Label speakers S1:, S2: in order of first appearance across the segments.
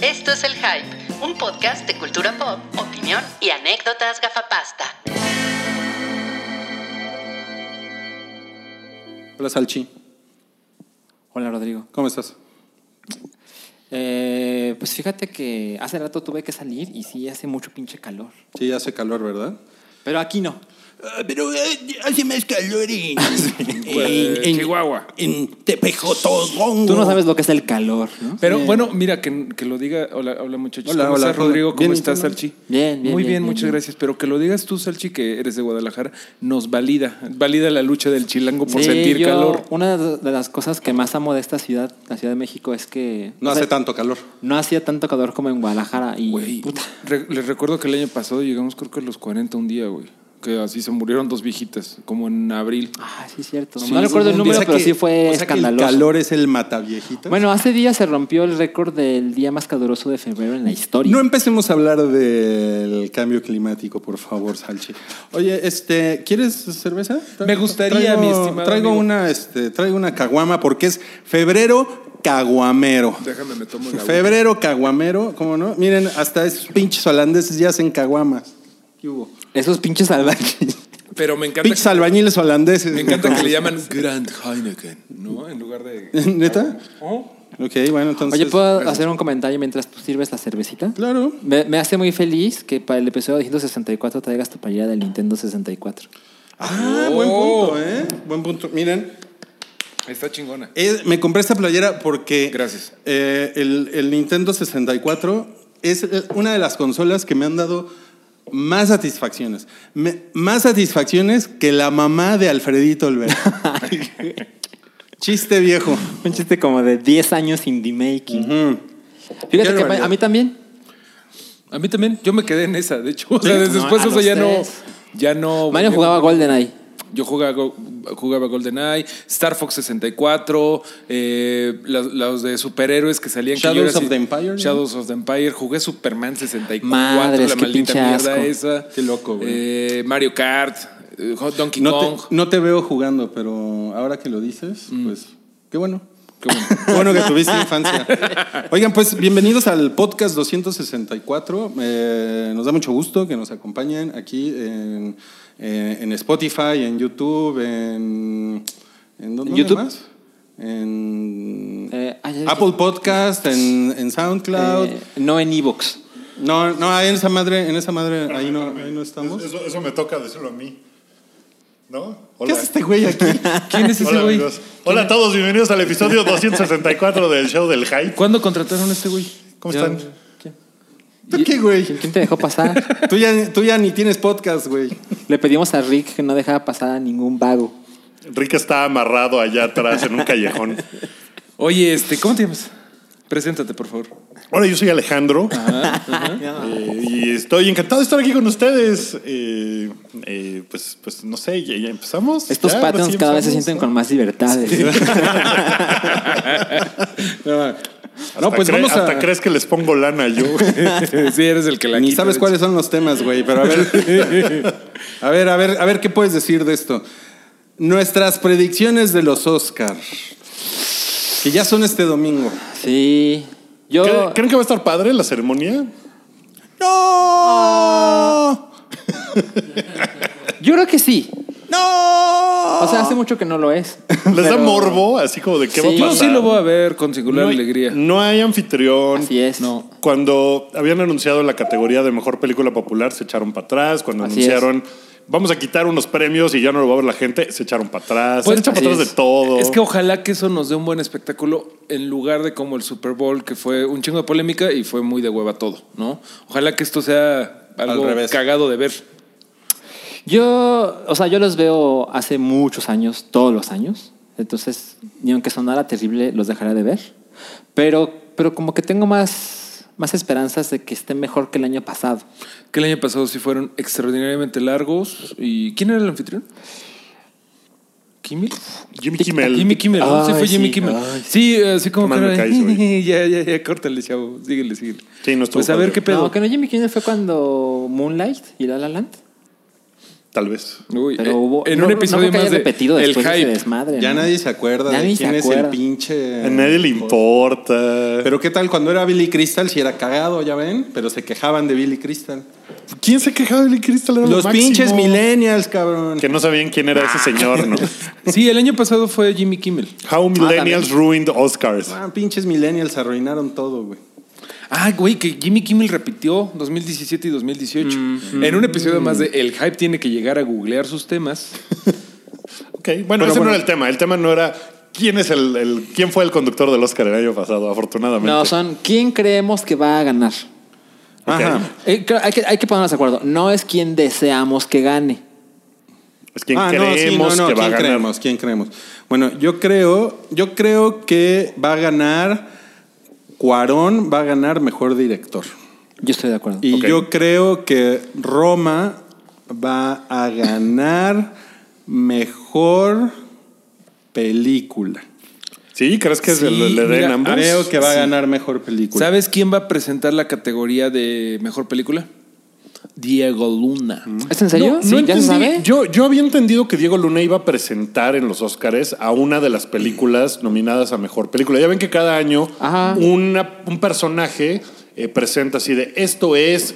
S1: Esto es El Hype, un podcast de cultura pop, opinión y anécdotas gafapasta.
S2: Hola Salchi,
S3: Hola Rodrigo.
S2: ¿cómo estás?
S3: Eh, pues fíjate que hace rato tuve que salir y sí hace mucho pinche calor.
S2: Sí, ya hace calor, ¿verdad?
S3: Pero aquí no.
S4: Ah,
S5: pero
S4: eh,
S5: hace más calor en,
S2: pues,
S6: Chihuahua.
S5: En Tepejotogongo.
S3: Tú no sabes lo que es el calor, ¿no?
S6: Pero bueno, mira, que, que lo diga. Hola, hola muchachos.
S2: Hola,
S6: ¿Cómo
S2: hola,
S6: estás,
S2: hola.
S6: Rodrigo? ¿Cómo
S2: Bien,
S6: estás,
S2: ¿cómo?
S6: Salchi?
S3: Bien, bien,
S6: Muy
S3: bien, bien,
S6: bien, muchas
S3: bien.
S6: gracias. Pero que lo digas tú, Salchi, que eres de Guadalajara, nos valida. Valida la lucha del chilango por
S3: Sí,
S6: sentir
S3: yo-
S6: calor.
S3: Una de las cosas que más amo de esta ciudad, la Ciudad de México, es que
S2: No
S3: o sea,
S2: hace tanto calor.
S3: No hacía tanto calor como en Guadalajara y
S6: Güey,
S3: puta.
S6: re- les recuerdo que el año pasado llegamos, creo que a los 40 un día, güey. Que así se murieron dos viejitas, como en abril.
S3: Ah, sí, es cierto.
S6: Sí,
S3: no recuerdo el
S6: sí,
S3: número,
S2: O sea
S3: pero
S2: que-
S3: sí fue
S2: o sea que
S3: escandaloso.
S2: el calor es el mataviejitas.
S3: Bueno, hace días se rompió el récord del día más caluroso de febrero en la historia.
S2: No em- empecemos a hablar del cambio climático, por favor, Salchi. Oye, este, ¿quieres cerveza? Tra-
S6: Me gustaría,
S2: traigo-
S6: mi estimado
S2: Traigo
S6: amigo.
S2: una, este, traigo una caguama porque es febrero caguamero.
S6: Déjame, me tomo la
S2: Febrero caguamero, ¿cómo no? Miren, hasta esos pinches holandeses ya hacen caguamas. ¿Qué hubo?
S3: Esos pinches salvajes.
S6: Pero me encanta,
S2: Pinches albañiles holandeses.
S6: me encanta que le llaman Grand Heineken, ¿no? En lugar de.
S2: ¿Neta?
S6: Oh.
S2: Ok, bueno, entonces.
S3: Oye, ¿puedo hacer un comentario mientras tú sirves la cervecita?
S2: Claro.
S3: Me, me hace muy feliz que para el episodio 264 traigas tu playera del Nintendo 64.
S2: Ah, buen punto, ¿eh? Buen punto. Miren,
S6: Está chingona.
S2: eh, me compré esta playera porque.
S6: Gracias.
S2: eh, el, el Nintendo 64 es eh, una de las consolas que me han dado más satisfacciones. Me- más satisfacciones que la mamá de Alfredito Olvera. Chiste viejo.
S3: Un chiste como de 10 años indie making.
S2: Mm.
S3: Fíjate
S2: Qué
S3: que
S2: barbaridad.
S3: a mí también.
S6: A mí también, yo me quedé en esa, de hecho. O sea,
S3: Sí,
S6: desde
S3: no,
S6: después,
S3: a
S6: o sea,
S3: los
S6: ya no,
S3: tres.
S6: ya no.
S3: Mario
S6: ya-
S3: jugaba GoldenEye.
S6: Yo jugaba, Go- jugaba GoldenEye, Star Fox 64, eh, las- los, de superhéroes que salían. que yo
S2: Shadows
S6: era así-
S2: of the Empire, ¿no?
S6: Shadows of the Empire. Jugué Superman 64,
S3: Madres,
S6: la
S3: qué
S6: maldita
S3: pinche
S6: mierda
S3: asco.
S6: esa.
S2: Qué loco, güey.
S6: Eh, Mario Kart, eh, Hot Donkey
S2: No
S6: Kong. Mm.
S2: te, no te veo jugando, pero ahora que lo dices, pues qué bueno.
S6: Qué bueno.
S2: Qué bueno que tuviste infancia. Oigan, pues bienvenidos al podcast 264. Eh, nos da mucho gusto que nos acompañen aquí en, eh, en Spotify, en YouTube, en. ¿En, dónde
S3: YouTube?
S2: más? En
S3: Eh, ay, ay,
S2: Apple Podcast, en, en SoundCloud.
S3: Eh, no en Evox.
S2: No, no, ahí en esa madre, en esa madre, ahí no, ahí no estamos.
S7: Eso, eso me toca decirlo a mí. ¿No?
S2: ¿Qué
S7: Hola.
S2: hace este güey aquí?
S6: ¿Quién es ese
S7: Hola,
S6: güey?
S7: amigos. Hola a todos, bienvenidos al episodio 264 del show del hype.
S6: ¿Cuándo contrataron a este güey?
S7: ¿Cómo
S3: Yo-
S7: están?
S2: ¿Tú qué, güey?
S3: ¿Quién te dejó pasar?
S2: Tú ya, tú ya ni tienes podcast, güey.
S3: Le pedimos a Rick que no dejara pasar a ningún vago.
S7: Rick está amarrado allá atrás en un callejón.
S6: Oye, este, ¿cómo te llamas? Preséntate, por favor.
S7: Hola, yo soy Alejandro Eh, y estoy encantado de estar aquí con ustedes. Eh, eh, pues, pues no sé, ya, ya empezamos.
S3: Estos
S7: ¿Ya? Ahora
S3: patterns
S7: sí
S3: cada vez se
S7: empezamos,
S3: sienten
S7: ¿no?
S3: con más libertades.
S2: No,
S7: Hasta
S2: pues
S7: cre-
S2: vamos a.
S7: Hasta crees que les pongo lana yo.
S6: sí, eres el que la
S2: Ni
S6: quita,
S2: sabes
S6: de
S2: cuáles son los temas, güey, pero a ver. a ver, a ver, a ver, ¿qué puedes decir de esto? Nuestras predicciones de los Oscar. Que ya son este domingo.
S3: Sí. Yo.
S7: ¿Creen- ¿Creen que va a estar padre la ceremonia?
S2: ¡No!
S3: Yo creo que sí.
S2: ¡No!
S3: O sea, hace mucho que no lo es.
S7: Ah. Les da
S3: Pero-
S7: morbo, así como de qué va a
S3: Sí.
S7: pasar.
S6: Yo sí lo voy a ver con singular
S7: no hay,
S6: alegría.
S7: No hay anfitrión.
S3: Así es.
S6: No.
S7: Cuando habían anunciado la categoría de mejor película popular, se echaron para atrás. Cuando
S3: Así
S7: anunciaron vamos a quitar unos premios y ya no lo va a ver la gente, se echaron para atrás.
S6: Pues,
S7: se echan para
S3: así
S7: atrás
S3: es.
S7: de todo.
S6: Es que ojalá que eso nos dé un buen espectáculo en lugar de como el Super Bowl, que fue un chingo de polémica y fue muy de hueva todo, ¿no? Ojalá que esto sea algo
S2: Al revés.
S6: cagado de ver.
S3: Yo, o sea, yo los veo hace muchos años, todos los años. Entonces, ni aunque sonara terrible, los dejaré de ver. Pero, pero como que tengo más, más esperanzas de que esté mejor que el año pasado.
S6: Que el año pasado sí fueron extraordinariamente largos. ¿Y quién era el anfitrión? ¿Kimmel?
S7: Jimmy Kimmel.
S6: Jimmy Kimmel, ¿no? Sí,
S3: Ay,
S6: fue Jimmy
S3: sí,
S6: Kimmel.
S3: ay.
S6: Sí, así como
S7: Qué
S6: que
S7: mal me
S6: era,
S7: caes, güey.
S6: ya, ya, ya, córtale, chavo. Síguele, síguele.
S7: Sí, no estuvo
S6: Pues a ver
S7: padre.
S6: qué pedo.
S3: No, que no Jimmy Kimmel fue cuando Moonlight y La La Land.
S7: Tal vez.
S6: Uy,
S3: Pero
S6: eh,
S3: hubo.
S6: en
S3: no-
S6: un
S3: no
S6: episodio
S3: creo que
S6: más
S3: haya
S6: de
S3: repetido
S6: el
S3: después de ese
S6: hype.
S3: desmadre.
S2: Ya
S3: ¿no?
S2: nadie se acuerda de
S3: Nadie se
S2: quién es el
S3: acuerda.
S2: pinche.
S7: A nadie le importa.
S2: Eh, Pero qué tal cuando era Billy Crystal, si era cagado, ya ven, pero se quejaban de Billy Crystal.
S7: ¿quién se quejaba de Billy Crystal? Era lo
S2: Los
S7: máximo.
S2: pinches millennials, cabrón.
S7: Que no sabían quién era ese señor, ¿no?
S6: Sí, el año pasado fue Jimmy Kimmel.
S7: How Millennials Ruined Oscars.
S2: Ah, pinches millennials arruinaron todo, güey.
S6: Ah, güey, que Jimmy Kimmel repitió 2017 y 2018. En un episodio más de El Hype tiene que llegar a googlear sus temas.
S7: Ok, bueno, ese no era el tema. El tema no era quién es el, el- quién fue el conductor del Oscar el año pasado, afortunadamente.
S3: No, son quién creemos que va a ganar.
S7: Ok.
S2: Ajá.
S3: Eh, claro, hay, que, hay que ponernos de acuerdo. No es quien deseamos que gane.
S7: Es quien
S2: Ah, no, sí,
S7: creemos
S2: no, no,
S7: que va a
S2: ¿quién
S7: ganar.
S2: creemos? ¿Quién creemos? Bueno, yo creo, yo creo que va a ganar Cuarón, va a ganar mejor director.
S3: Yo estoy de acuerdo.
S2: Y
S7: Ok.
S2: yo creo que Roma va a ganar mejor película.
S7: Sí, ¿crees que
S6: Sí,
S7: se le, le den
S6: mira,
S7: ambos?
S2: Creo que va a ganar mejor película.
S6: ¿Sabes quién va a presentar la categoría de mejor película? Diego Luna.
S3: ¿Es en serio?
S7: No,
S3: ¿Sí?
S7: no
S3: ¿Ya se
S7: entendí.
S3: sabe?
S7: Yo, yo había entendido que Diego Luna iba a presentar en los Óscares a una de las películas nominadas a mejor película. Ya ven que cada año
S3: Ajá.
S7: una- un personaje eh, presenta así de esto es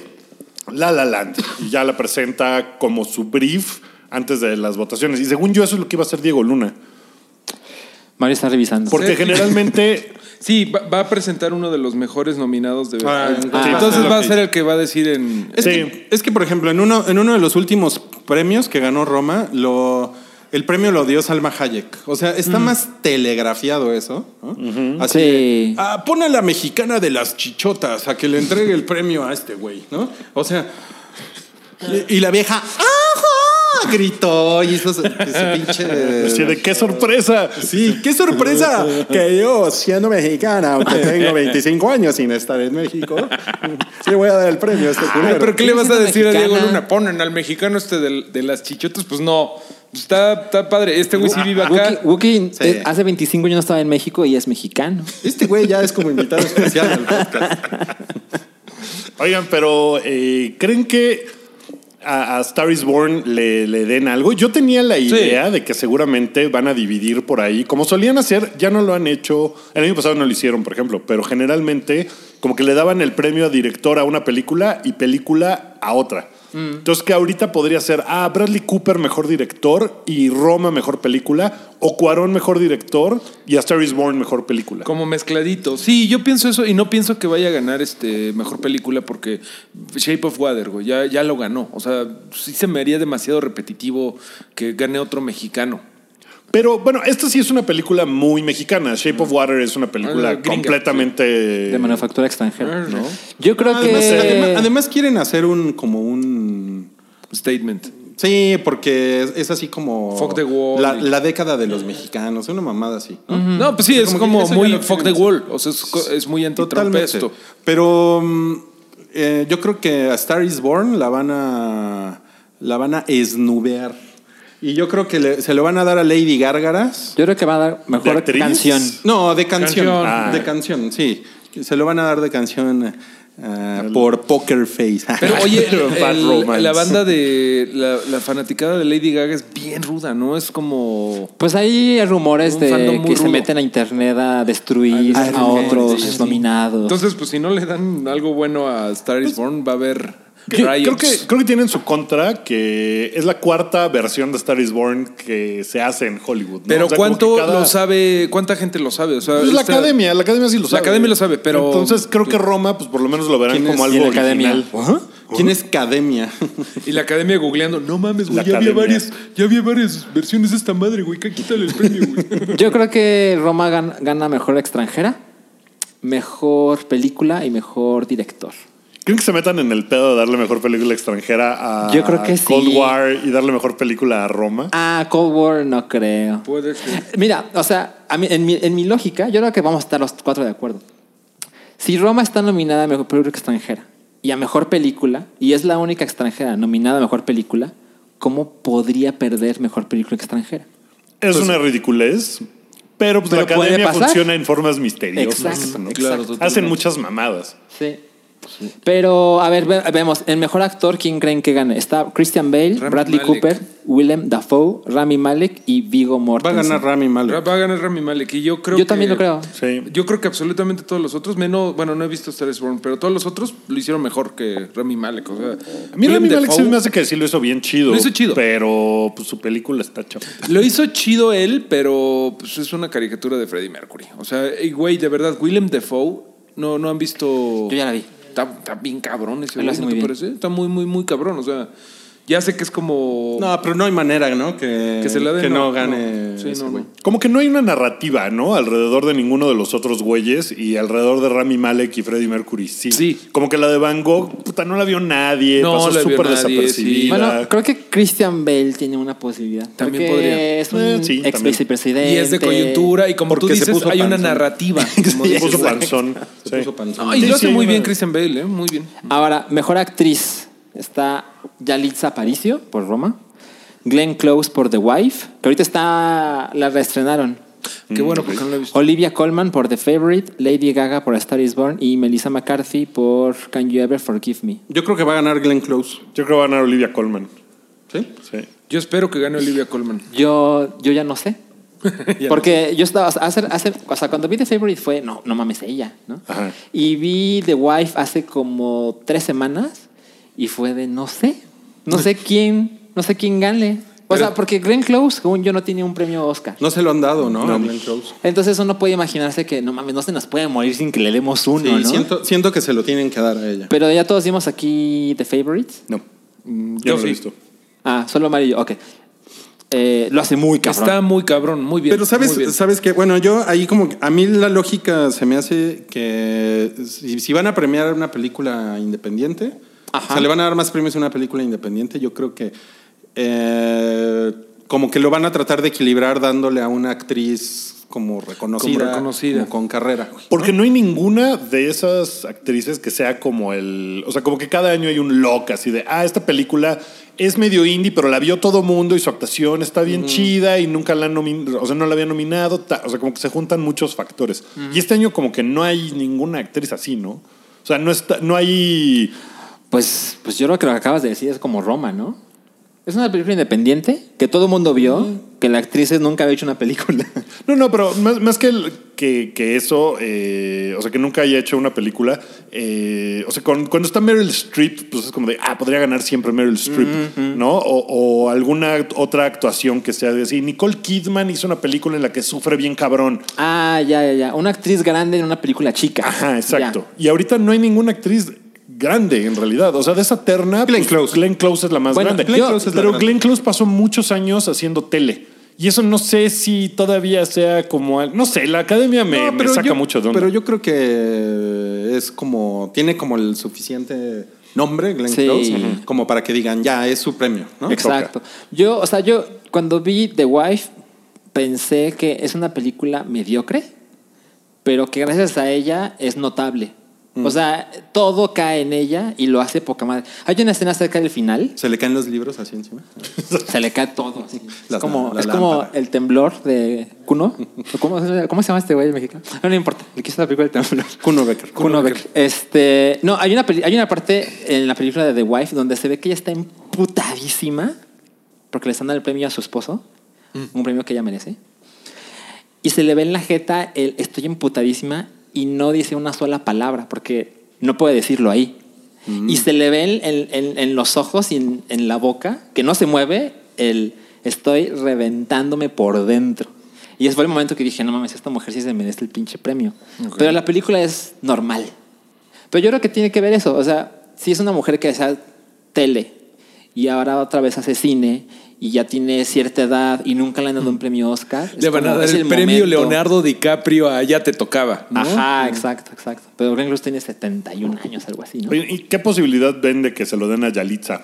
S7: La La Land y ya la presenta como su brief antes de las votaciones. Y según yo, eso es lo que iba a hacer Diego Luna.
S3: Mario está revisando.
S7: Porque generalmente
S6: Sí, va, va a presentar uno de los mejores nominados de
S2: Ah,
S6: Ah,
S2: ah,
S6: Entonces
S7: sí.
S6: va a ser el que va a decir en.
S2: Es,
S7: Sí.
S2: que, es que, por ejemplo, en uno, en uno de los últimos premios que ganó Roma, lo, el premio lo dio Salma Hayek. O sea,
S7: Mm.
S2: está más telegrafiado eso. ¿no? Así.
S3: Sí.
S2: de, "Ah, pon a la mexicana de las chichotas a que le entregue el premio a este güey, ¿no? O sea. Y, y la vieja. "Ajá", Gritó y hizo su, su pinche.
S7: así de qué sorpresa.
S2: Sí, qué sorpresa que yo, siendo mexicana, aunque tengo 25 años sin estar en México, le voy a dar el premio a este culero.
S6: Ay, pero ¿qué le vas a
S3: siendo
S6: decir a Diego
S3: mexicana.
S6: Luna? Ponen al mexicano este del- de, las chichotas. Pues no. Está, está padre. Este güey sí vive
S3: Wookie,
S6: acá.
S3: Wookie,
S2: Sí.
S3: eh, hace 25 años no estaba en México y es mexicano.
S2: Este güey ya es como invitado especial al podcast.
S7: Oigan, pero eh, ¿creen que a, a Star is Born le, le den algo? Yo tenía la idea de que seguramente van a dividir por ahí, como solían hacer, ya no lo han hecho, el año pasado no lo hicieron, por ejemplo, pero generalmente como que le daban el premio a director a una película y película a otra. Entonces que ahorita podría ser, ah, Bradley Cooper mejor director y Roma mejor película, o Cuarón mejor director y a Star is Born mejor película.
S6: Como mezcladito. Sí, yo pienso eso y no pienso que vaya a ganar este mejor película porque Shape of Water, güey, ya, ya lo ganó. O sea, sí se me haría demasiado repetitivo que gane otro mexicano.
S7: Pero bueno, esta sí es una película muy mexicana. Shape of Water es una película
S6: Ah, gringa,
S7: completamente.
S3: De manufactura extranjera.
S6: ¿No?
S3: Yo creo
S6: Ah,
S2: Además,
S3: que.
S2: además- además quieren hacer un como un
S6: Statement.
S2: sí, porque es, es así como
S6: Fuck the wall.
S2: La, la década de los mexicanos, una mamada así. ¿no?
S6: No, pues sí, es
S2: Como que
S6: como
S2: eso ya
S6: muy
S2: lo
S6: fuck the
S2: tenemos.
S6: wall. O sea, es, co- es muy
S2: Totalmente.
S6: antitrompesto.
S2: Pero mm, eh, yo creo que a Star is Born la van a la van a esnubear. Y yo creo que le- se lo van a dar a Lady Gárgaras.
S3: Yo creo que va a dar
S7: ¿De
S3: mejor
S7: actriz?
S3: canción.
S2: No, de canción.
S6: Canción.
S7: Ah.
S2: De canción, sí. Se lo van a dar de canción eh, ah, por Poker Face.
S6: Pero oye,
S7: Pero Bad
S6: el-
S7: Romance.
S6: la banda de la, la fanaticada de Lady Gaga es bien ruda, ¿no? Es como
S3: Pues hay rumores
S6: Un
S3: de
S6: fandom
S3: que
S6: muy
S3: se
S6: rudo.
S3: meten a internet a destruir
S6: Ah,
S3: a,
S6: hay rumores,
S3: otros
S6: sí, sí.
S3: nominados.
S6: Entonces, pues si no le dan algo bueno a Star
S2: Pues,
S6: is Born, va a haber
S7: Que- Creo
S6: riots.
S7: que, creo que tienen su contra, que es la cuarta versión de Star is Born que se hace en Hollywood. ¿no?
S6: Pero
S7: O sea, como
S6: ¿cuánto
S7: que cada-
S6: lo sabe? ¿Cuánta gente lo sabe? O sea,
S7: Pues la
S6: esta-
S7: academia, la academia sí lo
S6: La
S7: sabe.
S6: academia lo sabe, pero-
S7: Entonces creo que Roma, pues por lo menos lo verán
S2: ¿Quién es-
S7: como
S2: y
S7: algo
S2: la
S3: academia?
S7: original.
S2: ¿Quién es Academia?
S6: Y la academia googleando, no mames,
S7: La
S6: güey, ya había,
S7: academia.
S6: varias, ya había varias versiones de esta madre, güey, que quítale el premio, güey.
S3: Yo creo que Roma gan- gana, mejor extranjera, mejor película y mejor director.
S7: ¿Creen que se metan en el pedo de darle mejor película extranjera a
S3: Yo creo que sí.
S7: Cold War y darle mejor película a Roma?
S3: Ah, Cold War no creo.
S6: Puede ser.
S3: Mira, o sea, a mí- en, mi, en mi lógica, yo creo que vamos a estar los cuatro de acuerdo. Si Roma está nominada a mejor película extranjera y a mejor película, y es la única extranjera nominada a mejor película, ¿cómo podría perder mejor película extranjera?
S7: Es una ridiculez, pero pues la
S3: Pero puede
S7: academia
S3: pasar.
S7: funciona en formas misteriosas.
S3: Exacto,
S7: ¿no?
S3: exacto.
S7: Hacen muchas mamadas.
S3: Sí. Pero, a ver, ve- vemos, el mejor actor, ¿quién creen que gane? Está Christian Bale,
S6: Rami
S3: Bradley
S6: Malek.
S3: Cooper, Willem Dafoe, Rami Malek y Vigo
S2: Va a
S3: Mortensen.
S2: ganar Rami Malek.
S6: Va a ganar Rami Malek y yo creo
S3: Yo
S6: que-
S3: también lo creo.
S7: Sí.
S6: Yo creo que absolutamente todos los otros, menos, bueno, no he visto Star is Born, pero todos los otros lo hicieron mejor que Rami Malek. O sea,
S7: A mí
S6: Willem
S7: Rami Malek sí
S6: Dafoe
S7: me hace que sí lo hizo bien chido.
S6: Lo hizo chido.
S7: Pero pues, su película está chapa.
S6: Lo hizo chido él, pero pues, es una caricatura de Freddie Mercury. O sea, y, güey, de verdad, Willem Dafoe, no, no han visto.
S3: Yo ya la vi.
S6: Está, está bien cabrón ese
S3: Lo
S6: güey,
S3: hace
S6: ¿no
S3: muy
S6: te
S3: bien.
S6: parece? Está muy, muy, muy cabrón. O sea, ya sé que es como.
S2: No, pero no hay manera, ¿no? Que,
S6: que se la den.
S2: que no, gane.
S6: no. Sí,
S2: ese
S6: no,
S2: güey.
S6: no.
S7: Como que no hay una narrativa, ¿no? Alrededor de ninguno de los otros güeyes y alrededor de Rami Malek y Freddie Mercury, sí.
S6: Sí.
S7: Como que la de Van Gogh, puta, no la vio nadie,
S6: No
S7: pasó
S6: la vio
S7: súper
S6: nadie, sí.
S7: desapercibida.
S3: Bueno, creo que Christian Bale tiene una posibilidad.
S6: También
S3: Porque
S6: podría.
S3: Es un
S7: Eh, sí,
S3: ex
S7: también.
S3: vicepresidente.
S6: Y es de coyuntura, y como tú
S2: Porque se
S6: dices,
S2: puso
S6: hay una
S2: panzón.
S6: narrativa. como
S7: Se
S6: dices,
S7: puso
S6: güey.
S7: panzón.
S2: Se
S7: sí.
S2: puso panzón.
S6: No, y
S7: Sí,
S6: lo hace
S7: sí,
S6: muy
S7: una-
S6: bien Christian Bale, ¿eh? Muy bien.
S3: Ahora, mejor actriz está Yalitza Aparicio por Roma, Glenn Close por The Wife, que ahorita está la reestrenaron.
S6: Qué bueno, porque no lo he visto.
S3: Olivia Colman por The Favorite, Lady Gaga por A Star Is Born y Melissa McCarthy por Can You Ever Forgive Me.
S2: Yo creo que va a ganar Glenn Close.
S7: Yo creo que va a ganar Olivia Colman.
S2: ¿Sí?
S7: Sí.
S6: Yo espero que gane Olivia Colman.
S3: Yo, yo ya no sé. Porque yo estaba, hace, hace- o sea, cuando vi The Favorite fue, no, no mames, ella, ¿no?
S7: Ajá.
S3: Y vi The Wife hace como tres semanas y fue de, no sé, no sé quién, no sé quién gane. O
S6: Pero-
S3: sea, porque Glenn Close, según yo, no tiene un premio Oscar.
S2: No se lo han dado, ¿no? A Glenn Close.
S3: Entonces uno puede imaginarse que, no mames, no se nos puede morir sin que le demos uno,
S2: Sí,
S3: ¿no?
S2: siento, siento que se lo tienen que dar a ella.
S3: Pero ya todos vimos aquí The Favorites.
S2: No.
S7: Yo no lo he visto.
S3: Ah, solo amarillo, ok. Eh, lo hace muy cabrón.
S6: Está muy cabrón, muy bien.
S2: Pero
S6: muy bien.
S2: sabes, sabes que, bueno, yo ahí como, que- a mí la lógica se me hace que si, si van a premiar una película independiente,
S3: Ajá.
S2: o sea, le van a dar más premios a una película independiente, yo creo que eh, como que lo van a tratar de equilibrar dándole a una actriz como reconocida,
S6: Como reconocida.
S2: como con carrera. güey.
S7: Porque no hay ninguna de esas actrices que sea como el. O sea, como que cada año hay un lock así de, ah, esta película es medio indie, pero la vio todo mundo y su actuación está bien chida y nunca la han nominado. O sea, no la había nominado. ta- O sea, como que se juntan muchos factores. Y este año, como que no hay ninguna actriz así, ¿no? O sea, no, está, no hay.
S3: Pues, pues yo creo que lo que acabas de decir es como Roma, ¿no? Es una película independiente que todo el mundo vio, que la actriz nunca había hecho una película.
S7: No, no, pero más, más que, el- que, que eso, eh, o sea, que nunca haya hecho una película, eh, o sea, con- cuando está Meryl Streep, pues es como de, ah, podría ganar siempre Meryl Streep, ¿no? O, o alguna act- otra actuación que sea de así. Nicole Kidman hizo una película en la que sufre bien cabrón.
S3: Ah, ya, ya, ya. Una actriz grande en una película chica.
S7: Ajá, exacto. Y ahorita no hay ninguna actriz grande en realidad. O sea, de esa terna.
S2: Glenn
S7: pues,
S2: Close.
S7: Glenn Close es la más
S3: Bueno,
S7: grande.
S3: Glenn
S7: Yo-
S2: Close es la
S7: pero
S2: grande.
S7: Glenn Close pasó muchos años haciendo tele. Y eso no sé si todavía sea como. al- No sé, la academia me,
S2: No,
S7: me
S2: pero
S7: saca
S2: yo-
S7: mucho de onda.
S2: Pero yo creo que es como, tiene como el suficiente nombre, Glenn
S3: Sí.
S2: Close,
S3: Ujú.
S2: como para que digan, ya, es su premio, ¿no?
S3: ya. Exacto. Yo, o sea, yo cuando vi The Wife pensé que es una película mediocre, pero que gracias a ella es notable. O sea, todo cae en ella y lo hace poca madre. Hay una escena cerca del final
S2: Se le caen los libros así encima.
S3: Se le cae todo. así.
S2: La-
S3: es como,
S2: la
S3: es como
S2: lámpara.
S3: el temblor de Kuno. ¿Cómo, se- cómo se llama este güey mexicano? No, no importa. El que hizo la película del temblor.
S2: Kuno Becker.
S3: Kuno Becker. Este, no, hay una, peli- hay una parte en la película de The Wife donde se ve que ella está emputadísima porque le están dando el premio a su esposo.
S2: Mm.
S3: Un premio que ella merece. Y se le ve en la jeta el estoy emputadísima y no dice una sola palabra porque no puede decirlo ahí.
S6: Mm.
S3: Y se le ve en, en- en- en los ojos y en, en la boca que no se mueve el estoy reventándome por dentro. Y ese fue el momento que dije, no mames, esta mujer sí se merece el pinche premio. Pero la película es normal. Pero yo creo que tiene que ver eso. O sea, si es una mujer que hace tele y ahora otra vez hace cine y ya tiene cierta edad y nunca le han dado un premio Oscar. es
S6: Mm. Le van a
S3: como,
S6: dar
S3: es
S6: el, premio
S3: momento. Ah,
S6: Leonardo DiCaprio a Ya te tocaba. ¿no? Mm.
S3: Ajá, exacto, exacto. Pero Glenn Close tiene 71 años, algo así, ¿no?
S7: Oye, ¿Y qué posibilidad ven de que se lo den a Yalitza?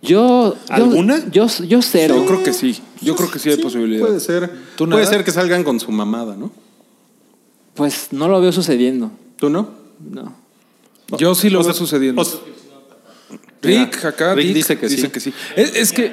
S3: Yo, yo-
S7: ¿Alguna?
S3: Yo, yo cero.
S6: Yo creo que sí. Yo creo que sí hay posibilidad.
S2: Puede ser.
S6: ¿Tú
S2: puede
S6: nada?
S2: ser que salgan con su mamada, ¿no?
S3: Pues no lo veo sucediendo.
S2: ¿Tú no?
S3: No.
S6: Yo sí lo
S2: O
S6: veo
S2: sea,
S6: sucediendo.
S2: o sea,
S6: Rick,
S2: Mira,
S6: acá
S2: Rick
S6: Dick
S2: dice que sí.
S6: Es, es que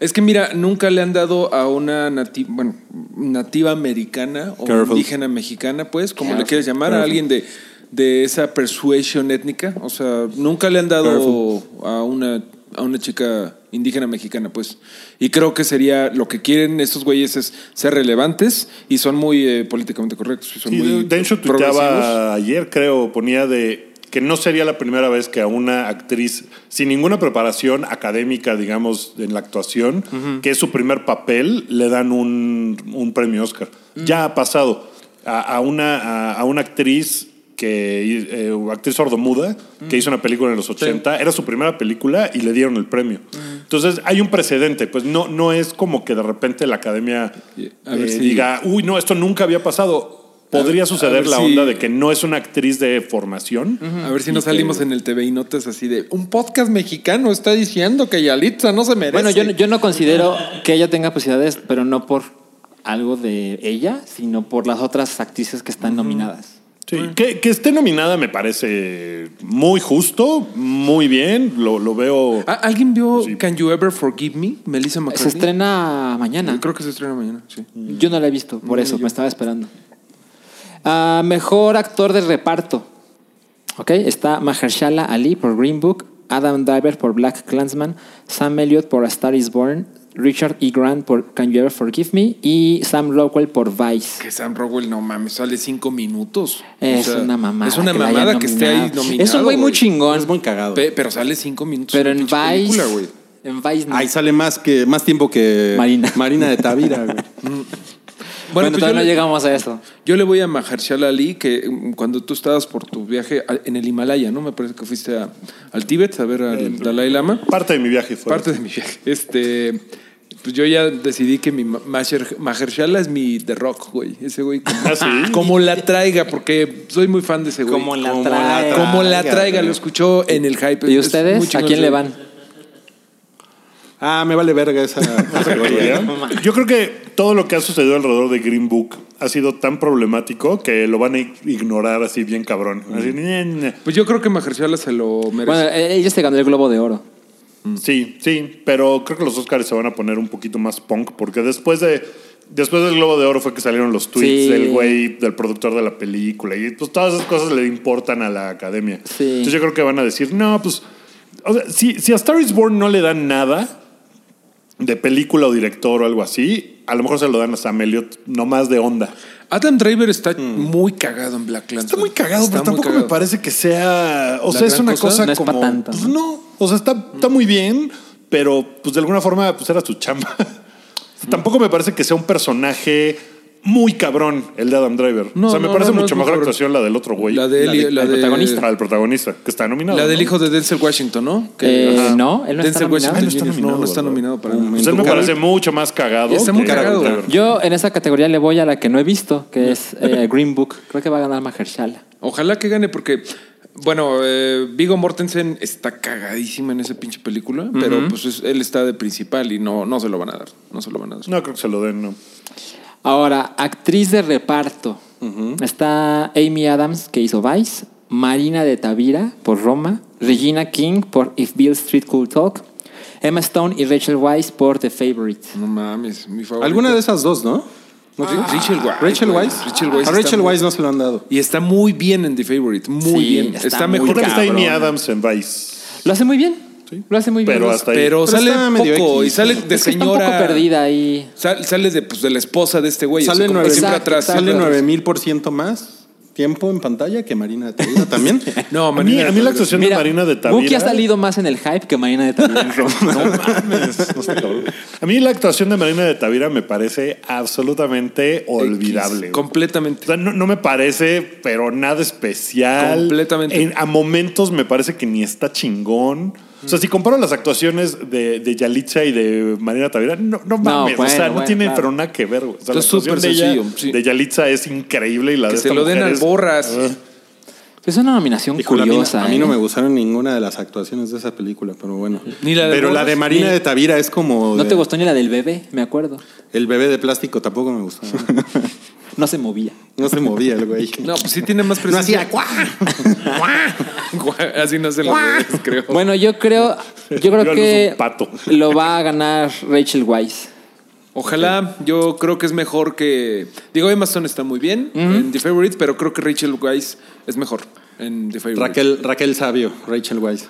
S6: es que mira, nunca le han dado a una nati- bueno, nativa americana o
S2: Careful.
S6: indígena mexicana, pues, como le
S3: Careful,
S6: quieres llamar, a alguien de de esa persuasión étnica. O sea, nunca le han dado a una, a una chica indígena mexicana, pues. Y creo que sería lo que quieren estos güeyes es ser relevantes y son muy eh, políticamente correctos. y son
S7: Sí,
S6: muy
S7: Densho
S6: progresivos.
S7: tuiteaba ayer, creo, ponía de que no sería la primera vez que a una actriz sin ninguna preparación académica, digamos, en la actuación, que es su primer papel, le dan un, un premio Oscar.
S6: Mm.
S7: Ya ha pasado a, a una, a, a una actriz que eh, actriz sordomuda que
S6: Mm.
S7: hizo una película en los 80, era su primera película y le dieron el premio.
S6: Mm.
S7: Entonces hay un precedente, pues no, no es como que de repente la academia
S6: Y- a ver
S7: eh,
S6: si-
S7: diga, uy, no, esto nunca había pasado.
S6: A ver-
S7: Podría
S6: a
S7: suceder
S6: ver
S7: la
S6: si-
S7: onda de que no es una actriz de formación.
S6: A ver si nos salimos en el TV y notas así de un podcast mexicano está diciendo que Yalitza no se merece.
S3: Bueno, yo, no- yo no considero que ella tenga posibilidades, pero no por algo de ella, sino por las otras actrices que están nominadas.
S7: Sí, que, que esté nominada me parece muy justo, muy bien, lo, lo veo.
S6: ¿A- Ah, ¿Alguien vio
S7: Sí.
S6: Can You Ever Forgive Me? Melissa McCarthy.
S3: Se estrena mañana.
S6: Creo que se estrena mañana, sí.
S3: Yo no la he visto, por eso me estaba esperando. Ah, mejor actor de reparto. Ok, está Mahershala Ali por Green Book, Adam Driver por Black Clansman, Sam Elliott por A Star Is Born, Richard E. Grant por Can You Ever Forgive Me y Sam Rockwell por Vice.
S6: Que Sam Rockwell, no mames, sale cinco minutos.
S3: Es
S6: O sea,
S3: una mamada.
S6: Es una
S3: que la
S6: mamada
S3: hayan
S6: que esté ahí
S3: nominado.
S6: nominado.
S3: Es un güey muy chingón.
S2: Es muy cagado.
S6: Pe- pero sale cinco minutos.
S3: Pero en
S6: una
S3: Vice.
S6: pinche película, güey.
S3: en Vice no.
S2: Ahí sale más, que, más tiempo que
S3: Marina.
S2: de Tavira, güey.
S3: bueno,
S6: pues yo
S3: todavía no
S6: le-
S3: llegamos a eso.
S6: Yo le voy a Mahershala Ali, que mm, cuando tú estabas por tu viaje al- en el Himalaya, ¿no? Me parece que fuiste a- al Tíbet a ver al Dalai Lama.
S7: Parte de mi viaje fue.
S6: Parte de mi viaje. Este, pues yo ya decidí que mi Ma- Maher- Mahershala es mi The Rock, güey. Ese güey. Como,
S7: ¿Ah, sí?
S6: como la traiga, porque soy muy fan de ese güey.
S3: Como la traiga.
S6: Como la traiga,
S2: güey.
S6: lo escuchó en el hype.
S3: ¿Y
S6: Es muy
S3: ustedes? ¿A
S6: chingón
S3: quién le
S6: ese güey.
S3: van?
S2: Ah, me vale verga esa. esa categoría.
S7: Yo creo que todo lo que ha sucedido alrededor de Green Book ha sido tan problemático que lo van a ig- ignorar así bien cabrón. Así, "Nye, nye".
S6: Pues yo creo que Mahershala se lo merece.
S3: Bueno, eh, ella se ganó el Globo de Oro. Mm.
S7: Sí, sí, pero creo que los Oscars se van a poner un poquito más punk porque después de después del Globo de Oro fue que salieron los tweets
S3: Sí.
S7: del güey del productor de la película y pues todas esas cosas le importan a la academia.
S3: Sí.
S7: Entonces yo creo que van a decir, "No, pues o sea, si, si a Star is Born no le dan nada de película o director o algo así, a lo mejor se lo dan a Sam Elliott, no más de onda.
S6: Adam Driver está muy cagado en Black Clansman.
S7: Mm. Está muy cagado, pero
S6: muy
S7: tampoco
S6: cagado.
S7: me parece que sea. O
S6: ¿La
S7: sea, es
S6: gran
S7: una
S6: cosa?
S7: cosa
S3: No es pa'
S7: como.
S3: tanto,
S7: pues,
S3: ¿no?
S7: no, o sea, está, está muy bien, pero pues de alguna forma pues era su chamba. tampoco me parece que sea un personaje muy cabrón el de Adam Driver.
S6: No,
S7: o sea, me
S6: no,
S7: parece
S6: no, no,
S7: mucho
S6: es muy
S7: mejor
S6: cabrón.
S7: actuación la del otro güey.
S6: La de él y- la
S7: del
S6: de-
S7: protagonista. Al protagonista, que está nominado.
S6: La del
S7: ¿no?
S6: hijo de Denzel Washington, ¿no?
S3: Eh,
S6: Ajá.
S3: no, él no está
S6: Denzel
S3: nominado.
S6: Washington
S7: Ah, no está
S6: Jr.
S7: nominado,
S6: no está
S7: ¿verdad?
S6: nominado para
S7: Pues él me parece mucho más cagado.
S6: Está muy
S7: que
S6: cagado,
S7: Adam
S6: güey.
S7: Driver.
S3: Yo en esa categoría le voy a la que no he visto, que es eh, Green Book. Creo que va a ganar Mahershala.
S6: Ojalá que gane porque, bueno, eh, Vigo Mortensen está cagadísima en esa pinche película, pero pues es- él está de principal y no, no se lo van a dar. No se lo van a dar.
S7: No creo que se lo den, no.
S3: Ahora, actriz de reparto. Está Amy Adams, que hizo Vice, Marina de Tavira por Roma, Regina King por If Bill Street Could Talk, Emma Stone y Rachel Weisz por The Favorite.
S6: No mames, mi favorito.
S2: Alguna de esas dos, ¿no? ¿No
S6: Ah,
S2: crees?
S6: Rachel Weisz,
S2: Rachel
S6: güey.
S2: Weisz.
S6: Rachel Weisz
S2: A
S6: está
S2: Rachel
S6: muy-
S2: Weisz no se lo han dado.
S6: Y está muy bien en The Favorite, muy
S3: Sí,
S6: bien. Está,
S3: está muy
S6: mejor
S7: Creo que
S6: que
S7: está Amy
S6: cabrón.
S7: Adams en Vice.
S3: Lo hace muy bien. Lo hace muy bien.
S7: Pero hasta ahí.
S6: Pero,
S2: Pero
S6: sale
S2: está medio
S6: poco y
S2: X.
S6: sale de
S3: es que está un
S6: señora.
S3: poco perdida ahí.
S6: Sal- sale de, pues, de la esposa de este güey.
S2: sale
S6: así como
S2: nueve-
S6: que siempre
S3: Exacto,
S6: atrás.
S3: exacto.
S2: Sale
S6: siempre atrás.
S2: 9000% más tiempo en pantalla que Marina de Tavira también.
S6: No,
S7: A mí,
S6: Marina
S7: a mí la
S6: Tavira.
S7: actuación de Marina de Tavira.
S3: Buki ha salido más en el hype que Marina de Tavira en Roma.
S7: A mí la actuación de Marina de Tavira me parece absolutamente olvidable. güey.
S6: Completamente.
S7: O sea, no, no me parece, pero nada especial.
S6: Completamente.
S7: En- a momentos me parece que ni está chingón. O sea, si comparo las actuaciones de, de Yalitza y de Marina Tavira, no, no mames.
S3: bueno,
S7: o sea, no
S3: bueno,
S7: tiene
S3: claro.
S7: pero nada que ver. güey. O
S6: Está
S7: sea, la actuación
S6: súper
S7: de, ella-
S6: sencillo, sí.
S7: de Yalitza es increíble y la
S6: Que
S7: de
S6: se
S7: esta
S6: lo den
S7: mujer
S6: al
S7: es-
S6: Borras.
S7: Ah.
S3: Es una nominación
S2: Híjole, a mí-
S3: curiosa.
S2: a mí, no
S3: ¿eh?
S2: me gustaron ninguna de las actuaciones de esa película, pero bueno.
S6: Ni la de
S2: pero la
S6: Borras,
S2: de Marina
S6: ni-
S2: de Tavira es como.
S3: No
S2: de-
S3: te gustó ni la del bebé, me acuerdo.
S2: El bebé de plástico tampoco me gustó.
S3: No se movía.
S2: No se movía el güey.
S6: No, pues sí tiene más presencia. Guau, Así no se lo creo.
S3: Bueno, yo creo, yo
S7: Yo
S3: creo
S7: al uso
S3: que
S7: un pato.
S3: lo va a ganar Rachel Weisz.
S6: Ojalá, yo creo que es mejor que. Digo, Emma Stone está muy bien en The Favorite, pero creo que Rachel Weisz es mejor en The Favorite.
S2: Raquel, Raquel Sabio, Rachel White.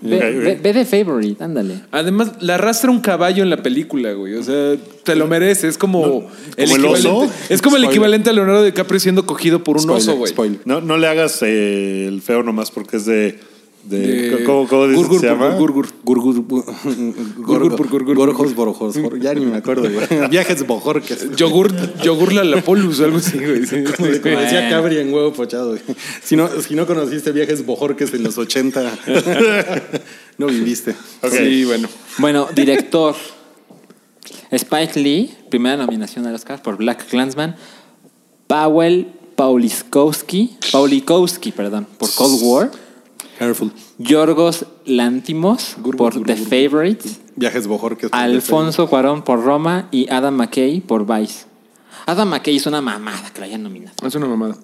S3: Ve,
S7: Ok, ok.
S3: ve- ve de favorite, ándale.
S6: Además, la arrastra un caballo en la película, güey. O sea, te lo merece. Es como,
S7: ¿como el oso?
S6: equivalente- Es como
S2: Spoiler.
S6: el equivalente a Leonardo DiCaprio siendo cogido por un
S2: Spoiler,
S6: oso, güey.
S2: spoiler.
S7: No, no le hagas eh, el feo nomás porque es de. de-
S2: Eh,
S6: De-
S7: ¿Cómo, cómo dice-
S6: Eh, Gurgur,
S7: se llama?
S6: Gurgur.
S2: Gurgur, bu-
S6: Gurgur,
S2: gorgo-
S6: gurgur,
S2: gorjos, borojos, jor- ya ni me acuerdo, güey. Viajes bojorques.
S6: Yogur, yogur la Lapolus, algo así, güey. Sí, es como de-
S2: Como decía Cabri en huevo pochado. güey. Si no, si no conociste viajes bojorques en los 80, no viviste.
S7: Ok.
S6: Sí, bueno.
S3: Bueno, director. Spike Lee, primera nominación al Oscar por Black Klansman. Powell Pauliskowski, Paulikowski, perdón, por Cold War.
S2: Careful.
S3: Yorgos Lántimos por The Favorite.
S2: Viajes bojorques.
S3: Alfonso Cuarón por Roma y Adam McKay por Vice. Adam McKay es una mamada que la hayan nominado.
S6: Es una mamada.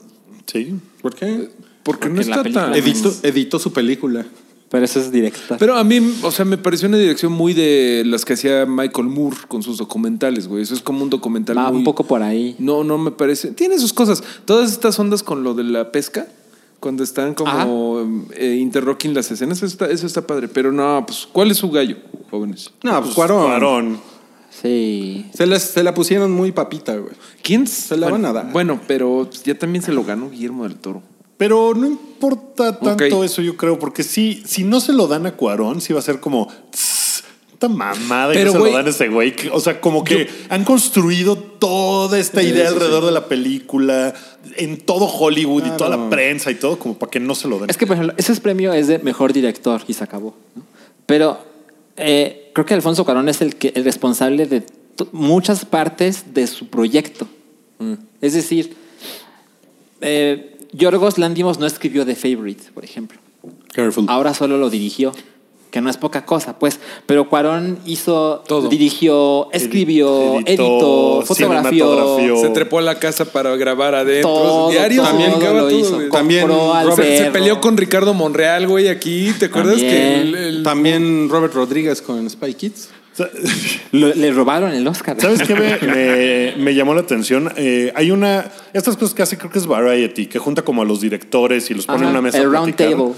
S7: Sí.
S2: ¿Por qué?
S6: Porque no
S3: Porque la
S6: está
S3: película-
S6: tan.
S2: Editó, editó su película.
S3: Pero eso es director.
S6: Pero a mí, o sea, me pareció una dirección muy de las que hacía Michael Moore con sus documentales, güey. Eso es como un documental
S3: Va
S6: muy-
S3: Ah, un poco por ahí.
S6: No, no me parece. Tiene sus cosas. Todas estas ondas con lo de la pesca, cuando están como eh, interrocking las escenas, eso está, eso está padre. Pero no, pues, ¿cuál es su gallo, jóvenes?
S2: No, pues Cuarón.
S7: Varón.
S3: Sí.
S2: Se, las- se la pusieron muy papita, güey.
S6: ¿Quién
S2: Se la van a dar.
S6: Bueno, pero ya también se lo ganó Guillermo del Toro.
S7: Pero no importa tanto
S6: Ok.
S7: eso, yo creo, porque si, si no se lo dan a Cuarón, sí va a ser como. "Tss, Esta mamada que
S6: Pero,
S7: no se
S6: güey,
S7: lo dan a ese güey. que- O sea, como que han construido toda esta idea alrededor de la película, en todo Hollywood y toda la prensa y todo, como para que no se lo den.
S3: Es que, por ejemplo, ese premio es de mejor director y se acabó. ¿no? Pero eh, creo que Alfonso Cuarón es el, que, el responsable de to- muchas partes de su proyecto.
S6: Mm.
S3: Es decir, eh, Yorgos Landimos no escribió The Favorite, por ejemplo.
S2: Careful.
S3: Ahora solo lo dirigió, que no es poca cosa, pues. Pero Cuarón hizo,
S6: Todo.
S3: dirigió, escribió,
S7: Editó,
S3: editó, fotografió.
S7: cinematografió.
S6: Se trepó a la casa para grabar adentro.
S3: Todo,
S6: diario
S3: todo
S6: se brincaba
S3: lo
S6: todo,
S3: hizo.
S6: güey.
S2: También
S3: Compró al
S6: Robert se
S3: perro.
S6: peleó con Ricardo Monreal, güey, aquí. ¿Te acuerdas que
S3: También.
S6: el- el-
S2: También Robert Rodríguez con Spy Kids.
S7: Sa-
S3: Lo- le robaron el Oscar.
S7: ¿Sabes qué me, me- me llamó la atención? Eh, hay una. Estas cosas que hace, creo que es Variety, que junta como a los directores y los pone
S3: Ajá,
S7: en una mesa. a
S3: el round
S7: platicar.
S3: table.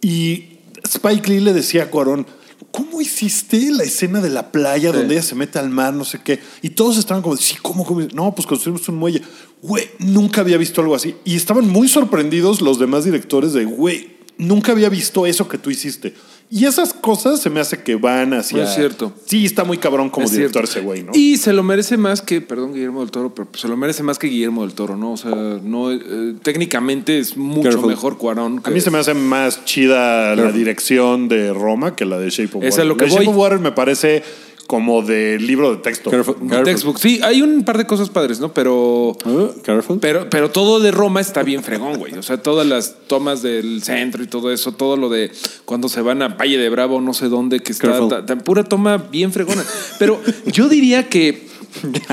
S7: Y Spike Lee le decía a Cuarón, ¿cómo hiciste la escena de la playa donde ella se mete al mar, no sé qué? Y todos estaban como, sí, ¿cómo? cómo? No, pues construimos un muelle. Güey, nunca había visto algo así. Y estaban muy sorprendidos los demás directores de, güey, nunca había visto eso que tú hiciste. Y esas cosas se me hace que van hacia...
S6: No es cierto.
S7: Sí, está muy cabrón como
S6: Es
S7: director
S6: cierto.
S7: ese güey, ¿no?
S6: Y se lo merece más que, perdón, Guillermo del Toro, pero pues se lo merece más que Guillermo del Toro, ¿no? O sea, no, eh, técnicamente es mucho
S2: Careful.
S6: mejor Cuarón. que-
S7: A mí se me hace más chida la dirección de Roma que la de Shape of Water.
S6: Es a lo que
S7: la de Shape
S6: voy.
S7: of Water me parece como de libro de texto.
S2: Careful.
S6: Un Textbook. Sí, hay un par de cosas padres, ¿no? Pero.
S2: Ah, Careful.
S6: Pero, pero todo de Roma está bien fregón, güey. O sea, todas las tomas del centro y todo eso, todo lo de cuando se van a Valle de Bravo, no sé dónde, que está
S2: Careful.
S6: tan, tan pura toma bien fregona. Pero yo diría que,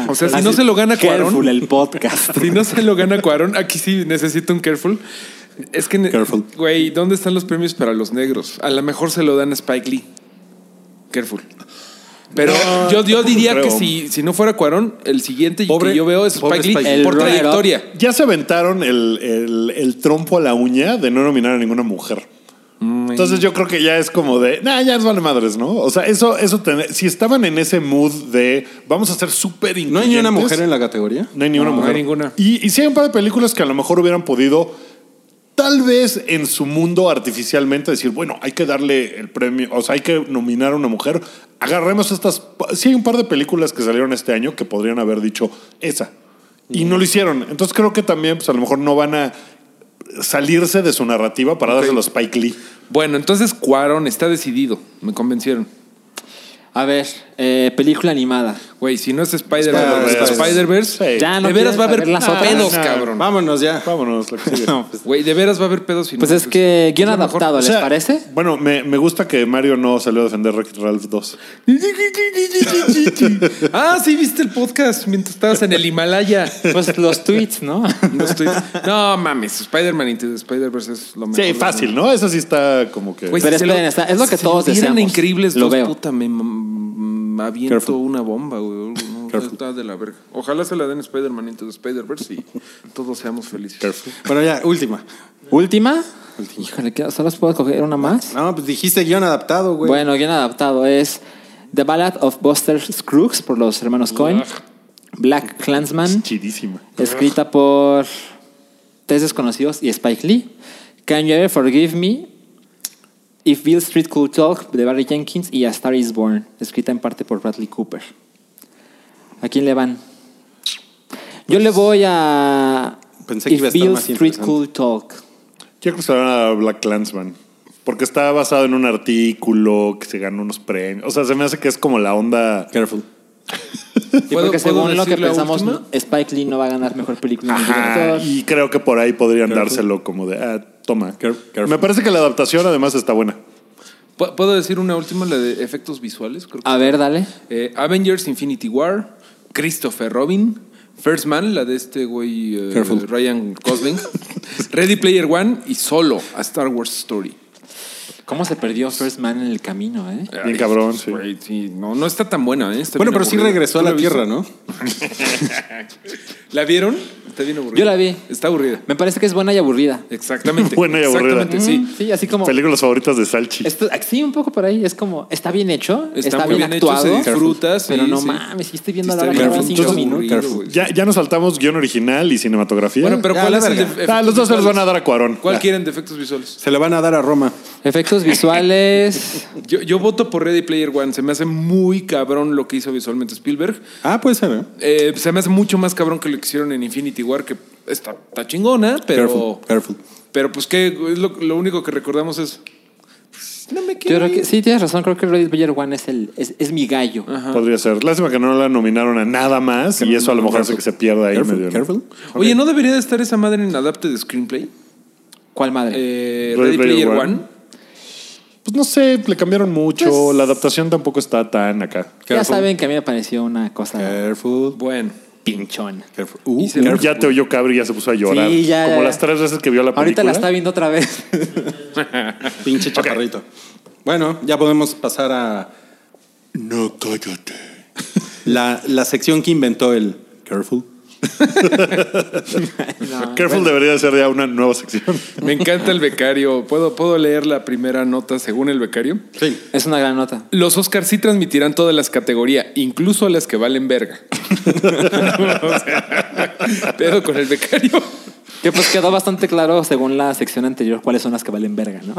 S6: o sea, si no se lo gana
S3: Careful,
S6: Cuarón,
S3: el podcast.
S6: Si no se lo gana Cuarón, aquí sí necesito un careful. Es que, ne-
S2: Careful.
S6: güey, ¿dónde están los premios para los negros? A lo mejor se lo dan a Spike Lee. Careful. Pero yo, yo diría
S7: creo.
S6: que si, si no fuera Cuarón, el siguiente
S2: Pobre-
S6: que yo veo es
S2: pobre
S6: Spike Lee
S2: Spike
S3: Lee.
S6: por
S3: El runner-up.
S6: trayectoria.
S7: Ya se aventaron el, el- el trompo a la uña de no nominar a ninguna mujer.
S2: Mm,
S7: Entonces yo creo que ya es como de, nah, ya nos vale madres, ¿no? O sea, eso, eso, ten- si estaban en ese mood de, vamos a ser súper
S2: ¿No hay ni una mujer en la categoría?
S7: No hay ninguna
S6: No, no
S7: mujer.
S6: hay ninguna.
S7: Y, y sí hay un par de películas que a lo mejor hubieran podido, tal vez en su mundo artificialmente, decir, bueno, hay que darle el premio, o sea, hay que nominar a una mujer. Agarremos estas. pa- Sí hay un par de películas que salieron este año que podrían haber dicho esa. Y no lo hicieron. Entonces creo que también, pues a lo mejor no van a salirse de su narrativa para dárselo a Spike Lee.
S6: Bueno, entonces Cuarón está decidido. Me convencieron.
S3: A ver, eh, película animada.
S6: Güey, si no es Spider-Verse,
S7: Spider-Verse.
S6: Spider-Verse,
S7: Sí.
S3: Ya Ah, no
S6: de veras
S3: quieres
S6: va a haber
S3: saber las otras.
S6: pedos,
S7: No, no.
S6: cabrón.
S2: Vámonos ya.
S7: Vámonos, la que sigue.
S2: No, pues,
S6: Güey, de veras va a haber pedos. si no,
S3: Pues es que guión
S6: es lo mejor.
S3: adaptado,
S7: O
S3: ¿les
S7: sea,
S3: parece?
S7: Bueno, me, me gusta que Mario no salió a defender Wreck-It Ralph 2.
S6: ah, sí, viste el podcast mientras estabas en el Himalaya.
S3: Pues los tweets, ¿no?
S6: No, estoy- no mames, Spider-Man Into the Spider-Verse es lo mejor.
S7: Sí, fácil, ¿no? Eso sí está como que.
S6: Güey,
S3: Pero
S6: si se
S3: esperen, está- es lo que todos
S6: vieran
S3: deseamos.
S6: increíbles
S3: Lo
S6: dos,
S3: veo.
S6: puta, me, mm, aviento
S2: Careful.
S6: una bomba, güey. o algo, no, no, está de la verga. Ojalá se la den Spider-Man Into the Spider-Verse y todos seamos felices.
S2: Bueno, ya, última.
S3: ¿Última? Híjole, ¿qué- ¿solo puedo coger una más?
S6: Ah,
S2: No, pues dijiste guión adaptado, güey.
S3: Bueno, bien adaptado es The Ballad of Buster Scruggs por los hermanos Cohen. Black Clansman,
S7: Chidísima.
S3: escrita por tres desconocidos y Spike Lee. Can You Ever Forgive Me? If Bill Street Could Talk de Barry Jenkins y A Star Is Born, escrita en parte por Bradley Cooper. ¿A quién le van? Yo le voy a
S2: Pensé que
S3: If
S2: iba a estar
S3: Bill
S2: más
S3: Street
S2: interesante.
S3: Could Talk.
S7: Yo creo que se van a Black Clansman. Porque está basado en un artículo que se ganó unos premios. O sea, se me hace que es como la onda.
S2: Careful.
S3: Y
S6: ¿Puedo-
S3: porque
S6: puedo
S3: según lo que
S6: decir la
S3: pensamos,
S6: última?
S3: Spike Lee no va a ganar mejor película. ni
S7: Ajá.
S3: director.
S7: Y creo que por ahí podrían dárselo como de, ah, toma.
S2: Care- careful.
S7: Me parece que la adaptación además está buena.
S6: ¿Pu- ¿Puedo decir una última, la de efectos visuales? Creo que-
S3: A ver, dale.
S6: Eh, Avengers Infinity War, Christopher Robin, First Man, la de este güey eh,
S2: Careful.
S6: Ryan Gosling, Ready Player One y solo a Star Wars Story.
S3: ¿Cómo se perdió First Man en el camino, eh?
S7: Bien cabrón, sí.
S6: Güey, sí, no, no está tan buena. eh, está
S2: Bueno,
S6: bien
S2: pero sí
S6: aburrida.
S2: regresó a
S6: ¿Tú
S2: la
S6: viste?
S2: Tierra, ¿no?
S6: ¿La vieron? Está bien aburrida.
S3: Yo la vi.
S6: Está aburrida.
S3: Me parece que es buena y aburrida.
S6: Exactamente.
S7: Buena y aburrida.
S6: Exactamente, sí.
S3: Sí, así como.
S7: Películas favoritas de Salchi.
S3: Esto, sí, un poco por ahí. Es como, está bien hecho,
S6: Está
S3: está,
S6: muy
S3: bien,
S6: bien hecho,
S3: actuado.
S6: se disfruta, sí,
S3: pero no
S6: sí.
S3: mames, sí estoy
S6: Sí,
S3: viendo
S6: está
S3: la
S6: bien
S3: hora cada cinco
S6: aburrido, güey.
S3: minutos.
S7: Ya, ya nos saltamos guión original y cinematografía.
S6: Bueno, pero
S2: Ya,
S6: ¿cuál
S2: la
S6: es el de
S2: verga.
S6: efectos
S7: Ah, los dos se los
S6: visuales?
S7: van a dar a Cuarón.
S6: ¿Cuál
S7: Ya.
S6: quieren de efectos visuales?
S2: Se la van a dar a Roma.
S3: Efectos visuales.
S6: Yo, yo voto por Ready Player One. Se me hace muy cabrón lo que hizo visualmente Spielberg.
S2: Ah, puede ser, ¿eh?
S6: Eh, se me hace mucho más cabrón que lo que hicieron en Infinity War, que está, está chingona, pero.
S2: Careful, careful.
S6: Pero pues que lo, lo único que recordamos es. pues, No me
S3: Yo creo
S6: quedé.
S3: que sí, tienes razón. Creo que Ready Player One es, el, es, es mi gallo.
S6: Ah,
S7: Podría ser. Lástima que no la nominaron a nada más y eso a lo mejor hace que se pierda ahí
S2: Careful,
S7: medio. ¿no?
S2: careful.
S6: Oye, ¿no debería de estar esa madre en adapte de screenplay?
S3: ¿Cuál madre?
S6: Eh, Ready
S7: Ready
S6: Player One.
S7: Player One. Pues no sé, le cambiaron mucho.
S6: Pues
S7: la adaptación tampoco está tan acá.
S3: ya
S2: careful.
S3: saben que a mí me pareció una cosa
S6: Eh,
S2: Careful.
S6: Bueno.
S3: pinchona.
S2: Careful. Uh,
S6: Y se- Careful.
S7: Ya te oyó Cabri y ya se puso a llorar.
S3: Sí, ya,
S7: Como
S3: ya, ya.
S7: las tres veces que vio la película.
S3: Ahorita la está viendo otra vez.
S2: pinche chaparrito. Bueno, ya podemos pasar a
S5: No cállate.
S2: la, la sección que inventó el Careful.
S7: Careful debería ser ya una nueva sección.
S6: Me encanta el becario. ¿Puedo, ¿Puedo leer la primera nota según el becario?
S2: Sí.
S3: es una gran nota.
S6: Los Oscars sí transmitirán todas las categorías, incluso las que valen verga. O sea, pedo con el becario.
S3: Que pues quedó bastante claro según la sección anterior cuáles son las que valen verga, ¿no?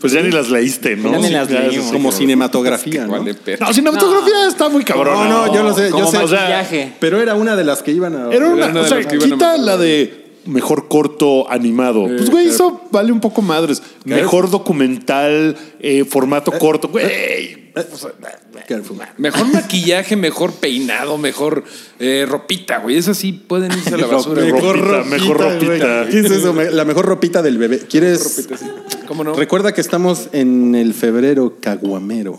S7: Pues ya ni las pues, leíste, ¿no?
S3: Ya ni las
S7: eso
S3: leímos.
S7: sí,
S2: Como
S7: cabrón.
S2: cinematografía, ¿no?
S6: Vale, verga.
S7: No, cinematografía está muy cabrón.
S2: No, no, yo lo sé, yo
S3: Como
S2: sé.
S3: maquillaje.
S2: Pero era una de las que iban a.
S7: Era una,
S6: Era una
S7: o
S6: de
S7: sea,
S6: las que iban a
S7: quita
S6: meter.
S7: la de mejor corto animado. pues, güey, eso vale un poco madres. Mejor documental, eh, formato corto.
S2: eh,
S7: Güey,
S2: Careful.
S6: Mejor maquillaje, mejor peinado, mejor eh, ropita, güey. Esas sí pueden irse a la basura.
S7: Mejor
S6: güey.
S7: ropita, mejor ropita.
S2: güey. ¿Qué es eso? Me- La mejor ropita del bebé. ¿Quieres?
S6: ¿Cómo no?
S2: Recuerda que estamos en el febrero caguamero.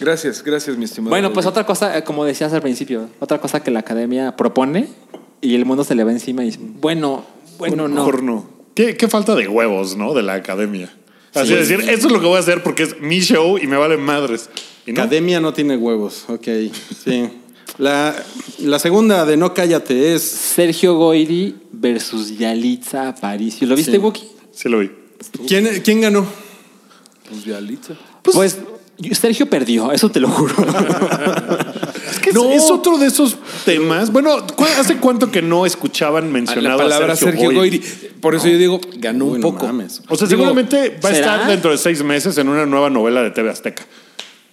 S6: Gracias, gracias, mi estimado.
S3: Bueno, pues
S6: Rodrigo.
S3: otra cosa, eh, como decías al principio, otra cosa que la academia propone y el mundo se le va encima y dice, bueno, bueno, no.
S7: Mejor no. ¿Qué, qué falta de huevos, ¿no? De la academia. Así de decir, esto es lo que voy a hacer porque es mi show y me valen madres. Y no.
S2: Academia no tiene huevos. Ok, sí. La, la segunda de No Cállate es.
S3: Sergio Goyri versus Yalitza Aparicio. ¿Lo viste,
S2: Sí.
S3: Wookie?
S7: Sí lo vi.
S2: ¿Quién, quién ganó?
S6: Pues Yalitza.
S3: Pues, yo- Sergio perdió, eso te lo juro.
S7: Es que es- es otro de esos temas. Bueno, ¿cu- ¿hace cuánto que no escuchaban
S6: Ah, La
S7: mencionado a
S6: palabra Sergio, Goyri. Por eso yo digo, ganó
S2: Uy,
S6: un
S2: no
S6: poco.
S2: mames.
S7: O sea,
S6: Digo,
S7: seguramente va a
S3: ¿será?
S7: estar dentro de seis meses en una nueva novela de TV Azteca.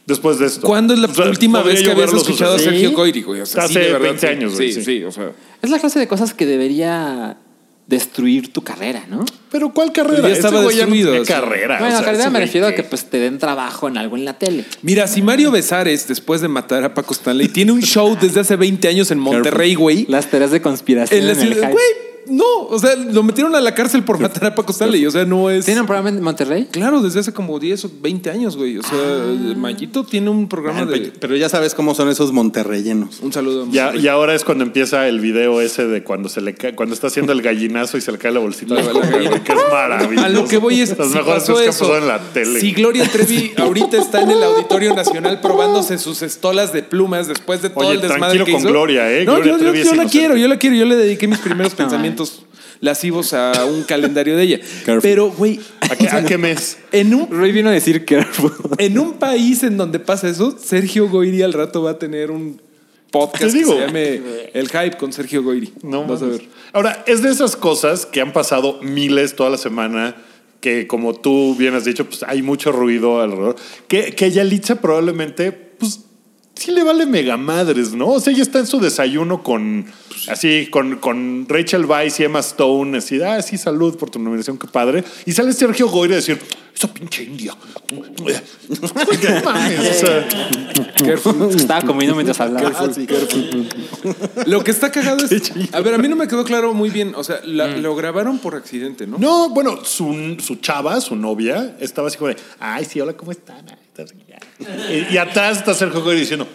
S7: Después de esto.
S6: ¿Cuándo es la
S7: O sea,
S6: última
S7: podría
S6: vez que
S7: yo
S6: habías
S7: verlo
S6: escuchado a
S7: suceder.
S6: Sergio
S3: ¿Sí?
S6: Goyri, güey? O sea,
S7: Hace
S6: sí, de verdad,
S7: 20
S6: sí.
S7: años,
S6: Sí,
S7: güey,
S6: sí,
S7: sí.
S6: o sea.
S3: es la clase de cosas que debería destruir tu carrera, ¿no?
S7: Pero ¿cuál carrera?
S6: Pero ya
S7: Ese
S6: estaba
S7: güey ya no
S6: destruido,
S7: tenía
S6: o sea.
S7: carrera.
S3: bueno,
S7: o sea,
S3: carrera
S7: ese
S3: me
S7: güey
S3: refiero a
S7: que-
S3: que pues te den trabajo en algo en la tele.
S6: Mira, si Mario Besares, después de matar a Paco Stanley, tiene un show desde hace 20 años en Monterrey, güey.
S3: Las teorías de conspiración.
S6: En la
S3: en el
S6: ciudad,
S3: hype.
S6: güey, no. O sea, lo metieron a la cárcel por matar a Paco Stanley. O sea, no es.
S3: ¿Tienen un programa en Monterrey?
S6: Claro, desde hace como 10 o 20 años, güey. O sea, Mayito tiene un programa de.
S2: Ah, Pero ya sabes cómo son esos monterrellenos.
S6: Un saludo.
S7: Y, a- y ahora es cuando empieza el video ese de cuando se le ca- cuando está haciendo el gallinazo y se le cae la bolsita de
S6: La- la
S7: comida,
S6: gallina.
S7: que es maravilloso.
S6: A lo que voy es.
S7: Las
S6: si
S7: mejores
S6: pasó
S7: cosas que han
S6: eso,
S7: pasado en la tele.
S6: Si Gloria Trevi ahorita está en el Auditorio Nacional probándose sus estolas de plumas después de todo
S7: Oye,
S6: el desmadre
S7: tranquilo
S6: que
S7: con
S6: hizo.
S7: Gloria, ¿eh?
S6: No,
S7: Gloria
S6: yo, yo-
S7: Trevi es
S6: yo la
S7: inocente.
S6: quiero, yo la quiero. Yo le dediqué mis primeros pensamientos lascivos a un calendario de ella.
S2: Careful.
S6: Pero, güey,
S7: ¿A qué, a qué mes?
S6: en un
S3: Rey vino a decir que
S6: En un país en donde pasa eso, Sergio Goyri al rato va a tener un
S7: Te
S6: podcast
S7: digo.
S6: que se llame El Hype con Sergio Goyri.
S7: No,
S6: vas a
S7: mames.
S6: ver.
S7: Ahora, es de esas cosas que han pasado miles toda la semana, que como tú bien has dicho, pues hay mucho ruido alrededor, que, que Yalitza probablemente, pues sí le vale mega madres, ¿no? O sea, ella está en su desayuno con,
S6: Pues
S7: así, con, con Rachel Weisz y Emma Stone, así, ah, sí, salud por tu nominación, qué padre. Y sale Sergio Goyri a decir, esa pinche india. ¿Qué mames? O sea,
S3: Estaba comiendo mientras hablaba.
S6: Lo que está cagado es. A ver, a mí no me quedó claro muy bien. O sea, la- lo grabaron por accidente, ¿no?
S7: No, bueno, su, su chava, su novia, estaba así como de, ay, sí, hola, ¿cómo están? Ay, estás aquí, ay". Y, y atrás está Sergio Goyri diciendo,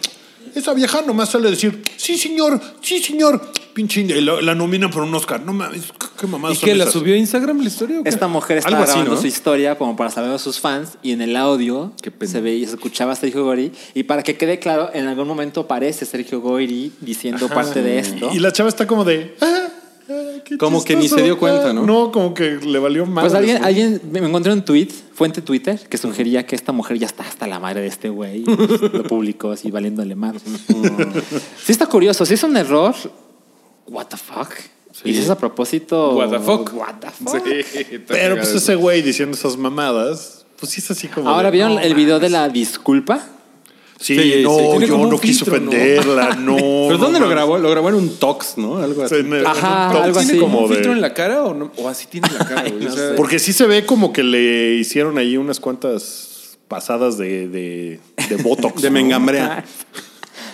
S7: esa vieja nomás sale a decir, sí, señor, sí, señor, pinche india. Y la, la nominan por un Oscar. No mames, qué, qué mamadas
S6: ¿Y
S7: son
S6: que la
S7: esas?
S6: subió a Instagram la historia? o qué?
S3: Esta mujer estaba
S7: Algo así,
S3: grabando
S7: ¿no?
S3: su historia como para saludar a sus fans y en el audio
S6: Qué pena.
S3: se veía, se escuchaba a Sergio Goyri y para que quede claro, en algún momento aparece Sergio Goyri diciendo parte de esto.
S7: Y la chava está como de, "Ah, ah, qué ah".
S2: Como que ni se dio cuenta, ¿no?
S7: No, como que le valió mal.
S3: Pues alguien, alguien me encontré un tweet, fuente Twitter, que sugería que esta mujer ya está hasta la madre de este güey. y lo publicó así valiéndole madre. Sí está curioso, si es un error, what the fuck. Y si es a propósito,
S6: What the fuck.
S3: what the fuck.
S7: Pero pues ese güey diciendo esas mamadas, pues sí es así como.
S3: Ahora
S7: de,
S3: vieron
S7: "No,
S3: el video de la disculpa.
S7: Sí,
S2: Sí,
S7: no,
S2: sí, tiene
S7: yo
S6: como un
S7: no quise
S6: filtro, ¿no?
S7: ofenderla, no.
S2: ¿Pero
S7: no
S2: dónde lo
S7: mames".
S2: grabó? Lo grabó en un Tox, ¿no? Algo así.
S7: En el- en
S3: Ajá,
S7: un top
S3: algo
S6: ¿Tiene
S3: así.
S6: como un
S7: de-
S6: filtro en la cara o, no? o así tiene la cara, güey? O sea,
S7: Porque sí se ve como que le hicieron ahí unas cuantas pasadas de, de, de Botox.
S2: De
S7: ¿no?
S2: mengambrea.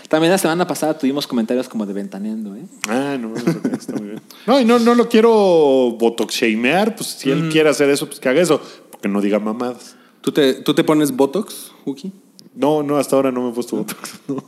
S3: También la semana pasada tuvimos comentarios como de ventaneando, ¿eh?
S7: Ah, no, está muy bien. No, y no, no lo quiero botoxeimear, pues si él quiere hacer eso, pues que haga eso, porque no diga mamadas.
S2: ¿Tú te, ¿Tú te pones Botox, Uki?
S7: No, no, hasta ahora no me he puesto botox. no.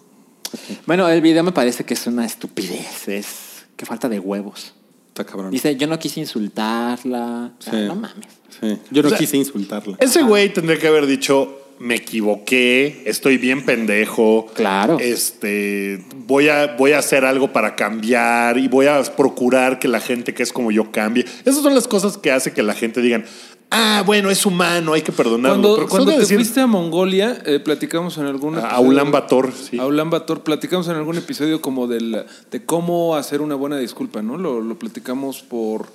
S3: Bueno, el video me parece que es una estupidez, es que falta de huevos.
S2: Está cabrón.
S3: Dice, yo no quise insultarla.
S2: Sí.
S3: Ah, no mames.
S2: Sí. Yo no
S7: O sea,
S2: quise insultarla.
S7: Ese güey tendría que haber dicho, me equivoqué, estoy bien pendejo.
S3: Claro.
S7: Este, voy a, voy a hacer algo para cambiar y voy a procurar que la gente que es como yo cambie. Esas son las cosas que hace que la gente digan, ah, bueno, es humano, hay que perdonarlo.
S6: cuando
S7: Pero
S6: cuando
S7: solo
S6: te
S7: decir
S6: fuiste a Mongolia, eh, platicamos en algún
S7: a- a
S6: episodio-
S7: Ulan Bator, sí.
S6: A Ulan Bator, platicamos en algún episodio como del, de cómo hacer una buena disculpa, ¿no? Lo, lo platicamos por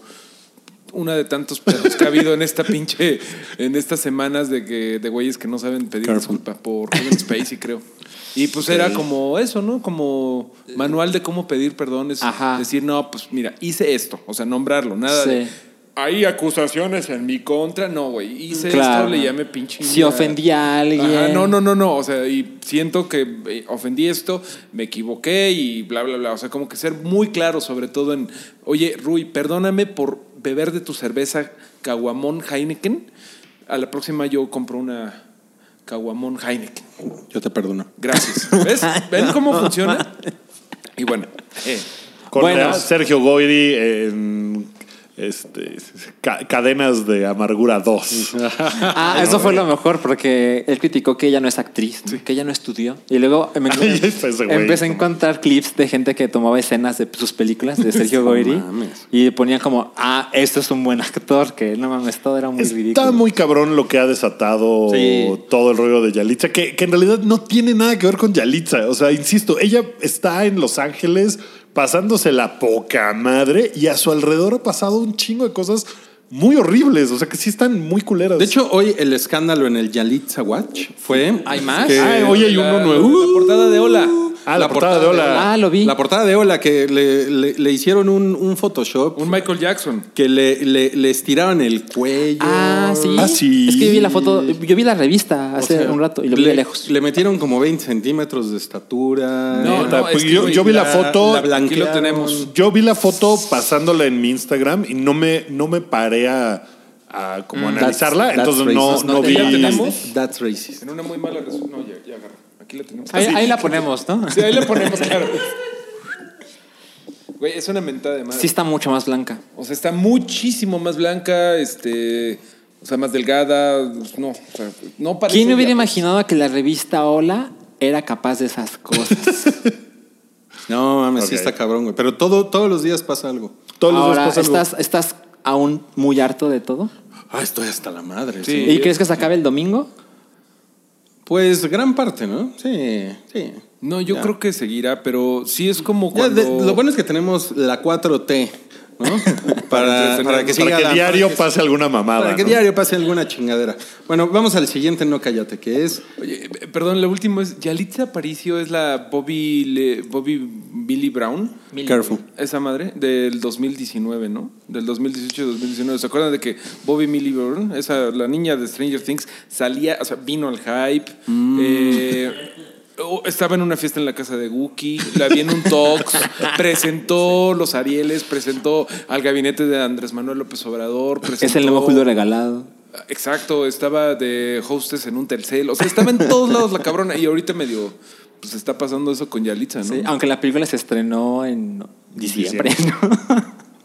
S6: una de tantos pedos que ha habido en esta pinche, en estas semanas de que de güeyes que no saben pedir
S2: Careful.
S6: disculpa por Ruben Spacey, creo. Y pues era como eso, ¿no? Como manual de cómo pedir perdón es
S3: Eh, Ajá.
S6: decir, no, pues mira, hice esto, o sea, nombrarlo, nada
S3: Sí.
S6: de hay acusaciones en mi contra, no, güey, hice
S3: Claro.
S6: esto, le llamé pinche
S3: Si ofendí a alguien.
S6: Ajá, no, no, no, no. O sea, y siento que eh, ofendí esto, me equivoqué y bla, bla, bla. O sea, como que ser muy claro, sobre todo en, oye, Rui, perdóname por beber de tu cerveza Caguamón Heineken. A la próxima yo compro una Caguamón Heineken.
S2: Yo te perdono.
S6: Gracias. ¿Ves? ¿Ven cómo funciona? Y bueno, eh,
S7: con
S3: Bueno.
S7: la- Sergio Goyri en este, ca- Cadenas de Amargura 2.
S3: Ah, eso fue lo mejor porque él criticó que ella no es actriz, ¿no? que ella no estudió. Y luego em-
S7: Ay, ese güey,
S3: empecé a
S7: no
S3: encontrar clips de gente que tomaba escenas de sus películas de Sergio Goyri
S2: mames.
S3: y ponían como, ah, esto es un buen actor, que no mames, todo era muy
S7: Está
S3: ridículo.
S7: muy cabrón lo que ha desatado
S3: Sí.
S7: todo el rollo de Yalitza, que, que en realidad no tiene nada que ver con Yalitza. O sea, insisto, ella está en Los Ángeles pasándose la poca madre y a su alrededor ha pasado un chingo de cosas muy horribles. O sea, que sí están muy culeras.
S2: De hecho, hoy el escándalo en el Yalitza Watch fue.
S3: ¿Hay más?
S2: que- Uh,
S7: Ah, hoy hay
S6: la-
S7: uno nuevo.
S6: La portada de Hola.
S7: Ah, la portada de Hola.
S3: Ah, lo vi.
S2: La portada de Hola, que le, le- le hicieron un, un Photoshop
S6: Un Michael Jackson.
S2: que le, le, le estiraron el cuello.
S3: Ah, sí.
S7: Ah, sí.
S3: Es que yo vi la foto, yo vi la revista
S2: O
S3: hace
S2: sea,
S3: un rato y lo vi
S2: le,
S3: de lejos.
S2: Le metieron como 20 centímetros de estatura.
S6: No,
S7: Neta,
S6: no,
S7: pues
S6: es que,
S7: yo-
S6: güey,
S7: yo vi la foto,
S2: la
S6: Aquí lo
S2: blanquearon.
S6: tenemos.
S7: Yo vi la foto pasándola en mi Instagram y no me, no me paré a, a como
S2: Mm.
S7: analizarla,
S2: That's- that's
S7: entonces no,
S2: racist.
S7: no,
S2: No,
S7: vi.
S6: ¿Ya la tenemos?
S2: That's racist.
S6: En una muy mala resolución. No, ya, ya agarra. Aquí la tenemos.
S3: Ahí, ahí la ponemos, ¿no?
S6: Sí, ahí la ponemos, claro. Güey, es una mentada de madre.
S3: Sí está mucho más blanca.
S6: O sea, está muchísimo más blanca, este. O sea, más delgada. No, o sea, no parece.
S3: ¿Quién hubiera
S6: ya-
S3: imaginado que la revista Hola era capaz de esas cosas?
S2: No mames, sí
S7: Ok.
S2: está cabrón, güey. Pero todo, todos los días pasa algo.
S7: Todos los
S3: Ahora,
S7: días pasa algo.
S3: ¿estás, ¿estás aún muy harto de todo?
S2: Ah, estoy hasta la madre.
S6: Sí.
S3: ¿Y crees que se acabe el domingo?
S2: Pues gran parte, ¿no? Sí, sí.
S6: No, yo
S2: Ya.
S6: creo que seguirá, pero sí es como
S2: Ya,
S6: cuando.
S2: de- lo bueno es que tenemos la 4T, ¿no? para, para que siga
S7: para que
S2: la-
S7: diario pase alguna mamada.
S2: Para que
S7: ¿no?
S2: diario pase alguna chingadera. Bueno, vamos al siguiente No Cállate, que es
S6: Oye, eh, perdón, la última es. Yalitza Aparicio es la Bobby, Le- Bobby Billy Brown.
S2: Careful.
S6: Esa madre del 2019, ¿no? Del 2018-2019. ¿Se acuerdan de que Bobby Millie Brown, esa, la niña de Stranger Things, salía, o sea, vino al hype?
S3: Mm.
S6: eh, oh, estaba en una fiesta en la casa de Wookiee, la vi en un talks, presentó los Arieles, presentó al gabinete de Andrés Manuel López Obrador. Presentó,
S3: Es el nuevo Julio regalado.
S6: Exacto, estaba de hostess en un telcel. O sea, estaba en todos lados la cabrona. Y ahorita medio, pues está pasando eso con Yalitza, ¿no?
S3: Sí, Ah. aunque la película se estrenó en diciembre. ¿no?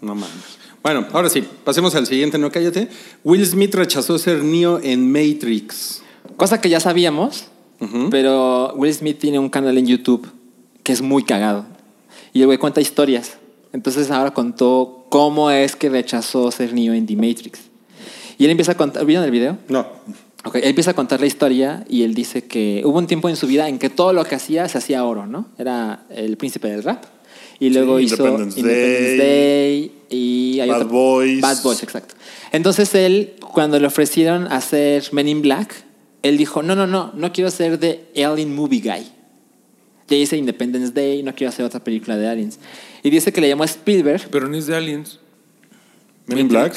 S2: No mames. Bueno, ahora sí, pasemos al siguiente No Cállate. Will Smith rechazó ser Neo en Matrix.
S3: Cosa que ya sabíamos, pero Will Smith tiene un canal en YouTube que es muy cagado. Y el güey cuenta historias. Entonces ahora contó cómo es que rechazó ser niño en The Matrix. Y él empieza a contar, ¿vieron el video?
S2: No.
S3: Ok, él empieza a contar la historia y él dice que hubo un tiempo en su vida en que todo lo que hacía se hacía oro, ¿no? Era el príncipe del rap. Y luego hizo
S7: Independence
S3: Independence Day y hay
S7: Bad
S3: otro-
S7: Boys.
S3: Bad Boys, exacto. Entonces él, cuando le ofrecieron hacer Men in Black, él dijo, no, no, no, no quiero ser de Alien Movie Guy. Ya hice Independence Day, no quiero hacer otra película de aliens. Y dice que le llamó a Spielberg
S6: Pero no es de Aliens.
S7: Men in Black.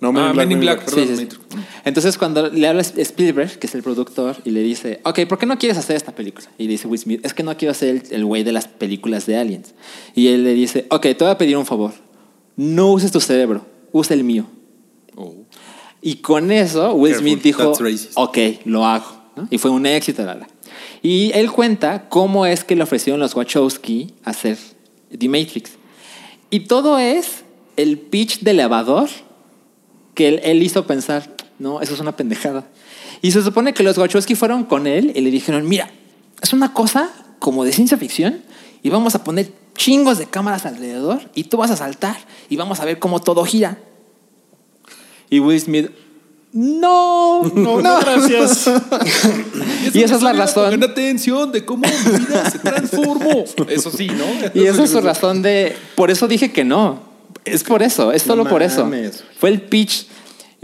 S7: No, Men
S6: Ah,
S7: in Black.
S6: Men in Black,
S3: Sí,
S6: perdón.
S3: sí, sí. Entonces cuando le habla Spielberg, que es el productor, y le dice, ok, ¿por qué no quieres hacer esta película? Y dice Will Smith, es que no quiero ser el- el güey de las películas de Aliens. Y él le dice, ok, te voy a pedir un favor, no uses tu cerebro, usa el mío. Y con eso Will
S2: Oh. Careful,
S3: Smith dijo,
S2: that's racist.
S3: ok, lo hago. ¿no? Y fue un éxito, la verdad. Y él cuenta cómo es que le ofrecieron los Wachowski hacer The Matrix. Y todo es el pitch de elevador que él, él hizo pensar, no, eso es una pendejada. Y se supone que los Wachowski fueron con él y le dijeron, mira, es una cosa como de ciencia ficción y vamos a poner chingos de cámaras alrededor y tú vas a saltar y vamos a ver cómo todo gira. Y Will Smith, no,
S7: No, no, gracias.
S3: Y esa es la
S6: Sonido,
S3: razón.
S6: Pongan atención de cómo mi vida se transformó. Eso sí, ¿no? pues,
S3: Y esa es su razón de. Por eso dije que no. Es por eso, es solo por eso.
S2: mames.
S3: Fue el pitch.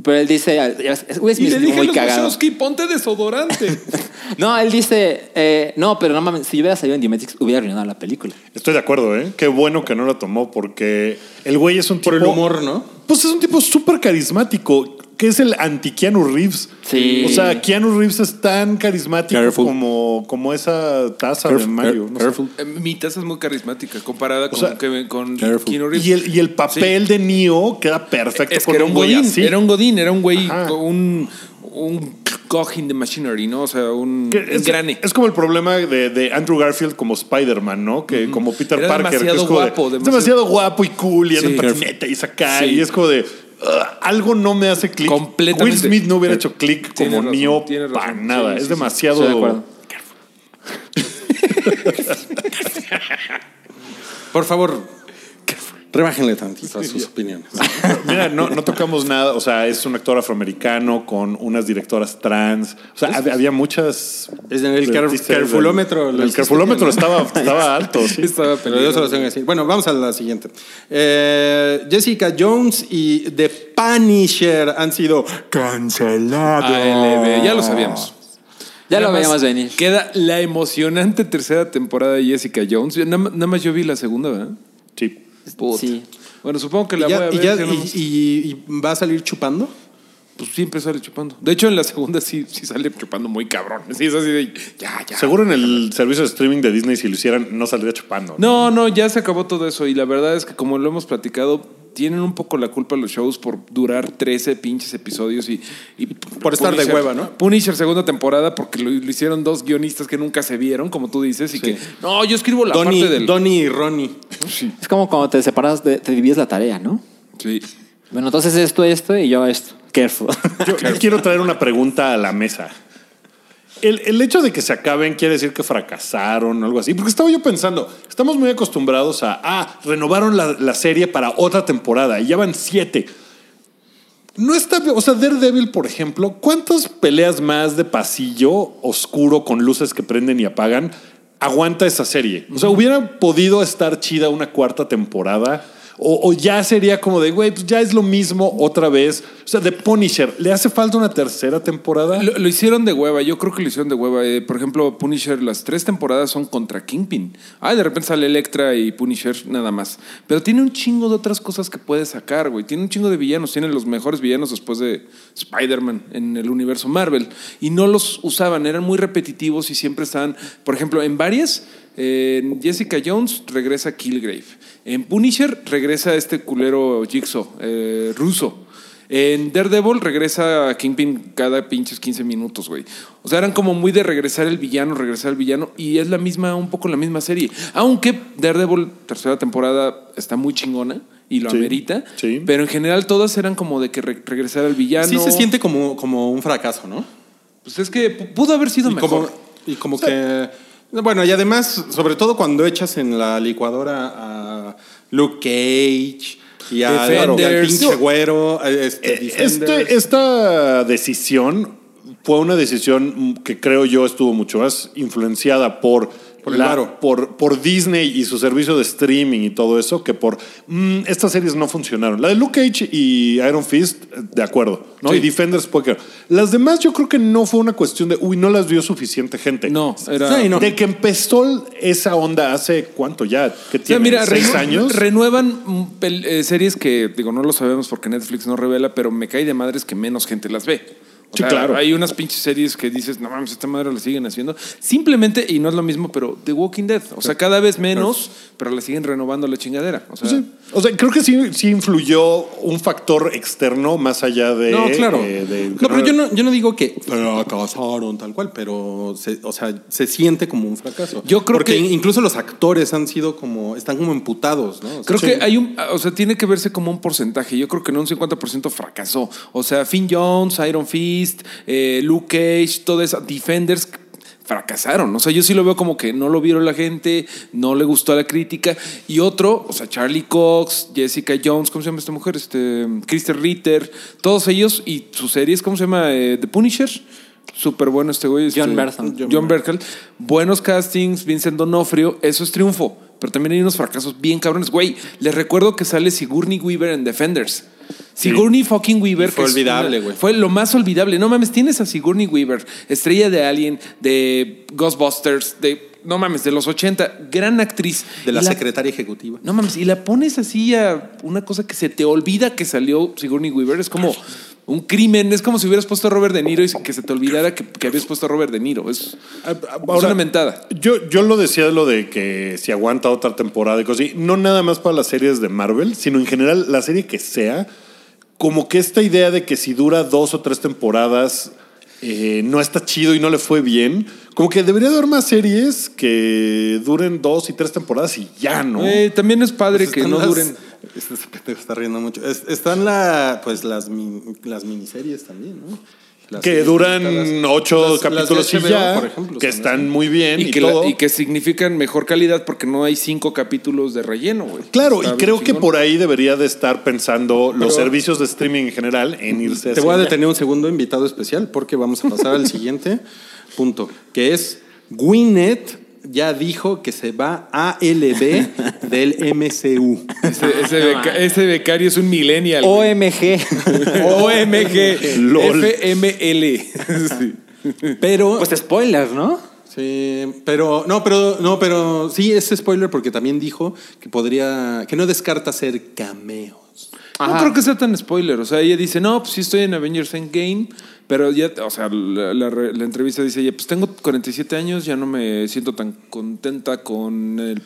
S3: Pero él dice, ah, ya ves, Will
S6: Y
S3: Smith
S6: le
S3: es
S6: dije a
S3: muy
S6: los
S3: cagado.
S6: Wachowski, ponte desodorante.
S3: No, él dice, eh, no, pero no mames, si hubiera salido en Dimetrix, hubiera arruinado la película.
S7: Estoy de acuerdo, ¿eh? Qué bueno que no la tomó porque el güey es un tipo.
S2: Por el humor, ¿no?
S7: Pues es un tipo súper carismático, que es el anti-Keanu Reeves.
S3: Sí.
S7: O sea, Keanu Reeves es tan carismático
S2: Careful.
S7: como, como esa taza de Mario. no sé.
S6: Eh, Mi taza es muy carismática comparada con,
S7: sea,
S6: que- con
S2: careful.
S6: Keanu Reeves.
S7: Y el, y el papel de Neo queda perfecto
S6: es que
S7: con
S6: era
S7: un
S6: un
S7: güey
S6: godín,
S7: así.
S6: era un godín, era un güey
S7: Ajá.
S6: con un, un cog in the machinery, ¿no? O sea, un
S7: Que es,
S6: grane.
S7: es como el problema de, de Andrew Garfield como Spider-Man, ¿no? Que como Peter
S6: Era
S7: Parker. que
S6: demasiado
S7: es como de,
S6: guapo,
S7: "Es
S6: demasiado-
S7: demasiado guapo y cool y anda en
S6: Sí.
S7: patineta y saca.
S6: Sí.
S7: Y es como de. "Ugh, algo no me hace clic.
S6: Completamente.
S7: Will Smith no hubiera hecho clic
S6: Tienes
S7: como
S6: razón,
S7: Neo
S6: tienes
S7: para
S6: razón.
S7: nada.
S6: Sí,
S7: es
S6: sí, sí.
S7: demasiado.
S3: Estoy de acuerdo.
S2: Por favor, rebájenle tantito a sus opiniones.
S7: Mira, no, no tocamos nada. O sea, es un actor afroamericano con unas directoras trans. O sea, hab- había muchas.
S2: Es en el carf-
S7: artistas del-
S2: carfulómetro, lo
S7: El
S2: hiciste
S7: carfulómetro
S2: bien,
S7: estaba, estaba alto. sí.
S6: Estaba
S2: Pero yo se los tengo que decir. Bueno, vamos a la siguiente. Eh, Jessica Jones y The Punisher han sido
S6: ALB, ya lo sabíamos.
S3: Ya lo
S6: Nada
S3: veíamos venir.
S6: Queda la emocionante tercera temporada de Jessica Jones. Yo Nada, nada más yo vi la segunda, ¿verdad?
S7: Sí.
S6: Puta.
S3: Sí.
S6: Bueno, supongo que
S2: Y
S6: la voy
S2: ya-
S6: a
S2: y
S6: ver.
S2: ya-
S6: ya nada más.
S2: y- y- y va a salir chupando.
S6: pues siempre sale chupando. De hecho, en la segunda sí, sí sale chupando muy cabrón. Sí, es así de ya, ya.
S7: Seguro en el servicio de streaming de Disney, si lo hicieran, no saldría chupando.
S6: No, no, ya se acabó todo eso. Y la verdad es que, como lo hemos platicado, tienen un poco la culpa los shows por durar 13 pinches episodios y. y por
S2: estar de hueva, ¿no?
S6: Punisher segunda temporada porque lo, lo hicieron dos guionistas que nunca se vieron, como tú dices, y
S2: Sí.
S6: que. No, yo escribo la
S2: Donnie,
S6: parte del.
S2: Donnie y Ronnie.
S3: Es como cuando te separas, de- te divides la tarea, ¿no?
S6: Sí.
S3: Bueno, entonces esto, esto y yo esto. Careful.
S7: Yo quiero traer una pregunta a la mesa. El, el hecho de que se acaben quiere decir que fracasaron o algo así. Porque estaba yo pensando, estamos muy acostumbrados a, ah, renovaron la, la serie para otra temporada y ya van siete. No está, o sea, Daredevil, por ejemplo, ¿cuántas peleas más de pasillo oscuro con luces que prenden y apagan aguanta esa serie? O sea, hubiera podido estar chida una cuarta temporada. O, o ya sería como de, güey, pues ya es lo mismo otra vez. O sea, de Punisher, ¿le hace falta una tercera temporada?
S6: Lo, lo hicieron de hueva, yo creo que lo hicieron de hueva. Eh, por ejemplo, Punisher, las tres temporadas son contra Kingpin. Ah, de repente sale Electra y Punisher nada más. Pero tiene un chingo de otras cosas que puede sacar, güey. Tiene un chingo de villanos, tiene los mejores villanos después de Spider-Man en el universo Marvel. Y no los usaban, eran muy repetitivos y siempre estaban, por ejemplo, en varias, eh, en Jessica Jones regresa Killgrave. En Punisher regresa este culero Jigsaw, eh, ruso. En Daredevil regresa a Kingpin cada pinches 15 minutos, güey. O sea, eran como muy de regresar el villano, regresar el villano. Y es la misma, un poco la misma serie. Aunque Daredevil, tercera temporada, está muy chingona y lo
S7: Sí,
S6: amerita.
S7: sí.
S6: Pero en general todas eran como de que re- regresara el villano.
S2: Sí se siente como, como un fracaso, ¿no?
S6: Pues es que p- pudo haber sido
S2: Y
S6: mejor.
S2: como, y como que... Bueno, y además, sobre todo cuando echas en la licuadora a Luke Cage y a- al
S6: Defenders.
S2: pinche güero, a este,
S7: Eh,
S2: Defenders.
S7: Este, esta decisión fue una decisión que creo yo estuvo mucho más influenciada por,
S2: Por el varo.
S7: por, por Disney y su servicio de streaming y todo eso que por mm, estas series no funcionaron. La de Luke Cage y Iron Fist, eh, de acuerdo. ¿no?
S6: Sí.
S7: Y Defenders Poker. Las demás yo creo que no fue una cuestión de, uy, no las vio suficiente gente.
S6: No, era.
S2: Sí, no.
S7: De que empezó esa onda hace cuánto ya, que
S6: O sea,
S7: tiene
S6: mira,
S7: seis
S6: renu-
S7: años.
S6: renuevan mm, pel- eh, series que, digo, no lo sabemos porque Netflix no revela, pero me cae de madres que menos gente las ve. O
S7: Sí, claro.
S6: Hay unas pinches series que dices, no mames, esta madre la siguen haciendo. Simplemente, y no es lo mismo, pero The Walking Dead. O sea, cada vez menos, pero la siguen renovando la chingadera. O sea,
S7: Pues Sí. O sea, creo que sí, sí influyó un factor externo más allá de.
S6: No, claro.
S7: eh, de-
S2: No, pero yo no, yo no digo que fracasaron tal cual, pero se, o sea, se siente como un fracaso.
S6: Yo creo
S2: Porque
S6: que-
S2: in- incluso los actores han sido como, están como emputados, ¿no? O sea,
S6: Creo
S2: sí.
S6: que hay un, o sea, tiene que verse como un porcentaje. Yo creo que en un 50% fracasó. O sea, Finn Jones, Iron Fist, eh, Luke Cage, todo eso, Defenders fracasaron. O sea, yo sí lo veo como que no lo vieron la gente, no le gustó a la crítica. Y otro, o sea, Charlie Cox, Jessica Jones, ¿cómo se llama esta mujer? Este, Kristen Ritter, todos ellos y sus series, ¿cómo se llama? Eh, The Punisher. Súper bueno este güey. este-
S3: John Bertham.
S6: John John Berkel, buenos castings, Vincent Donofrio, eso es triunfo. Pero también hay unos fracasos bien cabrones. Güey, les recuerdo que sale Sigourney Weaver en Defenders. Sigourney fucking Weaver.
S2: Y fue
S6: que es
S2: olvidable,
S6: una-
S2: güey.
S6: Fue lo más olvidable. No mames, tienes a Sigourney Weaver, estrella de Alien, de Ghostbusters, de. No mames, de los 80. Gran actriz.
S2: De la,
S6: Y
S2: secretaria ejecutiva.
S6: No mames, y la pones así a una cosa que se te olvida que salió Sigourney Weaver. Es como. Un crimen, es como si hubieras puesto a Robert De Niro y que se te olvidara que, que habías puesto a Robert De Niro. Es, es una mentada.
S7: Yo, yo lo decía de lo de que si aguanta otra temporada y cosas así, no nada más para las series de Marvel, sino en general la serie que sea, como que esta idea de que si dura dos o tres temporadas eh, no está chido y no le fue bien, como que debería haber más series que duren dos y tres temporadas y ya, ¿no?
S6: Eh, también es padre
S2: Pues
S6: que
S2: están
S6: no
S2: las-
S6: duren.
S2: Este pendejo está riendo mucho. Es- están la, pues las, min- las miniseries también, ¿no? Las
S7: que
S2: series
S7: duran
S2: limitadas.
S7: ocho
S2: Las-
S7: capítulos
S2: las
S7: y
S2: de
S7: ya,
S2: HBO, por ejemplo,
S7: que
S2: son
S7: están muy bien y,
S6: Y que, la-
S7: todo.
S6: y que significan mejor calidad porque no hay cinco capítulos de relleno, güey.
S7: Claro,
S6: Está
S7: y
S6: bien
S7: creo que
S6: chingón.
S7: por ahí debería de estar pensando los servicios de streaming en general en irse
S2: Te voy a
S7: hacia-
S2: detener un segundo invitado especial porque vamos a pasar al siguiente punto, que es Gwyneth ya dijo que se va a LB del MCU.
S6: Ese, ese beca- ese becario es un millennial. güey.
S3: OMG.
S6: OMG.
S7: Lol.
S6: FML. Sí.
S2: Pero.
S3: Pues spoiler, ¿no?
S2: Sí, pero no, pero no, pero sí es spoiler porque también dijo que podría, que no descarta ser cameos.
S6: No
S3: Ajá.
S6: creo que sea tan spoiler. O sea, ella dice, no, pues sí estoy en Avengers Endgame, pero ya, o sea, la, la re- la entrevista dice, ella, pues tengo 47 años, ya no me siento tan contenta con el-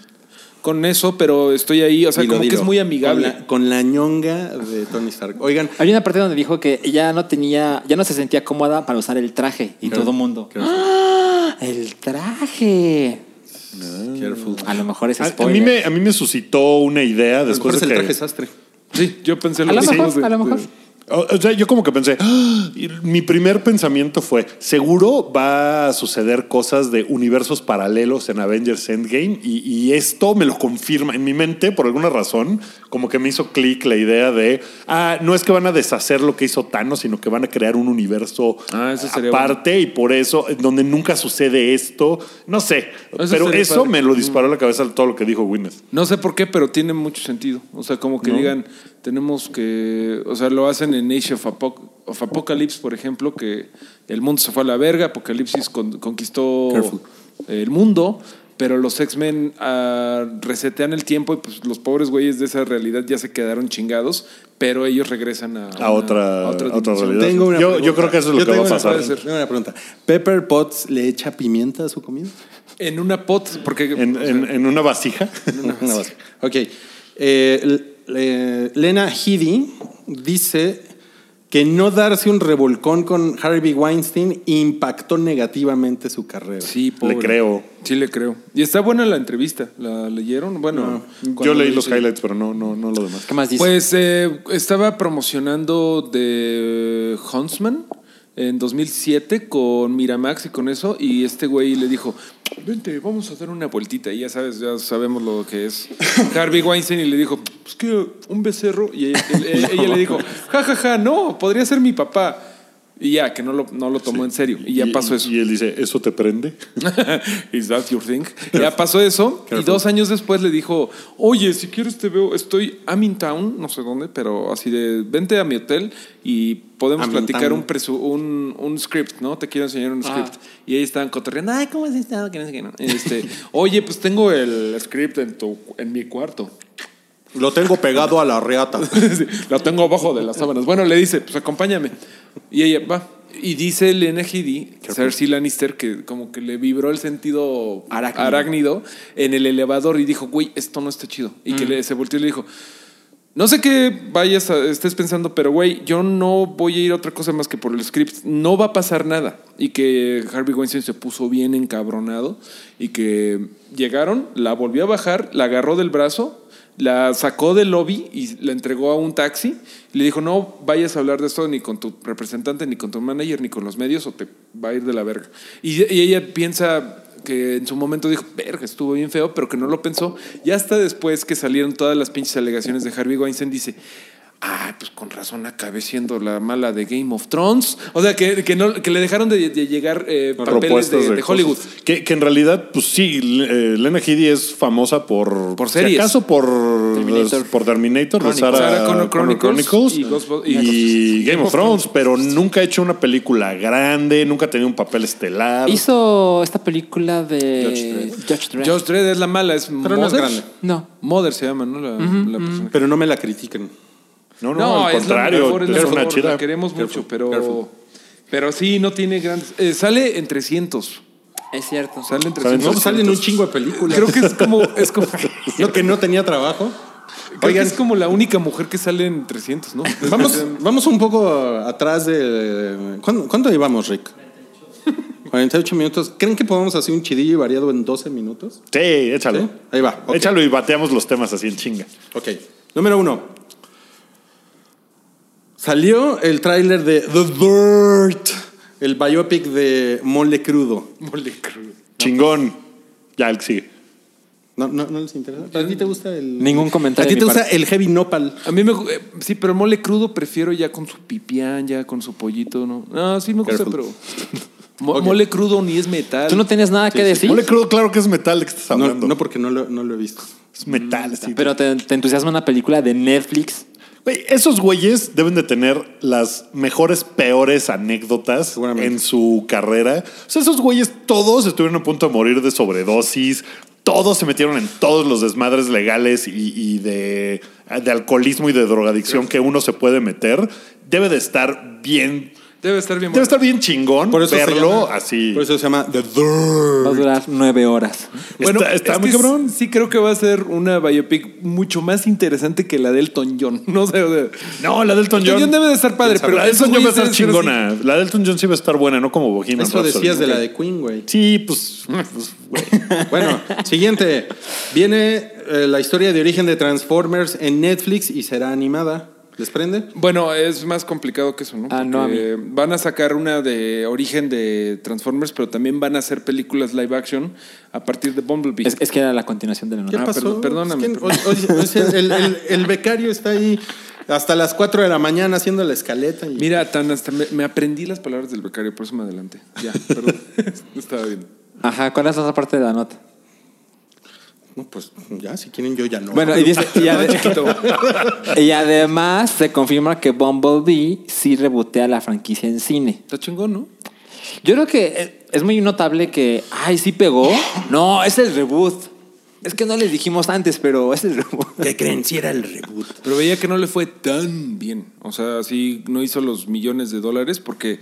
S6: con eso, pero estoy ahí, o sea,
S2: Dilo,
S6: como que
S2: dilo.
S6: es muy amigable.
S2: Con la, con la ñonga de Tony Stark. Oigan,
S3: Hay una parte donde dijo que ya no tenía, ya no se sentía cómoda para usar el traje y todo mundo. ¡Ah! El traje.
S7: Mm.
S2: careful.
S3: A lo mejor es
S7: A, a
S3: spoiler.
S7: mí me, a mí me suscitó una idea después
S2: Después
S7: de
S2: el
S7: Pues
S2: traje
S7: que...
S2: sastre.
S6: Sí, yo pensé
S3: A lo
S6: mismo
S3: mejor,
S6: de-
S3: a lo mejor.
S7: O o sea, yo como que pensé, ¡Ah! Y mi primer pensamiento fue, seguro va a suceder cosas de universos paralelos en Avengers Endgame y, y esto me lo confirma en mi mente, por alguna razón, como que me hizo clic la idea de, ah, no es que van a deshacer lo que hizo Thanos, sino que van a crear un universo
S6: Ah, eso sería
S7: aparte y por eso, en donde nunca sucede esto, no sé,
S6: Eso
S7: pero
S6: sería
S7: eso
S6: padre. Mm.
S7: me lo disparó a la cabeza todo lo que dijo Gwyneth.
S6: No sé por qué, pero tiene mucho sentido. O sea, como que digan, tenemos que. O sea, lo hacen en Age of, Apoc- of Apocalypse, por ejemplo, que el mundo se fue a la verga, Apocalipsis con- conquistó
S2: Careful.
S6: el mundo, pero los X-Men ah, resetean el tiempo y pues los pobres güeyes de esa realidad ya se quedaron chingados, pero ellos regresan a, una-
S7: A otra, a otra,
S6: dimensión.
S7: realidad.
S2: Tengo una
S7: yo,
S2: pregunta.
S7: yo creo que eso es lo
S2: Yo
S7: que va
S2: tengo
S7: a
S2: una
S7: pasar.
S2: pregunta, tengo una pregunta. ¿Pepper Potts le echa pimienta a su comida?
S6: En una pot, porque.
S7: En, en- en una vasija.
S2: Una base. Ok. Eh, l- eh, Lena Headey dice que no darse un revolcón con Harvey Weinstein impactó negativamente su carrera.
S6: Sí, pobre.
S7: creo.
S6: Sí, le creo. Y está buena la entrevista. ¿La leyeron? Bueno,
S7: Yo
S6: cuando
S7: leí
S6: lo
S7: los
S6: hice-
S7: highlights, pero no, no, no lo demás.
S3: ¿Qué más dice?
S6: Pues eh, estaba promocionando de eh, Huntsman en 2007 con Miramax y con eso, y este güey le dijo, vente, vamos a hacer una vueltita, y ya sabes, ya sabemos lo que es Harvey Weinstein, y le dijo, pues que un becerro, y ella, él- él- ella le dijo, ja, ja, ja, no, podría ser mi papá. Y ya, que no lo, no lo tomó en serio, y ya pasó eso.
S7: Y él dice, ¿eso te prende?
S6: Is that your thing? Ya pasó eso y dos años después le dijo, oye, si quieres te veo, estoy Amintown, no sé dónde, pero así de, vente a mi hotel y podemos
S2: Amintown.
S6: platicar un, presu- un, un script, ¿no? Te quiero enseñar un script. Y ahí estaban cotorreando, ay, ¿cómo has estado? Que no sé qué, ¿no? Este, oye, pues tengo el script en, tu, en mi cuarto.
S2: Lo tengo pegado a la reata.
S6: Sí, la tengo abajo de las sábanas. Bueno, le dice, pues acompáñame. Y ella va. Y dice Lena Headey, Cersei Lannister, que como que le vibró el sentido
S3: Arácnido.
S6: arácnido, en el elevador y dijo, güey, esto no está chido. Y que le, se volteó y le dijo, no sé qué vayas a- estés pensando, pero güey, yo no voy a ir a otra cosa más que por el script. No va a pasar nada. Y que Harvey Weinstein se puso bien encabronado y que llegaron, la volvió a bajar, la agarró del brazo, la sacó del lobby y la entregó a un taxi. Y le dijo, no vayas a hablar de esto ni con tu representante, ni con tu manager, ni con los medios o te va a ir de la verga. Y, y ella piensa, que en su momento dijo, verga, estuvo bien feo, pero que no lo pensó. Y hasta después que salieron todas las pinches alegaciones de Harvey Weinstein, dice, ah, pues con razón acabé siendo la mala de Game of Thrones. O sea, que, que no, que le dejaron de, de llegar eh, papeles de,
S7: Propuestas
S6: de Hollywood.
S7: cosas. Que, que en realidad, pues sí, eh, Lena Headey es famosa por...
S6: Por series.
S7: Si acaso por
S3: Terminator.
S7: por Terminator de
S6: Chronicles.
S7: Sarah,
S6: Sarah Connor
S7: Connor
S6: Chronicles
S7: Chronicles,
S6: y
S7: y,
S6: Ghostbusters.
S7: Game of Thrones, pero nunca ha hecho una película grande, nunca ha tenido un papel estelar.
S3: Hizo esta película de
S7: Judge
S3: Judge Dredd.
S6: George Dredd es la mala, es
S2: Pero no es grande.
S3: No.
S6: Mother se llama, ¿no? La, la persona.
S2: Pero no me la critiquen.
S7: No, no,
S6: No, es
S7: al
S6: la
S7: contrario,
S6: mejor, es la
S7: es una
S6: mejor,
S7: chida.
S6: la queremos mucho, pero...
S2: careful.
S6: Pero sí, no tiene grandes... eh, sale en 300.
S3: Es cierto.
S6: Sale en
S7: Sale en
S6: 300.
S2: No salen un chingo de películas.
S6: Creo que es como... Es como
S2: Lo que no tenía trabajo.
S6: Creo que es como la única mujer que sale en 300, ¿no?
S2: Vamos, vamos un poco atrás de. ¿Cuánto, cuánto llevamos, Rick? 48 minutos. ¿Creen que podemos hacer un chidillo y variado en 12 minutos?
S7: Sí, échalo.
S2: ¿Sí? Ahí va, ok.
S7: Échalo y bateamos los temas así en chinga.
S2: Ok. Número uno. Salió el tráiler de The Dirt, el biopic de Mole Crudo.
S6: Mole crudo.
S7: Chingón.
S6: pues.
S7: Ya, el que sigue.
S2: ¿No, no, no les interesa? ¿A ti te gusta el...?
S3: Ningún comentario
S2: ¿A ti
S3: de
S2: te
S3: mi
S2: gusta
S3: parte.
S2: el heavy nopal?
S6: A mí me gu- eh, sí, pero mole crudo prefiero ya con su pipián, ya con su pollito, ¿no? No, sí me gusta,
S2: Careful.
S6: pero mo- mole crudo ni es metal.
S3: Tú no tenías nada que decir,
S7: No le creo, claro que es metal de que estás
S2: No, Mm,
S7: hablando.
S2: no porque no lo, no lo he visto.
S7: es metal, así.
S3: pero te, te entusiasma una película de Netflix.
S7: Güey, esos güeyes deben de tener las mejores, peores anécdotas en su carrera. O sea, esos güeyes todos estuvieron a punto de morir de sobredosis. Todos se metieron en todos los desmadres legales y, y de, de alcoholismo y de drogadicción que uno se puede meter. Debe de estar bien.
S6: Debe estar bien. bueno.
S7: Debe estar bien chingón
S2: Por eso se
S7: verlo
S2: llama-
S7: así.
S2: Por eso se llama The
S3: Va a
S2: Dirt.
S3: durar nueve horas.
S6: Bueno,
S7: está está
S6: es
S7: muy
S6: que
S7: cabrón.
S6: Sí, creo que va a ser una biopic mucho más interesante que la de Elton John. No sé, o sea,
S7: No, la Delton
S6: Elton John debe de estar padre, pero
S7: la Delton
S6: esos
S7: John va a
S6: güeyes
S7: estar
S6: deben ser así.
S7: chingona. La Delton John sí va a estar buena, no como Bohemian
S2: Eso decías
S7: Rhapsody.
S2: de la de Queen, güey.
S7: Sí, pues, pues, güey.
S2: Bueno, siguiente. Viene eh, la historia de origen de Transformers en Netflix y será animada. ¿Les prende?
S6: Bueno, es más complicado que eso, ¿no?
S3: Ah, no, a mí.
S6: Porque Van a sacar una de origen de Transformers, pero también van a hacer películas live action a partir de Bumblebee.
S3: Es, es que era la continuación de la
S2: ¿Qué
S3: novela.
S6: Ah,
S2: pasó?
S6: perdón, perdóname,
S2: Es que hoy- hoy- o sea, el, el- el becario está ahí hasta las 4 de la mañana haciendo la escaleta. y-
S6: Mira, tan hasta me, me aprendí las palabras del becario, por eso me adelanté. Ya, perdón. No Estaba bien.
S3: Ajá, ¿cuál es la otra parte de la nota?
S2: No, pues ya, si quieren, yo ya no.
S3: Bueno, y dice, y, ade- y además se confirma que Bumblebee sí rebotea la franquicia en cine.
S6: Está chingón, ¿no?
S3: Yo creo que eh, es muy notable que, ay, sí pegó. No, es el reboot. Es que no les dijimos antes, pero es el reboot.
S2: ¿Qué creen? Si era el reboot.
S6: Pero veía que no le fue tan bien. O sea, sí, no hizo los millones de dólares porque,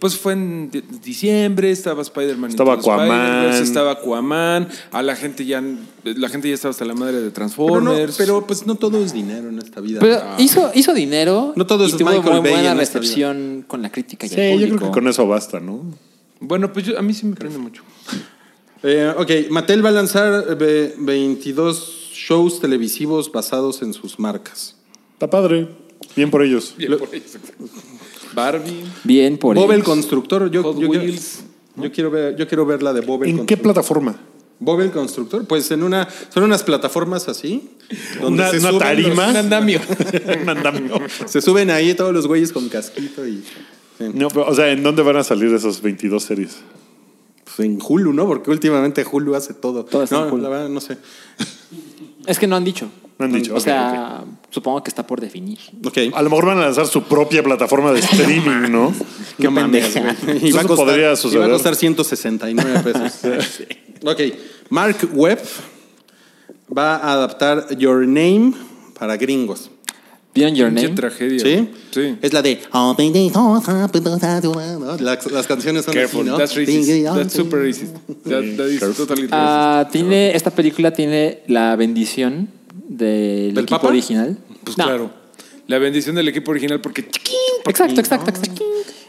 S6: pues fue en di- diciembre, estaba Spider-Man.
S7: Estaba
S6: Into the
S7: Aquaman.
S6: Spider-Verse, Estaba Aquaman. A la gente ya, la gente ya estaba hasta la madre de
S2: Pero, no,
S6: Transformers.
S2: pero pues no todo es dinero en esta vida.
S3: Pero hizo, hizo dinero
S2: No todo
S3: y
S2: es
S3: tuvo
S2: Michael
S3: muy
S2: Bay
S3: buena
S2: en esta vida.
S3: recepción con la crítica y
S7: Sí,
S3: el
S7: yo
S3: público.
S7: creo que con eso basta, ¿no?
S6: Bueno, pues yo- a mí sí me prende mucho.
S2: Eh, ok, Mattel va a lanzar ve- 22 shows televisivos basados en sus marcas.
S7: Está padre. Bien por ellos.
S6: Bien por eso. Barbie.
S3: Bien por
S2: Bob el
S3: ellos.
S2: Constructor, yo,
S6: Hot
S2: yo, quiero-
S6: Wheels.
S2: yo quiero ver, yo quiero ver la de Bob el
S7: ¿En qué
S2: Constructor.
S7: plataforma?
S2: Bob el Constructor, pues en una, son unas plataformas así, donde
S7: Una,
S2: se,
S7: una
S2: suben
S7: tarima.
S2: los-
S6: andamio.
S7: Un andamio.
S2: se suben ahí todos los güeyes con casquito y
S7: No, pero, o sea, ¿en dónde van a salir esas 22 series?
S2: pues, en Hulu, ¿no? Porque últimamente Hulu hace todo.
S3: Todo está
S2: no,
S3: en Hulu.
S2: la verdad no sé.
S3: Es que no han dicho.
S7: No han dicho,
S3: O
S7: ok,
S3: sea, supongo que está por definir.
S2: Ok.
S7: A lo mejor van a lanzar su propia plataforma de streaming, ¿no?
S3: Qué
S2: No mames,
S3: pendeja.
S2: güey. Y
S7: Eso
S2: va a costar,
S7: podría
S2: y va
S7: suceder.
S2: a costar 169 pesos. Ok. Mark Webb va a adaptar Your Name para gringos.
S3: Beyond Your
S6: Qué
S3: Name.
S6: tragedia.
S2: ¿Sí?
S6: Sí.
S2: Es la de. "Oh, Las, las canciones son
S6: Careful.
S2: así, ¿no? oh, ah,
S6: That's racist. That's super racist. That, that is
S7: Careful.
S6: totally racist.
S3: Ah, tiene, esta película tiene la bendición del,
S2: ¿Del
S3: equipo
S2: Papa?
S3: original.
S6: Pues
S3: No.
S6: claro. La bendición del equipo original porque
S3: Exacto, exacto, exacto.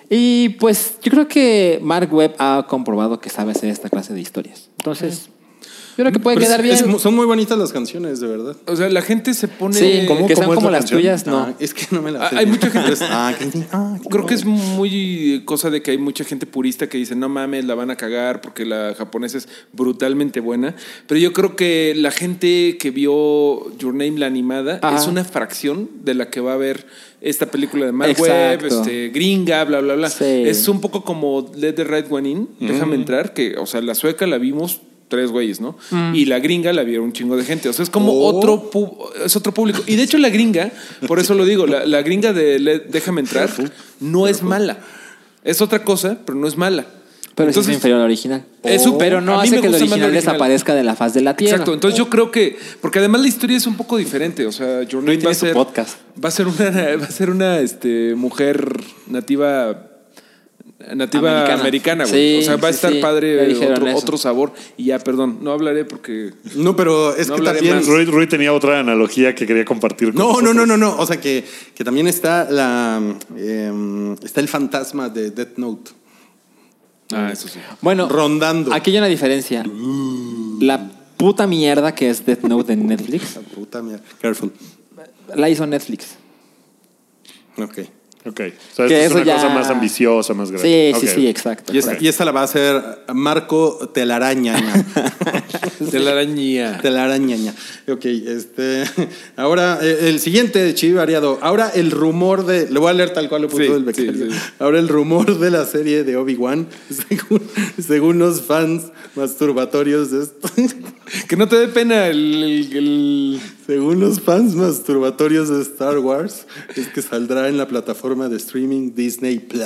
S3: Y pues yo creo que Mark Webb ha comprobado que sabe hacer esta clase de historias. Entonces, yo creo que puede
S2: Pero es-
S3: quedar bien.
S2: es mu- son muy bonitas las canciones, de verdad.
S6: O sea, la gente se pone.
S3: sí,
S7: ¿Cómo-
S3: que
S7: cómo
S3: sean
S7: es
S3: como
S7: la
S3: las
S7: canción?
S3: tuyas, no.
S2: Ah, es que no me la sé
S6: Ah, hay
S2: bien.
S6: mucha gente-
S2: Ah, que- ah,
S6: Creo que es muy cosa de que hay mucha gente purista que dice, no mames, la van a cagar porque la japonesa es brutalmente buena. Pero yo creo que la gente que vio Your Name, la animada,
S3: Ajá.
S6: es una fracción de la que va a ver esta película de Mark Webb,
S3: Exacto.
S6: este, gringa, bla, bla, bla.
S3: Sí.
S6: Es un poco como Let the Right One In, déjame entrar, que, o sea, la sueca la vimos tres güeyes, ¿no?
S3: Mm.
S6: Y la gringa la vieron un chingo de gente. O sea, es como
S2: Oh.
S6: otro pu- es otro público. Y de hecho la gringa, por eso lo digo, la, la gringa de Le- Déjame entrar no es mala. Es otra cosa, pero no es mala.
S3: Pero sí
S6: Entonces,
S3: es inferior al original.
S6: Es un-
S3: pero no
S6: a mí
S3: hace
S6: me
S3: que el
S6: gusta más la
S3: original,
S6: original.
S3: desaparezca de la faz de la tierra.
S6: Exacto, entonces yo creo que, porque además la historia es un poco diferente, o sea, Your Name
S3: tiene
S6: va a
S2: este
S3: su
S6: ser
S3: podcast.
S6: va a ser una va a ser una este, mujer nativa nativa
S3: Americana.
S6: americana, güey.
S3: Sí,
S6: o sea, va a
S3: sí,
S6: estar
S3: sí, ya
S6: padre
S3: dijeron
S6: otro,
S3: eso.
S6: otro sabor y ya, perdón, no hablaré porque
S2: No, pero es
S6: No
S2: que
S6: hablaré
S2: también.
S6: más.
S7: Rui, Rui tenía otra analogía que quería compartir. con
S2: No, no,
S7: nosotros.
S2: no, no, no. O sea que, que también está la em, está el fantasma de Death Note
S3: Mm.
S6: ah, eso sí.
S3: Bueno,
S2: rondando.
S3: aquí hay una diferencia. La puta mierda que es Death Note en Netflix,
S2: Ah, Puta mierda. Careful.
S3: la hizo Netflix.
S2: Ok.
S7: Ok. O sea,
S3: Que
S7: esto
S3: eso
S7: es una
S3: ya-
S7: cosa más ambiciosa, más grande.
S3: Sí,
S7: Ok.
S3: sí, sí, exacto.
S2: Y esta,
S3: exacto.
S2: y esta la va a hacer Marco Telaraña. ¿no?
S6: De la arañía.
S2: Telaraña. Ok, este. Ahora, eh, el siguiente chivo variado. Ahora el rumor de. Le voy a leer tal cual lo puso
S6: Sí,
S2: el becario.
S6: sí, sí.
S2: Ahora el rumor de la serie de Obi-Wan, según, según los fans masturbatorios de esto.
S6: Que no te dé pena el, el- el-
S2: Según los fans masturbatorios de Star Wars, es que saldrá en la plataforma de streaming Disney Plus.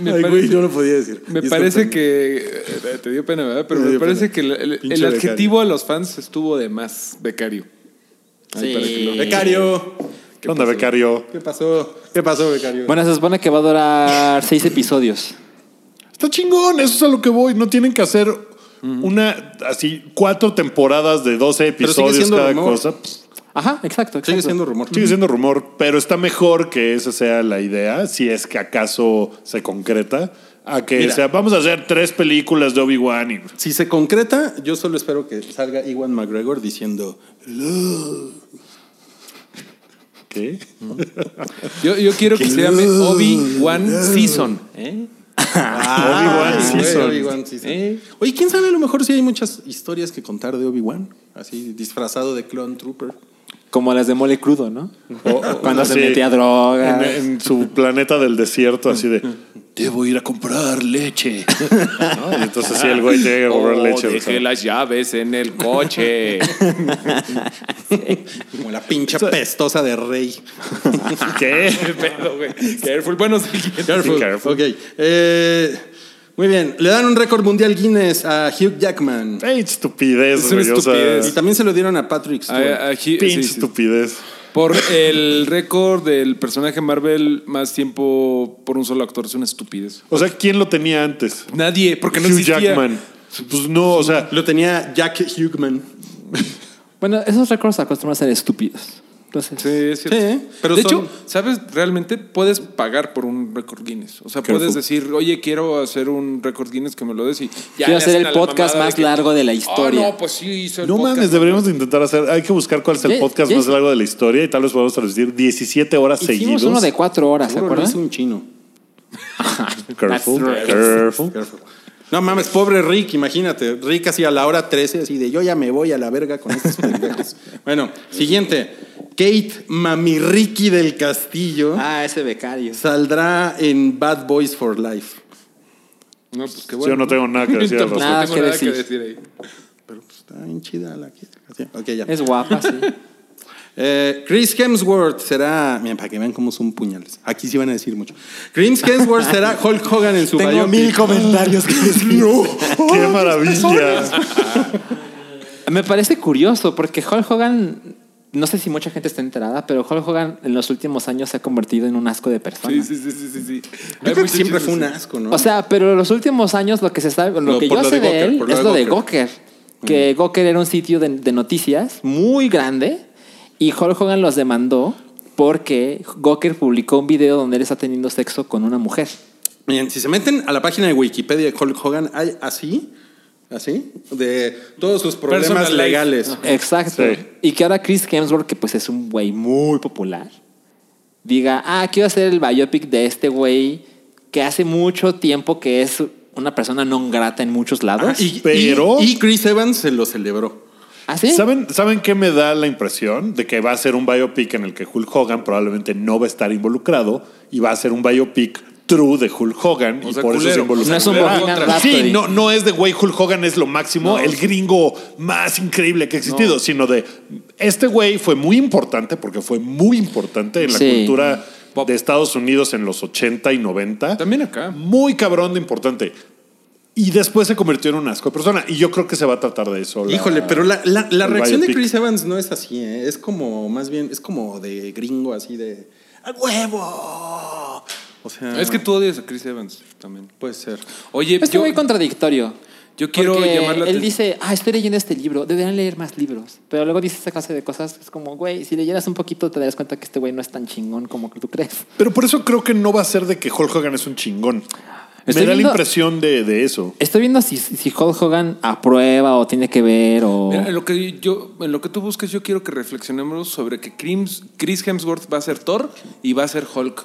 S6: Me
S2: Ay, güey,
S6: parece-
S2: yo no podía decir.
S6: Me
S2: Disculpen.
S6: parece que. eh, Te dio pena, ¿verdad? Pero
S2: Me
S6: me
S2: dio
S6: parece
S2: pena.
S6: que el, el-
S2: Pinche
S6: el
S2: becario.
S6: adjetivo a los fans estuvo de más, becario.
S3: Sí.
S6: para que lo-
S2: Becario.
S7: ¿Qué onda, becario?
S2: ¿Qué pasó? ¿Qué pasó, becario?
S3: Bueno, se supone que va a durar seis episodios.
S7: Está chingón, eso es a lo que voy. No tienen que hacer una, así, cuatro temporadas de 12
S2: Pero sigue
S7: episodios
S2: siendo
S7: cada
S2: rumor.
S7: cosa. Pues,
S3: Ajá, exacto. exacto.
S2: Sigue siendo rumor.
S7: Sigue siendo rumor, pero está mejor que esa sea la idea, si es que acaso se concreta, a que
S2: Mira.
S7: sea, vamos a hacer tres películas de Obi-Wan y...
S2: Si se concreta, yo solo espero que salga Iwan McGregor diciendo
S7: ¿Qué?
S6: Yo, yo quiero que se llame Obi-Wan Season. ¿eh?
S7: Obi-Wan
S2: Ay, güey,
S7: Season.
S2: Obi-Wan Season. Oye, quién sabe, a lo mejor sí hay muchas historias que contar de Obi-Wan, así disfrazado de clone trooper.
S3: Como las de mole crudo, ¿no? Cuando se
S7: Sí.
S3: metía
S6: Ah.
S3: droga.
S7: En, en su planeta del desierto, así de, debo ir a comprar leche. ¿No? Y entonces sí, el güey llega a comprar
S6: Oh,
S7: leche. o sea.
S6: dejé las llaves en el coche.
S2: Como la pincha pestosa de Rey.
S7: ¿Qué?
S6: Qué pedo, güey. Careful. Bueno, sí.
S2: Careful.
S7: Sí, careful.
S2: Ok. Eh, muy bien. Le dan un récord mundial Guinness a Hugh Jackman.
S7: Ey,
S6: Es
S7: estupidez,
S6: una
S7: güey, o sea,
S6: estupidez.
S2: Y también se lo dieron a Patrick
S6: A-
S2: Stewart.
S6: a- aquí- sí,
S7: pinche
S6: sí.
S7: estupidez.
S6: Por el récord del personaje Marvel más tiempo por un solo actor es una estupidez.
S7: O sea, ¿quién lo tenía antes?
S6: Nadie, porque no
S7: Hugh
S6: existía.
S7: Jackman. Pues no, o sea,
S2: Lo tenía Jack Hugman.
S3: Bueno, esos récords acostumbran a ser estúpidos. Entonces,
S6: Sí, es cierto.
S2: Sí, pero
S6: de
S2: son-
S6: hecho, ¿sabes? Realmente puedes pagar por un récord Guinness. O sea, puedes decir, oye, quiero hacer un récord Guinness que me lo des y ya
S3: Quiero
S6: le
S3: hacer
S6: hacen
S3: el
S6: a la
S3: podcast
S6: mamada
S3: más largo de la historia.
S6: "Ah, no, pues sí, hizo el
S7: No
S6: podcast".
S7: mames, deberíamos de intentar hacer. Hay que buscar cuál es el
S3: Ya-
S7: podcast
S3: ya
S7: más
S3: hice-
S7: largo de la historia y tal vez podamos transmitir 17 horas
S3: hicimos
S7: seguidas.
S3: uno de cuatro horas, ¿se
S2: Seguro lo
S3: acuerdan?
S2: hizo un chino.
S7: Careful,
S3: That's right.
S7: careful.
S2: Careful. No mames, pobre Rick, imagínate. Rick así a la hora 13, así de yo ya me voy a la verga con estos pendejos. bueno, siguiente. Kate Mamiriki del Castillo
S3: Ah, ese becario.
S2: saldrá en Bad Boys for Life.
S6: No, pues qué bueno.
S7: Yo no tengo nada que decir al
S6: Tampoco
S3: respecto.
S6: tengo nada
S3: Nada que
S6: que decir ahí.
S2: Pero pues, está bien chida la que- así. Ok, ya.
S3: Es guapa, sí.
S2: Eh, Chris Hemsworth será. Miren, para que vean cómo son puñales. Aquí sí van a decir mucho. Chris Hemsworth será Hulk Hogan en su biopic.
S3: comentarios que decir.
S7: ¡Qué maravilla!
S3: Me parece curioso porque Hulk Hogan, no sé si mucha gente está enterada, pero Hulk Hogan en los últimos años se ha convertido en un asco de persona.
S6: Sí, sí, sí, sí, sí. sí.
S2: Yo
S6: Hay
S2: creo que
S6: muchos
S2: siempre
S6: chismes.
S2: fue un asco, ¿no?
S3: O sea, pero en los últimos años lo que se sabe, lo,
S2: Lo-
S3: que
S2: por
S3: yo
S2: lo
S3: sé
S2: de
S3: de,
S2: Gawker,
S3: él
S2: por lo
S3: es
S2: de
S3: lo de
S2: Gawker. Mm.
S3: Gawker, que Gawker era un sitio de, de noticias muy grande y Hulk Hogan los demandó porque Gawker publicó un video donde él está teniendo sexo con una mujer.
S2: Miren, si se meten a la página de Wikipedia de Hulk Hogan, hay así, así, de todos sus problemas
S6: Personal life.
S2: legales.
S3: Exacto.
S7: Sí.
S3: Y que ahora Chris Hemsworth, que pues es un güey muy popular, diga, ah, quiero hacer el biopic de este güey que hace mucho tiempo que es una persona non grata en muchos lados.
S2: Ah, y,
S7: Pero-
S2: y- y Chris Evans se lo celebró.
S3: ¿Ah, sí?
S7: ¿Saben, ¿Saben qué me da la impresión? De que va a ser un biopic en el que Hulk Hogan probablemente no va a estar involucrado y va a ser un biopic true de Hulk Hogan
S6: O
S7: y
S6: sea,
S7: por eso
S6: culero.
S7: es involucrado.
S3: No es un
S6: Ah,
S3: Bohemian
S6: contra-
S3: Rhapsody.
S7: Sí, no, no es de güey, Hulk Hogan es lo máximo, el gringo más increíble que ha existido, sino de este güey fue muy importante porque fue muy importante en la
S3: Sí.
S7: cultura
S6: Pop.
S7: de Estados Unidos en los 80 y 90.
S6: También acá.
S7: Muy cabrón de importante. Y después se convirtió en un asco de persona. Y yo creo que se va a tratar de eso. la-
S2: Híjole, pero la, la- la
S7: el
S2: reacción de
S7: biopic.
S2: Chris Evans no es así, ¿eh? es como, más bien, es como de gringo, así de ¡A huevo! O sea,
S6: Es que tú odias a Chris Evans también.
S2: puede ser.
S6: Oye,
S3: Este
S6: yo,
S3: muy contradictorio.
S6: yo quiero
S3: Porque
S6: llamar la
S3: Él
S6: atención.
S3: dice, ah, estoy leyendo este libro, deberían leer más libros. Pero luego dice esa clase de cosas, es como, güey, si leyeras un poquito te das cuenta que este güey no es tan chingón como tú crees.
S7: Pero por eso creo que no va a ser de que Hulk Hogan es un chingón.
S3: Estoy
S7: Me da la
S3: viendo-
S7: impresión de, de eso.
S3: Estoy viendo si, si Hulk Hogan aprueba o tiene que ver o...
S6: Mira, en lo que yo, en lo que tú buscas, yo quiero que reflexionemos sobre que Crims- Chris Hemsworth va a ser Thor y va a ser Hulk.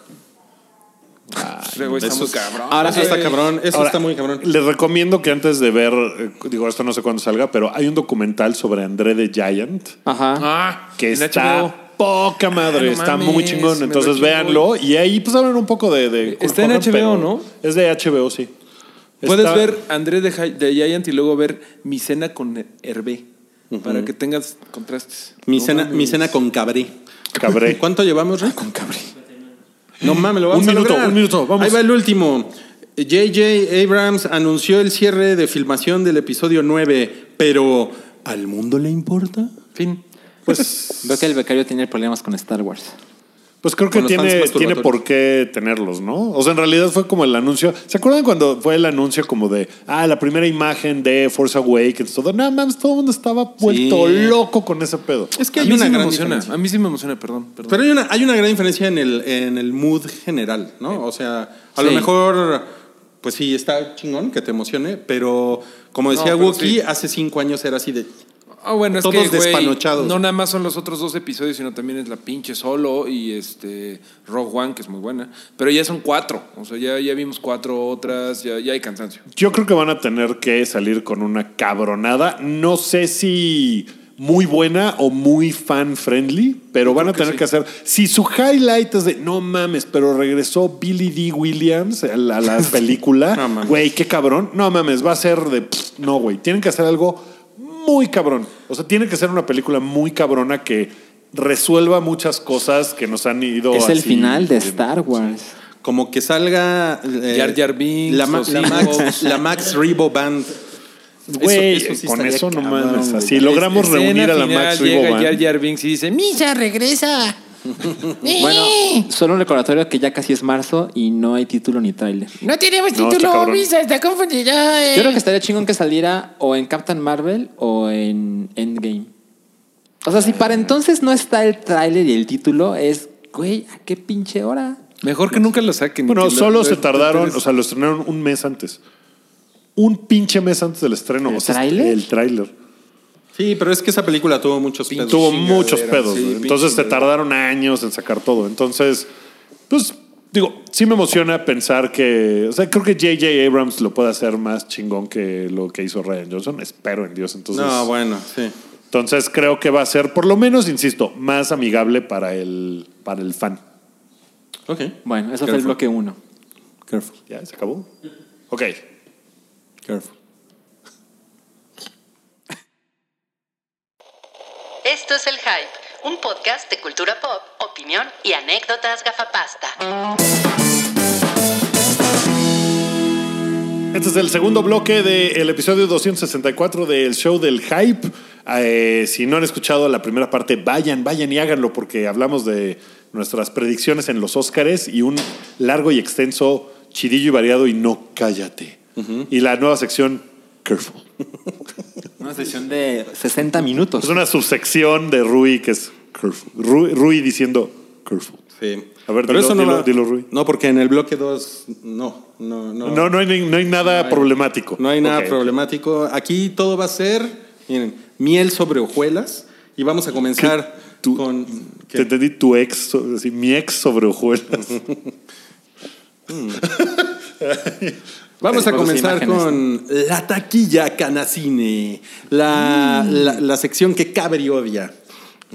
S6: O sea, güey, está muy cabrón.
S3: Ahora
S2: Eso
S3: sí.
S2: está cabrón, eso
S7: Ahora,
S2: está muy cabrón.
S7: Les recomiendo que antes de ver, eh, digo, esto no sé cuándo salga, pero hay un documental sobre André the Giant
S3: Ajá.
S6: Ah,
S7: que
S6: en
S7: está
S6: HBO.
S7: poca madre,
S6: Ah, no
S7: está
S6: mames, me
S7: muy chingón.
S6: lo
S7: Entonces
S6: chingo.
S7: véanlo y ahí pues hablan un poco de. de Hulk
S6: Está en
S7: Hogan,
S6: HBO,
S7: pero
S6: ¿no?
S7: Es de HBO, sí.
S6: Puedes
S7: Está-
S6: ver André de, Hi- de Giant y luego ver Mi cena con Hervé. para que tengas contrastes.
S2: Mi,
S6: No
S2: cena,
S6: mames.
S2: mi cena con cabré.
S7: Cabré.
S2: ¿Cuánto llevamos, Rey? Con cabré. No mames, lo vamos
S7: Un
S2: a
S7: minuto,
S2: lograr.
S7: un minuto, vamos.
S2: Ahí va el último. J.J. Abrams anunció el cierre de filmación del episodio 9, pero ¿al mundo le importa? Fin.
S7: Pues,
S3: Veo que el becario tiene problemas con Star Wars.
S7: pues creo que
S2: Con los fans
S7: tiene, tiene
S2: masturbatorios.
S7: por qué tenerlos, ¿no? O sea, en realidad fue como el anuncio. ¿Se acuerdan cuando fue el anuncio como de, ah, la primera imagen de Force Awakens? Todo, no mames, todo el mundo estaba vuelto loco con ese pedo.
S2: Es que
S6: A
S2: hay
S6: mí
S2: una
S6: sí me
S2: gran
S6: emociona.
S2: diferencia.
S6: A mí sí me emociona, perdón. perdón.
S2: Pero hay una, hay una gran diferencia en el, en el mood general, ¿no? O sea, a lo
S3: Sí.
S2: mejor, pues sí, está chingón que te emocione, pero como decía
S6: pero
S2: Wookiee,
S6: sí.
S2: hace cinco años era así de...
S6: Ah, bueno, es
S2: Todos
S6: que, güey,
S2: despanochados.
S6: No nada más son los otros dos episodios, sino también es la pinche solo y este Rogue One, que es muy buena. Pero ya son cuatro. O sea, ya, ya vimos cuatro otras, ya, ya hay cansancio.
S7: Yo creo que van a tener que salir con una cabronada. No sé si muy buena o muy fan friendly, pero van a tener que, hacer. Si su highlight es de no mames, pero regresó Billy D. Williams a la, a la película,
S2: No mames.
S7: güey, qué cabrón. No mames, va a ser de pff, no, güey. Tienen que hacer algo muy cabrón. O sea, tiene que ser una película muy cabrona que resuelva muchas cosas que nos han
S2: Oh,
S7: ido.
S3: es el
S7: así
S3: final de
S7: viendo.
S3: Star Wars.
S2: Como que salga... eh,
S6: Jar Jar Binks,
S2: la, Ma-
S6: los
S2: la
S6: hijos.
S2: Max, la Max Rebo Band. Eso-
S7: Güey,
S2: eso sí
S7: con
S2: estaría
S7: eso no
S2: cabrón,
S7: mames.
S2: güey.
S7: Así logramos
S6: Escena
S7: reunir a la
S6: final,
S7: Max
S6: Llega
S7: Rebo Band.
S6: Jar Jar Binks y dice, ¡Misa, regresa!
S3: Bueno, solo un recordatorio que ya casi es marzo y no hay título ni tráiler. Yo
S8: No tenemos
S7: No, está
S8: título,
S7: cabrón.
S8: Misa, está confundida. eh.
S3: creo que estaría chingón que saliera o en Captain Marvel o en Endgame. O sea, si para entonces no está el tráiler y el título, es, güey, ¿a qué pinche hora?
S6: Mejor que nunca lo saquen.
S7: Bueno,
S6: Que lo-
S7: solo
S6: lo-
S7: se tardaron,
S6: lo-
S7: o sea, lo estrenaron un mes antes. Un pinche mes antes del estreno.
S3: ¿El
S7: o sea,
S3: tráiler?
S7: El tráiler.
S2: Sí, pero es que esa película tuvo muchos pedos.
S7: Tuvo
S6: chingadera,
S7: muchos pedos.
S6: sí,
S7: güey.
S6: pinche
S7: Entonces se
S6: chingadera.
S7: tardaron años en sacar todo. Entonces, pues, digo, sí me emociona pensar que. O sea, creo que J.J. Abrams lo puede hacer más chingón que lo que hizo Ryan Johnson. Espero en Dios. Entonces,
S2: No, bueno, sí.
S7: entonces creo que va a ser, por lo menos, insisto, más amigable para el, para el fan.
S2: Ok.
S3: Bueno, eso fue el
S2: Careful.
S3: bloque 1.
S2: Careful,
S7: ¿Ya? ¿Se acabó? Ok.
S2: careful.
S1: Esto es El Hype, un podcast de cultura pop, opinión y anécdotas gafapasta.
S7: Este es el segundo bloque del episodio 264 del show del hype. Eh, si no han escuchado la primera parte, vayan, vayan y háganlo porque hablamos de nuestras predicciones en los Óscares y un largo y extenso chidillo y variado y no cállate. Y la nueva sección, Careful.
S3: Una sesión de 60 minutos.
S2: Pues
S7: Es una subsección de Rui que es Careful. Rui, Rui diciendo Careful.
S2: Sí.
S7: A ver, dilo, dilo, dilo, Rui.
S2: No, porque en el bloque 2, no, no, no.
S7: No, no hay, ni- no hay nada problemático.
S2: No hay nada
S7: Ok.
S2: problemático. Aquí todo va a ser, miren, miel sobre hojuelas. Y vamos a comenzar
S7: Tú-
S2: con.
S7: Te entendí tu ex, so- así, mi ex sobre hojuelas.
S2: Vamos a
S3: Reproduce
S2: comenzar
S3: imágenes.
S2: con la taquilla canacine, la, la, la sección que Cabri odia.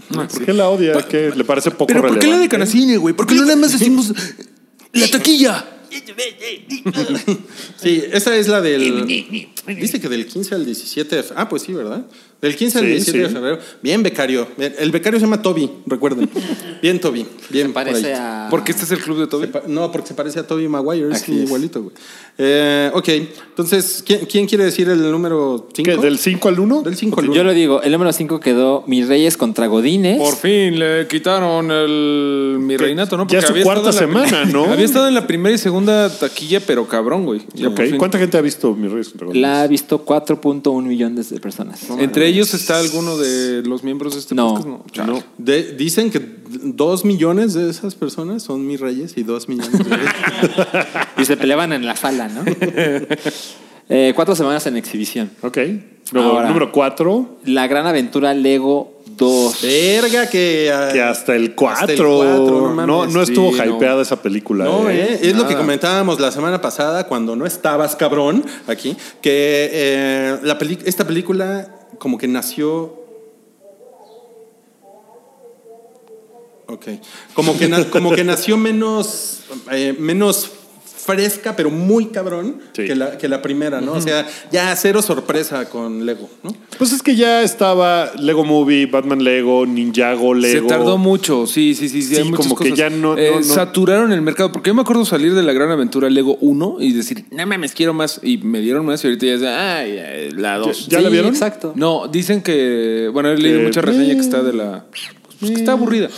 S7: ¿Por qué la odia? ¿Qué? ¿Le parece poco
S6: Pero ¿por
S7: relevante?
S6: qué la de Canacine, güey? ¿Por qué no nada más decimos la taquilla?
S2: Sí, esa es la del. Dice que del 15 al 17 de fe- Ah, pues sí, ¿verdad? Del 15 al
S7: Sí,
S2: 17 de
S7: sí.
S2: febrero. Bien, becario. Bien, El becario se llama Toby, recuerden. Bien, Toby. Bien, por ahí.
S3: Parece a...
S6: Porque este es el club de Toby.
S2: Se pa- no, porque se parece a Toby Maguire, es
S3: Así es.
S2: igualito, güey. Eh, ok, entonces, ¿quién, quién quiere decir el número 5?
S7: ¿Qué, ¿Del 5 al 1?
S2: Del 5 al
S3: Yo
S2: uno.
S3: lo digo, el número 5 quedó Mis Reyes contra Godines.
S6: Por fin le quitaron el mi
S7: Que
S6: reinato, ¿no?
S7: ya es su
S6: había
S7: cuarta
S6: estado en la
S7: semana,
S6: prim-
S7: ¿no?
S6: Había estado en la primera y segunda taquilla, pero cabrón, güey. Ya por fin.
S7: ¿Cuánta gente ha visto Mi Reyes contra Godines?
S3: La ha visto 4.1 millones de personas.
S6: Entre ellos está alguno de los miembros de este
S3: No.
S6: podcast, ¿no? Chale.
S2: De- dicen que 2 millones de esas personas son mis reyes y 2 millones de
S3: Y se peleaban en la sala, ¿no? Eh, cuatro semanas en exhibición.
S7: Ok. Luego,
S3: Ahora.
S7: número 4,
S3: La gran aventura Lego 2.
S2: Verga que... ah,
S7: que hasta el
S2: Hasta el
S7: 4.
S2: cuatro,
S7: No,
S2: no
S7: no,
S2: mames,
S7: estuvo
S2: sí, no.
S7: hypeada esa película.
S2: No,
S7: eh.
S2: eh, es lo que
S6: nada.
S2: comentábamos la semana pasada cuando no estabas, cabrón, aquí, que eh, la peli- esta película como que nació... Ok, como que, na- como que nació menos, eh, menos fresca, pero muy cabrón,
S7: Sí.
S2: que, la, que la primera, ¿no? O sea, ya cero sorpresa con Lego, ¿no?
S7: Pues es que ya estaba Lego Movie, Batman Lego, Ninjago Lego.
S6: Se tardó mucho, sí, sí, sí, sí.
S7: Sí,
S6: hay muchas
S7: como que
S6: cosas.
S7: ya no-
S6: Eh,
S7: no- no-
S6: Saturaron el mercado, porque yo me acuerdo salir de la gran aventura Lego 1 y decir, no mames, quiero más. Y me dieron más y ahorita ya es, ay, eh, la 2.
S7: ¿Ya la
S3: Sí,
S7: vieron?
S3: Exacto.
S6: No, dicen que, bueno, he leído
S7: Que- Mm.
S6: mucha reseña que está de la... Pues que está aburrida.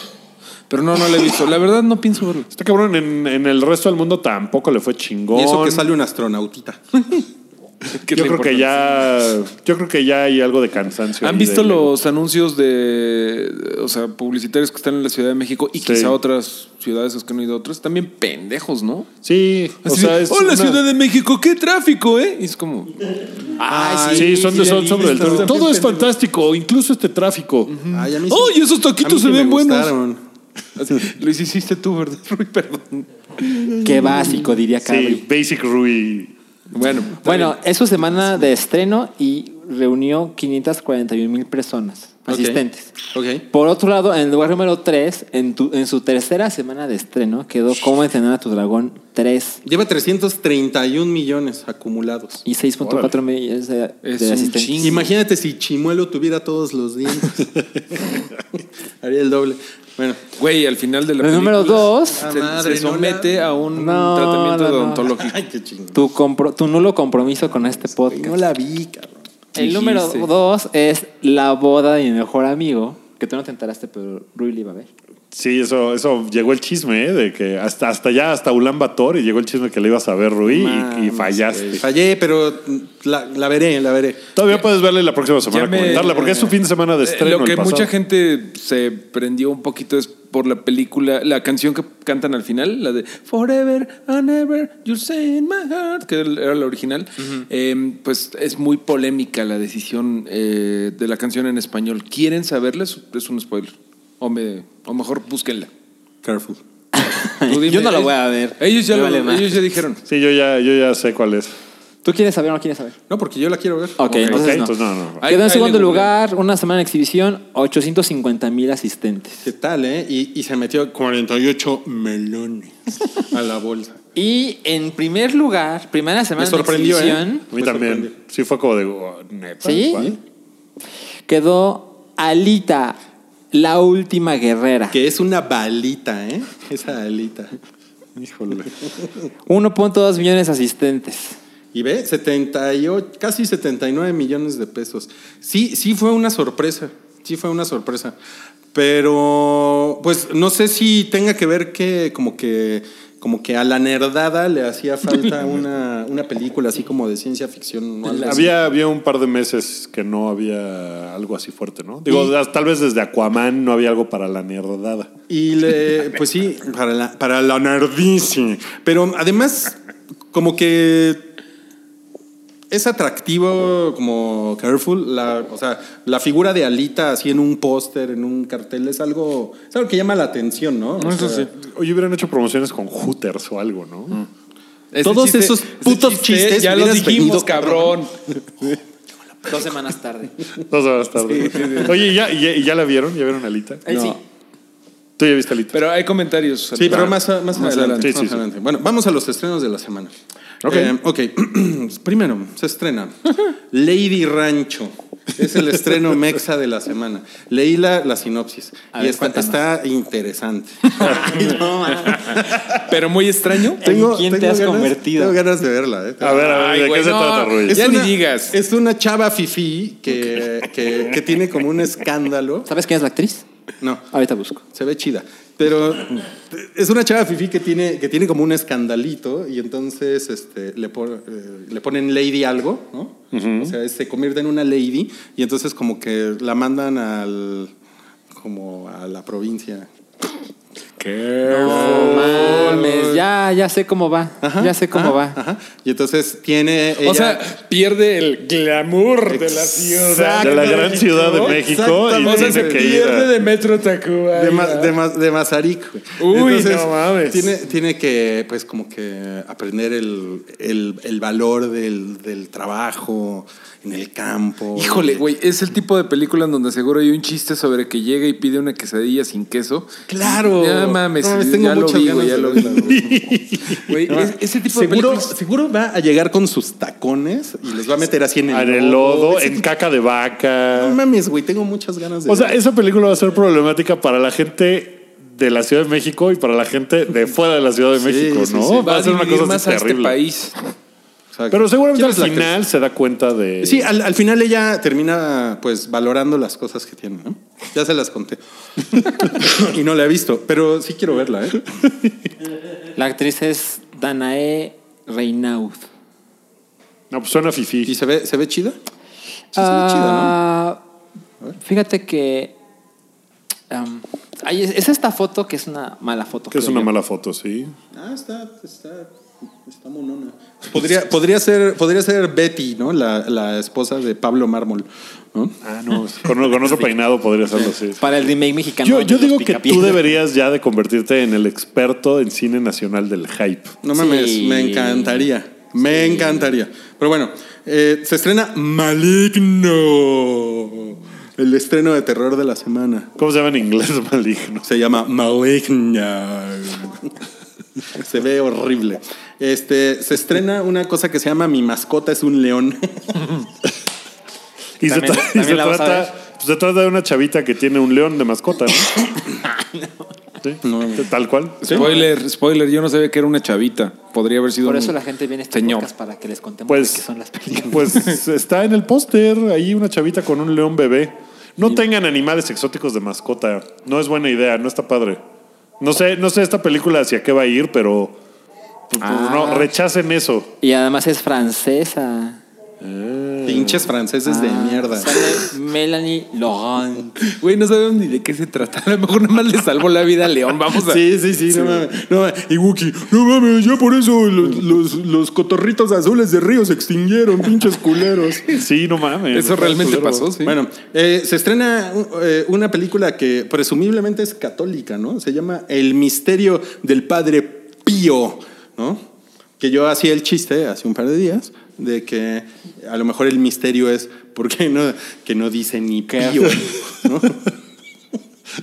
S6: Pero no, no la he visto. La verdad no pienso verla.
S7: Este cabrón en, en el resto del mundo tampoco le fue chingón.
S2: Y eso que sale un astronautita.
S6: ¿Qué
S7: yo
S6: le
S7: creo que
S6: importa?
S7: ya. Yo creo que ya hay algo de cansancio.
S6: ¿Han
S7: ahí
S6: visto
S7: de-
S6: los anuncios de, o sea, publicitarios que están en la Ciudad de México y
S7: Sí.
S6: quizá otras ciudades a las que no he ido a otras? También pendejos, ¿no?
S7: Sí, o
S6: Así
S7: sea,
S6: de,
S7: es
S6: ¡Hola,
S7: una-
S6: Ciudad de México! ¡Qué tráfico, eh! Y es como...
S7: Ay, sí, son,
S2: sí,
S7: son
S2: ahí
S7: sobre el
S2: están
S7: tráfico.
S2: también
S7: Todo es
S2: pendejos.
S7: fantástico, incluso este tráfico.
S2: Ay, a mí
S6: ¡Ay, esos taquitos
S2: a mí
S6: se
S2: me
S6: ven buenos!
S2: gustaron.
S6: Así, lo hiciste tú, ¿verdad, Rui? Perdón.
S3: Qué básico, diría Cabri.
S7: Sí, Basic Rui.
S6: Bueno,
S3: Bueno, es su semana de estreno y reunió 541 mil personas
S2: Ok.
S3: asistentes.
S2: Ok.
S3: Por otro lado, en el lugar número 3, en, tu- en su tercera semana de estreno, quedó Cómo entrenar a tu dragón 3
S2: Lleva 331 millones acumulados.
S3: y 6.4 millones de,
S6: Es
S3: de
S6: un
S3: asistentes.
S6: chingo.
S2: Imagínate si Chimuelo tuviera todos los dientes. Haría el doble. Bueno,
S6: güey, al final de la
S3: El
S6: película
S3: número dos.
S6: se,
S2: Ah, madre,
S6: se
S2: no
S6: somete
S2: la-
S6: a un
S3: No,
S6: tratamiento
S3: no, no.
S6: odontológico.
S2: ay, qué chingón.
S3: Tu, compro- tu nulo compromiso con este podcast.
S2: No la vi, cabrón.
S3: el
S6: dijiste.
S3: número 2 es La boda de mi mejor amigo, que tú no te enteraste, pero Rui lo iba a ver.
S7: Sí, eso, eso llegó el chisme, ¿eh? De que hasta, hasta allá, hasta Ulan Bator, y llegó el chisme que le ibas a ver Rui y- y, fallaste.
S2: Ah, Fallé, pero la, la veré, la veré.
S7: Todavía puedes verle la próxima semana,
S6: Ya me-
S7: comentarla, porque es su fin de semana de
S6: Eh,
S7: estreno.
S6: Lo que
S7: el pasado.
S6: mucha gente se prendió un poquito es por la película, la canción que cantan al final, la de Forever and Ever, You Say in My Heart, que era la original. Eh, pues es muy polémica la decisión eh, de la canción en español. ¿Quieren saberles? Es un spoiler. O, me- o mejor búsquenla.
S2: Careful.
S6: Tú dime,
S3: Yo no la
S6: eh,
S3: voy a ver.
S6: Ellos ya,
S3: Me
S6: lo-
S3: vale más.
S6: ellos ya dijeron.
S7: Sí, yo ya, yo ya sé cuál es.
S3: ¿Tú quieres saber o no quieres saber?
S2: No, porque yo la quiero ver.
S3: Ok, entonces,
S7: Ok,
S3: no.
S7: entonces no, no.
S3: Quedó
S6: Ahí- ahí
S3: en
S6: le
S3: segundo
S6: googleé.
S3: lugar, una semana de exhibición, 850 mil asistentes.
S2: ¿Qué tal, eh? Y, y se metió 48 melones a la bolsa.
S3: Y en primer lugar, primera semana
S2: Me sorprendió,
S7: ¿eh?
S3: de
S6: ¿Mm?
S3: exhibición,
S7: A mí también. Sí, fue como de. oh, ¿neta?
S3: ¿Sí?
S7: ¿Cuál?
S3: quedó Alita, la última guerrera.
S2: Que es una balita, ¿eh? Esa alita.
S3: 1.2 millones de asistentes.
S2: Y ve, 78, casi 79 millones de pesos. Sí, sí fue una sorpresa. Sí fue una sorpresa. Pero, pues, no sé si tenga que ver que como que como que a la nerdada le hacía falta una, una película así como de ciencia ficción. o algo así.
S7: Había, había un par de meses que no había algo así fuerte, ¿no? Digo, tal vez desde Aquaman no había algo para la nerdada.
S2: Y le, pues sí, para la, para la nerdice. Pero además, como que es atractivo, como careful, la, o sea, la figura de Alita así en un póster, en un cartel, es algo, es algo que llama la atención, ¿no? O sea,
S7: Oye, hubieran hecho promociones con Hooters o algo, ¿no?
S6: Ese
S2: Todos esos
S6: ese
S2: putos chistes
S6: Ya los
S2: hubieras
S6: dijimos,
S2: venido,
S6: cabrón.
S3: Dos semanas tarde.
S7: Dos horas tarde. Oye, ¿y ¿ya, y ya, y ya la vieron? ¿Ya vieron a Alita?
S3: Él sí.
S7: ¿Tú ya viste a Alita?
S6: Pero hay comentarios.
S2: Sí, pero más, a- más adelante.
S7: adelante.
S2: más
S7: Sí, sí, sí.
S2: adelante. Bueno, vamos a los estrenos de la semana.
S7: Ok.
S2: Eh, ok. Primero, se estrena Lady Rancho. Es el estreno mexa de la semana. Leí la, la sinopsis.
S3: A
S2: y
S3: ver,
S2: está,
S3: cuéntanos.
S2: está interesante.
S6: Pero muy extraño.
S3: ¿En quién te has convertido?
S2: Tengo ganas de verla. eh.
S7: A ver, a ver,
S6: Ay,
S7: ¿de
S6: güey,
S7: qué se
S6: no.
S7: trata, Rui?
S6: Es- Ya ni digas.
S2: Es una chava fifí que, que- que tiene como un escándalo.
S3: ¿Sabes quién es la actriz?
S2: No.
S3: Ahorita busco.
S2: Se ve chida. Pero es una chava fifi que tiene, que tiene como un escandalito y entonces este, le, pon- eh, le ponen lady algo, ¿no? O sea, se convierte en una lady y entonces como que la mandan al como a la provincia.
S3: No mames, ya, ya sé cómo va.
S2: Ajá,
S3: ya sé cómo
S2: ajá,
S3: va.
S2: ajá. Y entonces tiene
S6: O
S2: ella-
S6: sea, pierde el glamour de la ciudad.
S7: De la gran ciudad de México y
S6: O sea, se
S7: tiene que ir
S6: pierde
S7: a-
S6: de Metro Tacuba.
S2: de, ma- de ma- de Mazarik. güey.
S6: Uy,
S2: Entonces,
S6: no mames.
S2: Tiene, tiene que, pues, como que aprender el, el- el valor del, del trabajo en el campo.
S6: Híjole, güey, es el tipo de película en donde seguro hay un chiste sobre que llega y pide una quesadilla sin queso.
S2: Claro.
S6: Ya mames.
S2: No,
S6: ya,
S2: les tengo
S6: lo
S2: muchas
S6: vi,
S2: ganas
S6: güey, ya
S2: de
S6: lo vi.
S2: verla,
S6: Güey,
S2: No,
S6: es- ese tipo de
S2: seguro,
S6: películas-
S2: seguro va a llegar con sus tacones y les va a meter así en el,
S7: En el lodo,
S2: Ese
S7: en
S2: tipo-
S7: caca de vaca.
S2: No mames, güey, tengo muchas ganas de
S7: O sea,
S2: verla.
S7: esa película va a ser problemática para la gente de la Ciudad de México y para la gente de fuera de la Ciudad de México,
S2: sí,
S7: ¿no?
S2: sí.
S7: Va a ser una
S6: dividir
S7: cosa
S6: más
S7: así
S6: a este
S7: terrible.
S6: país.
S2: Exacto.
S7: Pero seguramente
S2: ¿Quién
S7: al
S2: es la actriz?
S7: final se da cuenta de.
S2: Sí, al, al final ella termina pues valorando las cosas que tiene, ¿no? Ya se las conté. y no la he visto, pero sí quiero verla, ¿eh?
S3: La actriz es Danae Reinaud.
S7: No, pues suena
S2: ¿Y
S7: fifí.
S2: se ve, se ve chida? Sí, se ve chida,
S3: Ah, Fíjate que. am, ay, es, es esta foto que es una mala foto.
S7: Que es
S3: creo
S7: una
S3: yo.
S7: mala foto, sí.
S2: ¿no? Ah, está, está, está monona. Podría, podría, ser, podría ser Betty, ¿no? La, la esposa de Pablo Mármol, ¿no?
S7: Ah, no. Con, con otro peinado podría serlo, sí.
S3: Para el remake mexicano.
S7: Yo,
S3: de
S7: yo
S3: Los
S7: digo que tú
S3: Picapiedra.
S7: deberías ya de convertirte en el experto en cine nacional del hype.
S2: No mames,
S3: Sí.
S2: me encantaría. Me encantaría. Pero bueno, eh, se estrena Maligno. El estreno de terror de la semana.
S7: ¿Cómo se llama en inglés maligno?
S2: Se llama Maligno. Se ve horrible. Este, se estrena una cosa que se llama Mi mascota es un león.
S7: Y se,
S3: También-
S7: tra- y
S3: también
S7: se
S3: la vas a
S7: trata, pues, se trata de una chavita que tiene un león de mascota, ¿no? Sí, Tal cual.
S6: Spoiler, spoiler, yo no sabía que era una chavita. Podría haber sido
S3: Por
S6: un
S3: eso la gente viene a este
S6: señor.
S3: podcast para que les contemos
S7: Pues-
S3: de qué son las películas.
S7: Pues está en el póster, ahí una chavita con un león bebé. No tengan animales exóticos de mascota. No es buena idea, no está padre. No sé, no sé esta película hacia qué va a ir, pero pues, pues,
S3: Ah.
S7: no, rechacen eso.
S3: Y además es francesa.
S2: Pinches franceses de
S3: Ah,
S2: mierda.
S3: Sale Melanie Laurent.
S6: Güey, no sabemos ni de qué se trata. A lo mejor nada más le salvó la vida a León. Vamos a.
S2: Sí, sí, sí, no mames. No mames. Y Wookie, no mames, ya por eso los, los- los cotorritos azules de río se extinguieron, pinches culeros.
S7: Sí, no mames.
S6: Eso realmente pasó, sí.
S2: Bueno, eh, se estrena uh, eh, una película que presumiblemente es católica, ¿no? Se llama El misterio del padre Pío, ¿no? Que yo hacía el chiste hace un par de días de que a lo mejor el misterio es por qué no, que no dice ni Pío, ¿no?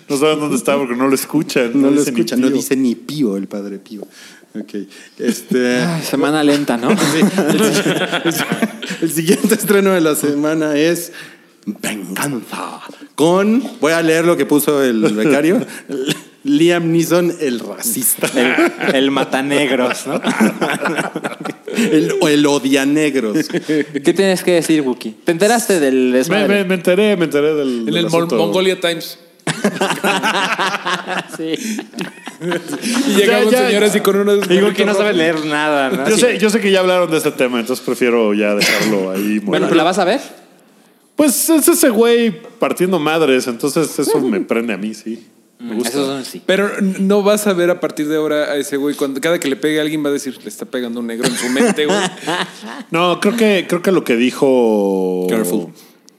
S7: No saben dónde está porque no lo escuchan.
S2: No lo
S7: dicen ni
S2: escuchan, no
S7: tío.
S2: dice ni Pío el padre Pío. Ok. Este.
S3: Ay, semana lenta, ¿no?
S2: Sí, el, siguiente- el siguiente estreno de la semana es Venganza. Con, voy a leer lo que puso el becario, Liam Neeson, el racista.
S3: El, el matanegros, ¿no?
S2: El, o el odianegros.
S3: ¿Qué tienes que decir, Wookie? ¿Te enteraste del
S7: Me,
S3: desmadre?
S7: me- me enteré, me enteré del.
S3: Pues
S6: en
S7: del
S6: el Mon-
S7: asunto.
S6: Mongolia Times.
S3: Sí.
S6: Y llegaba
S7: Ya,
S6: un
S7: ya.
S6: señor así con uno de esos
S3: Digo que
S6: gorritos
S3: no sabe
S6: rojos.
S3: leer nada, ¿no?
S7: Yo
S3: Sí.
S7: sé, yo sé que ya hablaron de este tema, entonces prefiero ya dejarlo ahí.
S3: Bueno,
S7: morir.
S3: ¿la vas a ver?
S7: Pues es ese güey partiendo madres, entonces eso me prende a mí, sí. Me gusta.
S3: Eso son sí.
S6: Pero n- no vas a ver a partir de ahora a ese güey. Cuando, cada que le pegue a alguien va a decir, le está pegando un negro en su mente, güey.
S7: No, creo que, creo que lo que dijo.
S2: Careful.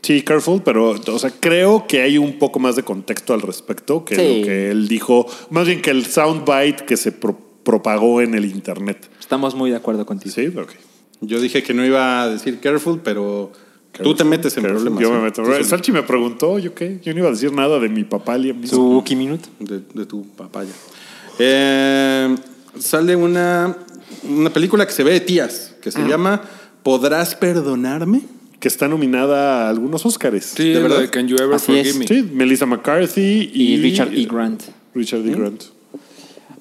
S7: Sí, careful, pero, o sea, creo que hay un poco más de contexto al respecto que
S3: Sí.
S7: lo que él dijo. Más bien que el soundbite que se pro- propagó en el internet.
S3: Estamos muy de acuerdo contigo.
S7: Sí, ok.
S2: Yo dije que no iba a decir careful, pero tú te metes en
S7: Careful,
S2: problemas.
S7: Yo me
S2: ¿eh?
S7: meto.
S2: Tú solo.
S7: Salchi me preguntó, ¿yo qué? Yo no iba a decir nada de mi papá y a mí.
S3: Su Wookie Minute.
S2: de, de tu papaya. Eh, sale una, una película que se ve de tías, que se llama ¿Podrás perdonarme?
S7: Que está nominada a algunos Óscares.
S6: Sí,
S2: ¿De
S6: lo
S2: verdad?
S6: de Can You Ever
S3: Así es.
S6: Forgive Me.
S7: Sí, Melissa McCarthy y,
S3: Y Richard E. Grant.
S7: Richard E. Grant.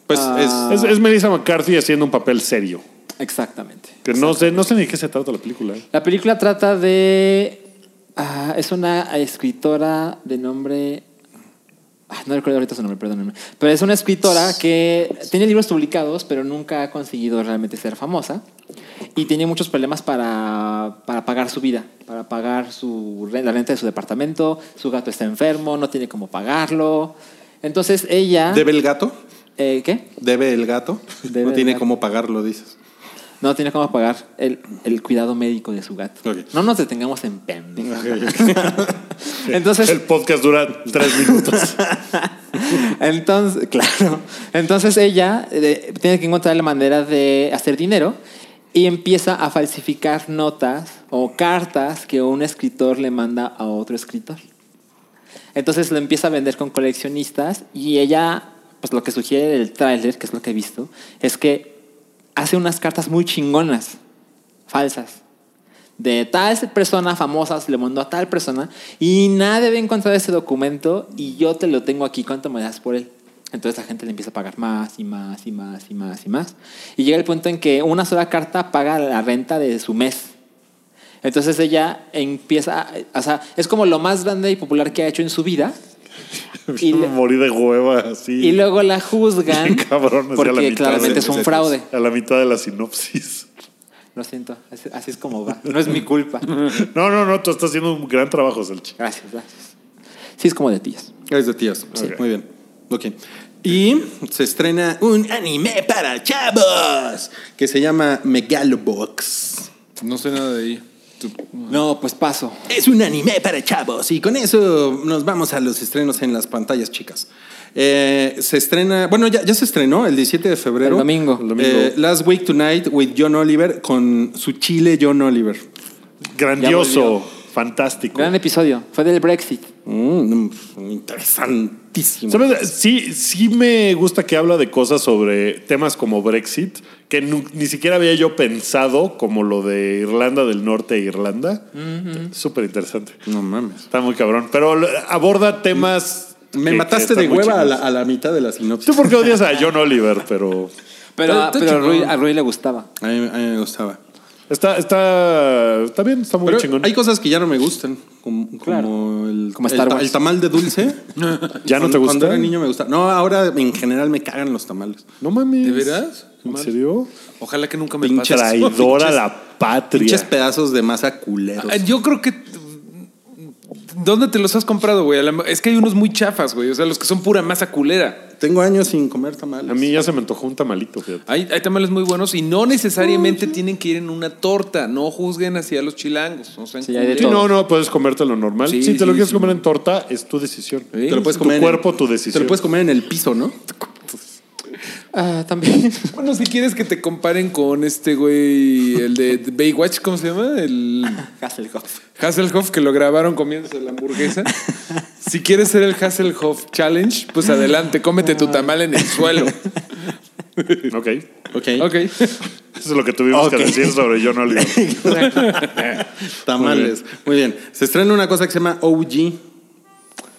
S2: Pues es,
S7: Es, es Melissa McCarthy haciendo un papel serio.
S3: Exactamente.
S7: Que no sé, no sé ni de qué se trata la película. ¿eh?
S3: La película trata de. ah, es una escritora de nombre. ah, no recuerdo ahorita su nombre, perdónenme. Pero es una escritora que tiene libros publicados, pero nunca ha conseguido realmente ser famosa. Y tiene muchos problemas para, para pagar su vida, para pagar su, re- la renta de su departamento. Su gato está enfermo, no tiene cómo pagarlo. Entonces ella.
S2: ¿Debe el gato?
S3: eh, ¿Qué?
S2: ¿Debe el gato?
S3: Debe
S2: no
S3: el
S2: tiene
S3: gato.
S2: cómo pagarlo, dices.
S3: No tiene cómo pagar el, el cuidado médico de su gato.
S2: Ok.
S3: No nos detengamos en pendejo. Entonces,
S7: El podcast dura tres minutos.
S3: Entonces, claro. Entonces ella eh, tiene que encontrar la manera de hacer dinero y empieza a falsificar notas o cartas que un escritor le manda a otro escritor. Entonces lo empieza a vender con coleccionistas y ella pues lo que sugiere el tráiler, que es lo que he visto, es que hace unas cartas muy chingonas, falsas. De tal persona famosa se le mandó a tal persona y nadie había encontrado ese documento y yo te lo tengo aquí, ¿cuánto me das por él? Entonces la gente le empieza a pagar más y más y más y más y más. Y llega el punto en que una sola carta paga la renta de su mes. Entonces ella empieza, a- o sea, es como lo más grande y popular que ha hecho en su vida. Y, le-
S7: Morí de hueva así.
S3: y luego la juzgan
S7: Qué cabrón, así a la
S3: porque
S7: mitad
S3: claramente
S7: de-
S3: es un fraude.
S7: A la mitad de la sinopsis.
S3: Lo siento, así, así es como va. No es mi culpa.
S7: No, no, no, tú estás haciendo un gran trabajo, Salchi.
S3: Gracias, gracias. Sí, es como de tías.
S2: Es de tías. Sí, muy bien. Ok. Y se estrena un anime para chavos que se llama Megalobox.
S6: No sé nada de ahí. Tú-
S3: No, pues paso.
S2: Es un anime para chavos y con eso nos vamos a los estrenos en las pantallas chicas. Eh, se estrena, bueno, ya, ya se estrenó el 17 de febrero.
S3: El domingo. El domingo.
S2: Eh, Last Week Tonight with John Oliver con su chile John Oliver.
S7: Grandioso, fantástico.
S3: Gran episodio. Fue del Brexit.
S2: Mm, interesantísimo.
S7: ¿Sabes? Sí, sí me gusta que habla de cosas sobre temas como Brexit, que nu- ni siquiera había yo pensado, como lo de Irlanda del Norte e Irlanda. Súper interesante.
S2: No mames.
S7: Está muy cabrón. Pero lo- aborda temas.
S2: Me
S7: que- que
S2: mataste
S7: están
S2: de
S7: muy
S2: hueva a la,
S7: chidos.
S2: a la mitad de la sinopsis.
S7: Tú porque odias a John Oliver, pero
S3: Pero,
S6: Está-
S3: ah,
S6: está
S3: pero a, Rui,
S6: chingón.
S3: a Rui le gustaba.
S2: A mí, a mí me gustaba.
S7: está, está, está bien, está muy
S2: Pero
S7: chingón.
S2: hay cosas que ya no me gustan, como, como
S3: Claro.
S2: el,
S3: Como
S2: el
S3: Star
S2: ta-
S3: Wars.
S2: el tamal de dulce.
S7: ¿Ya no
S2: Cuando-
S7: te
S2: Cuando
S7: gusta?
S2: era niño me gustaba. No, ahora en general me cagan los tamales.
S7: No mames.
S6: ¿De veras?
S7: ¿En serio?
S6: Ojalá que nunca me
S2: Pinche
S6: pase. eso.
S7: Traidor a
S2: pinches-
S7: la patria.
S2: Pinches pedazos de masa culeros.
S6: Ah, Yo creo que. ¿Dónde te los has comprado, güey? A la- Es que hay unos muy chafas, güey. O sea, los que son pura masa culera.
S2: Tengo años sin comer tamales.
S7: A mí ya se me antojó un tamalito, fíjate.
S6: Hay, hay tamales muy buenos y no necesariamente tienen que ir en una torta. No juzguen así a los chilangos. No sean
S3: Sí, hay de
S6: culeros.
S7: Sí,
S3: todo.
S7: no, no, puedes comerte lo normal.
S6: Ah, Sí,
S7: si te
S6: sí,
S7: lo quieres
S6: sí.
S7: comer en torta, es tu decisión.
S6: Sí.
S2: te lo puedes
S7: Tu
S2: comer en-
S7: cuerpo, tu
S2: Te
S7: decisión.
S2: lo puedes comer en el piso, ¿no?
S3: Ah, también.
S6: Bueno, si quieres que te comparen con este güey, el de Baywatch, ¿cómo se llama? El
S3: Hasselhoff.
S6: Hasselhoff, que lo grabaron comiéndose la hamburguesa. Si quieres ser el Hasselhoff Challenge, pues adelante, cómete tu tamal en el suelo.
S7: Ok.
S2: Ok.
S6: Ok.
S7: Eso es lo que tuvimos
S2: Ok.
S7: que decir sobre John Oliver.
S2: Tamales. Muy bien. Se estrena una cosa que se llama OG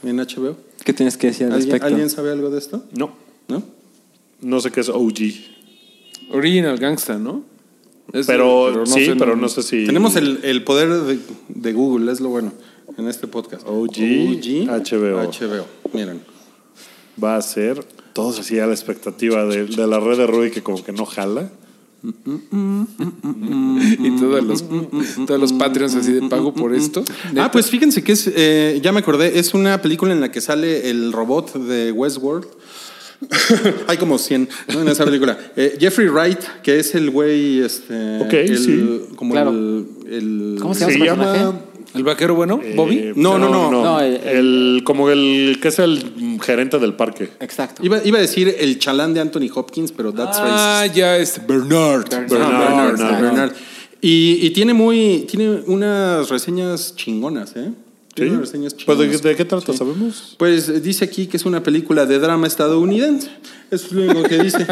S2: en HBO.
S3: ¿Qué tienes que decir al
S2: ¿Alguien,
S3: respecto?
S2: alguien sabe algo de esto?
S7: No,
S2: ¿No?
S7: no sé qué es OG.
S6: Original Gangsta, ¿no? Es-
S7: Pero, sí,
S6: sé,
S7: pero no sé si.
S2: Tenemos el, el poder de, de Google, es lo bueno, en este podcast.
S7: OG, HBO.
S2: HBO. Miren.
S7: Va a ser. Todos así a la expectativa de, de la red de Rudy que como que no jala.
S6: Y todos los,
S3: Mm,
S6: todos los Patreons así de pago por esto.
S2: Ah, pues fíjense que es, eh, ya me acordé, es una película en la que sale el robot de Westworld. Hay como 100 ¿no? en esa película. Eh, Jeffrey Wright, que es el güey, este,
S7: Ok,
S2: el-
S7: sí.
S2: como
S3: Claro.
S2: el, el-
S3: ¿Cómo se llama? su personaje?
S6: ¿El vaquero bueno?
S7: eh,
S6: ¿Bobby?
S2: No, no, no.
S3: No, el-
S7: el, como el que es el mm, gerente del parque.
S3: Exacto.
S2: Iba, iba a decir el chalán de Anthony Hopkins, pero that's
S6: Ah,
S2: racist.
S6: ya es Bernard.
S7: Bernard,
S2: Ah,
S7: Bernard.
S2: Bernard. Y, y tiene muy, tiene unas reseñas chingonas, ¿eh? Tiene
S7: ¿Sí?
S2: unas reseñas
S7: ¿Pero de,
S2: chingonas.
S7: de qué trata? ¿Sabemos?
S2: Pues eh, dice aquí que es una película de drama estadounidense. Es lo único que dice.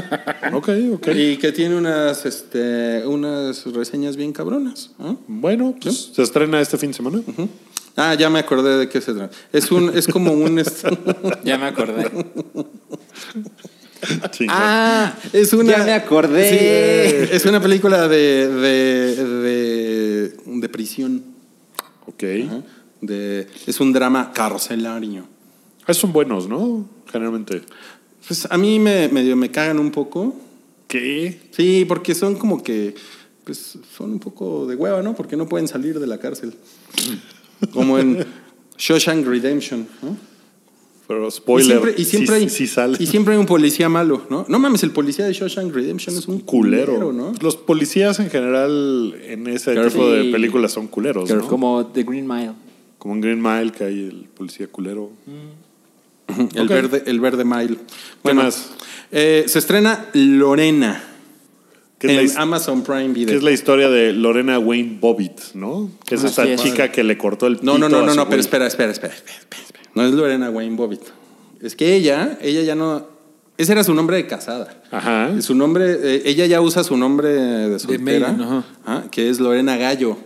S7: Ok, ok.
S2: Y que tiene unas, este, unas reseñas bien cabronas. ¿no?
S7: Bueno, pues, se estrena este fin de semana.
S2: Ah, ya me acordé de qué se trata. Es, un, es como un. Es,
S3: Ya me acordé.
S7: Chingón.
S3: ah,
S2: es una,
S3: Ya me acordé.
S2: Sí, eh, es una película de, de, de, de prisión.
S7: Ok.
S2: ¿eh? De, es un drama carcelario.
S7: Esos son buenos, ¿no? Generalmente.
S2: Pues a mí me, medio me cagan un poco.
S7: ¿Qué?
S2: Sí, porque son como que, pues son un poco de hueva, ¿no? Porque no pueden salir de la cárcel. Como en Shawshank Redemption, ¿no?
S7: Pero
S2: y
S7: spoiler.
S2: siempre, y siempre
S7: sí,
S2: hay,
S7: sí sale.
S2: y siempre hay un policía malo, ¿no? No mames, el policía de Shawshank Redemption es un culero,
S7: culero.
S2: ¿no?
S7: Los policías en general en ese tipo
S3: Sí.
S7: de películas son culeros, ¿no? Como,
S3: como The Green Mile.
S7: en Green Mile que hay el policía culero.
S2: El verde, el verde mile.
S7: más?
S2: eh, se estrena Lorena
S7: Que es, la,
S2: en
S7: his-
S2: Amazon Prime Video.
S7: que es la historia de Lorena Wayne Bobbitt, ¿no? Que es
S3: Así
S7: esta
S3: es.
S7: chica que le cortó el
S2: No,
S7: pito
S2: no,
S7: a
S2: no, no,
S7: su
S2: no, pero
S7: güey.
S2: espera, espera, espera, espera, espera, espera. No es Lorena Wayne Bobbitt. Es que ella, ella ya no Ese era su nombre de casada.
S7: Ajá.
S2: Su nombre, eh, ella ya usa su nombre de soltera,
S6: maiden, ajá.
S2: ah, que es Lorena Gallo.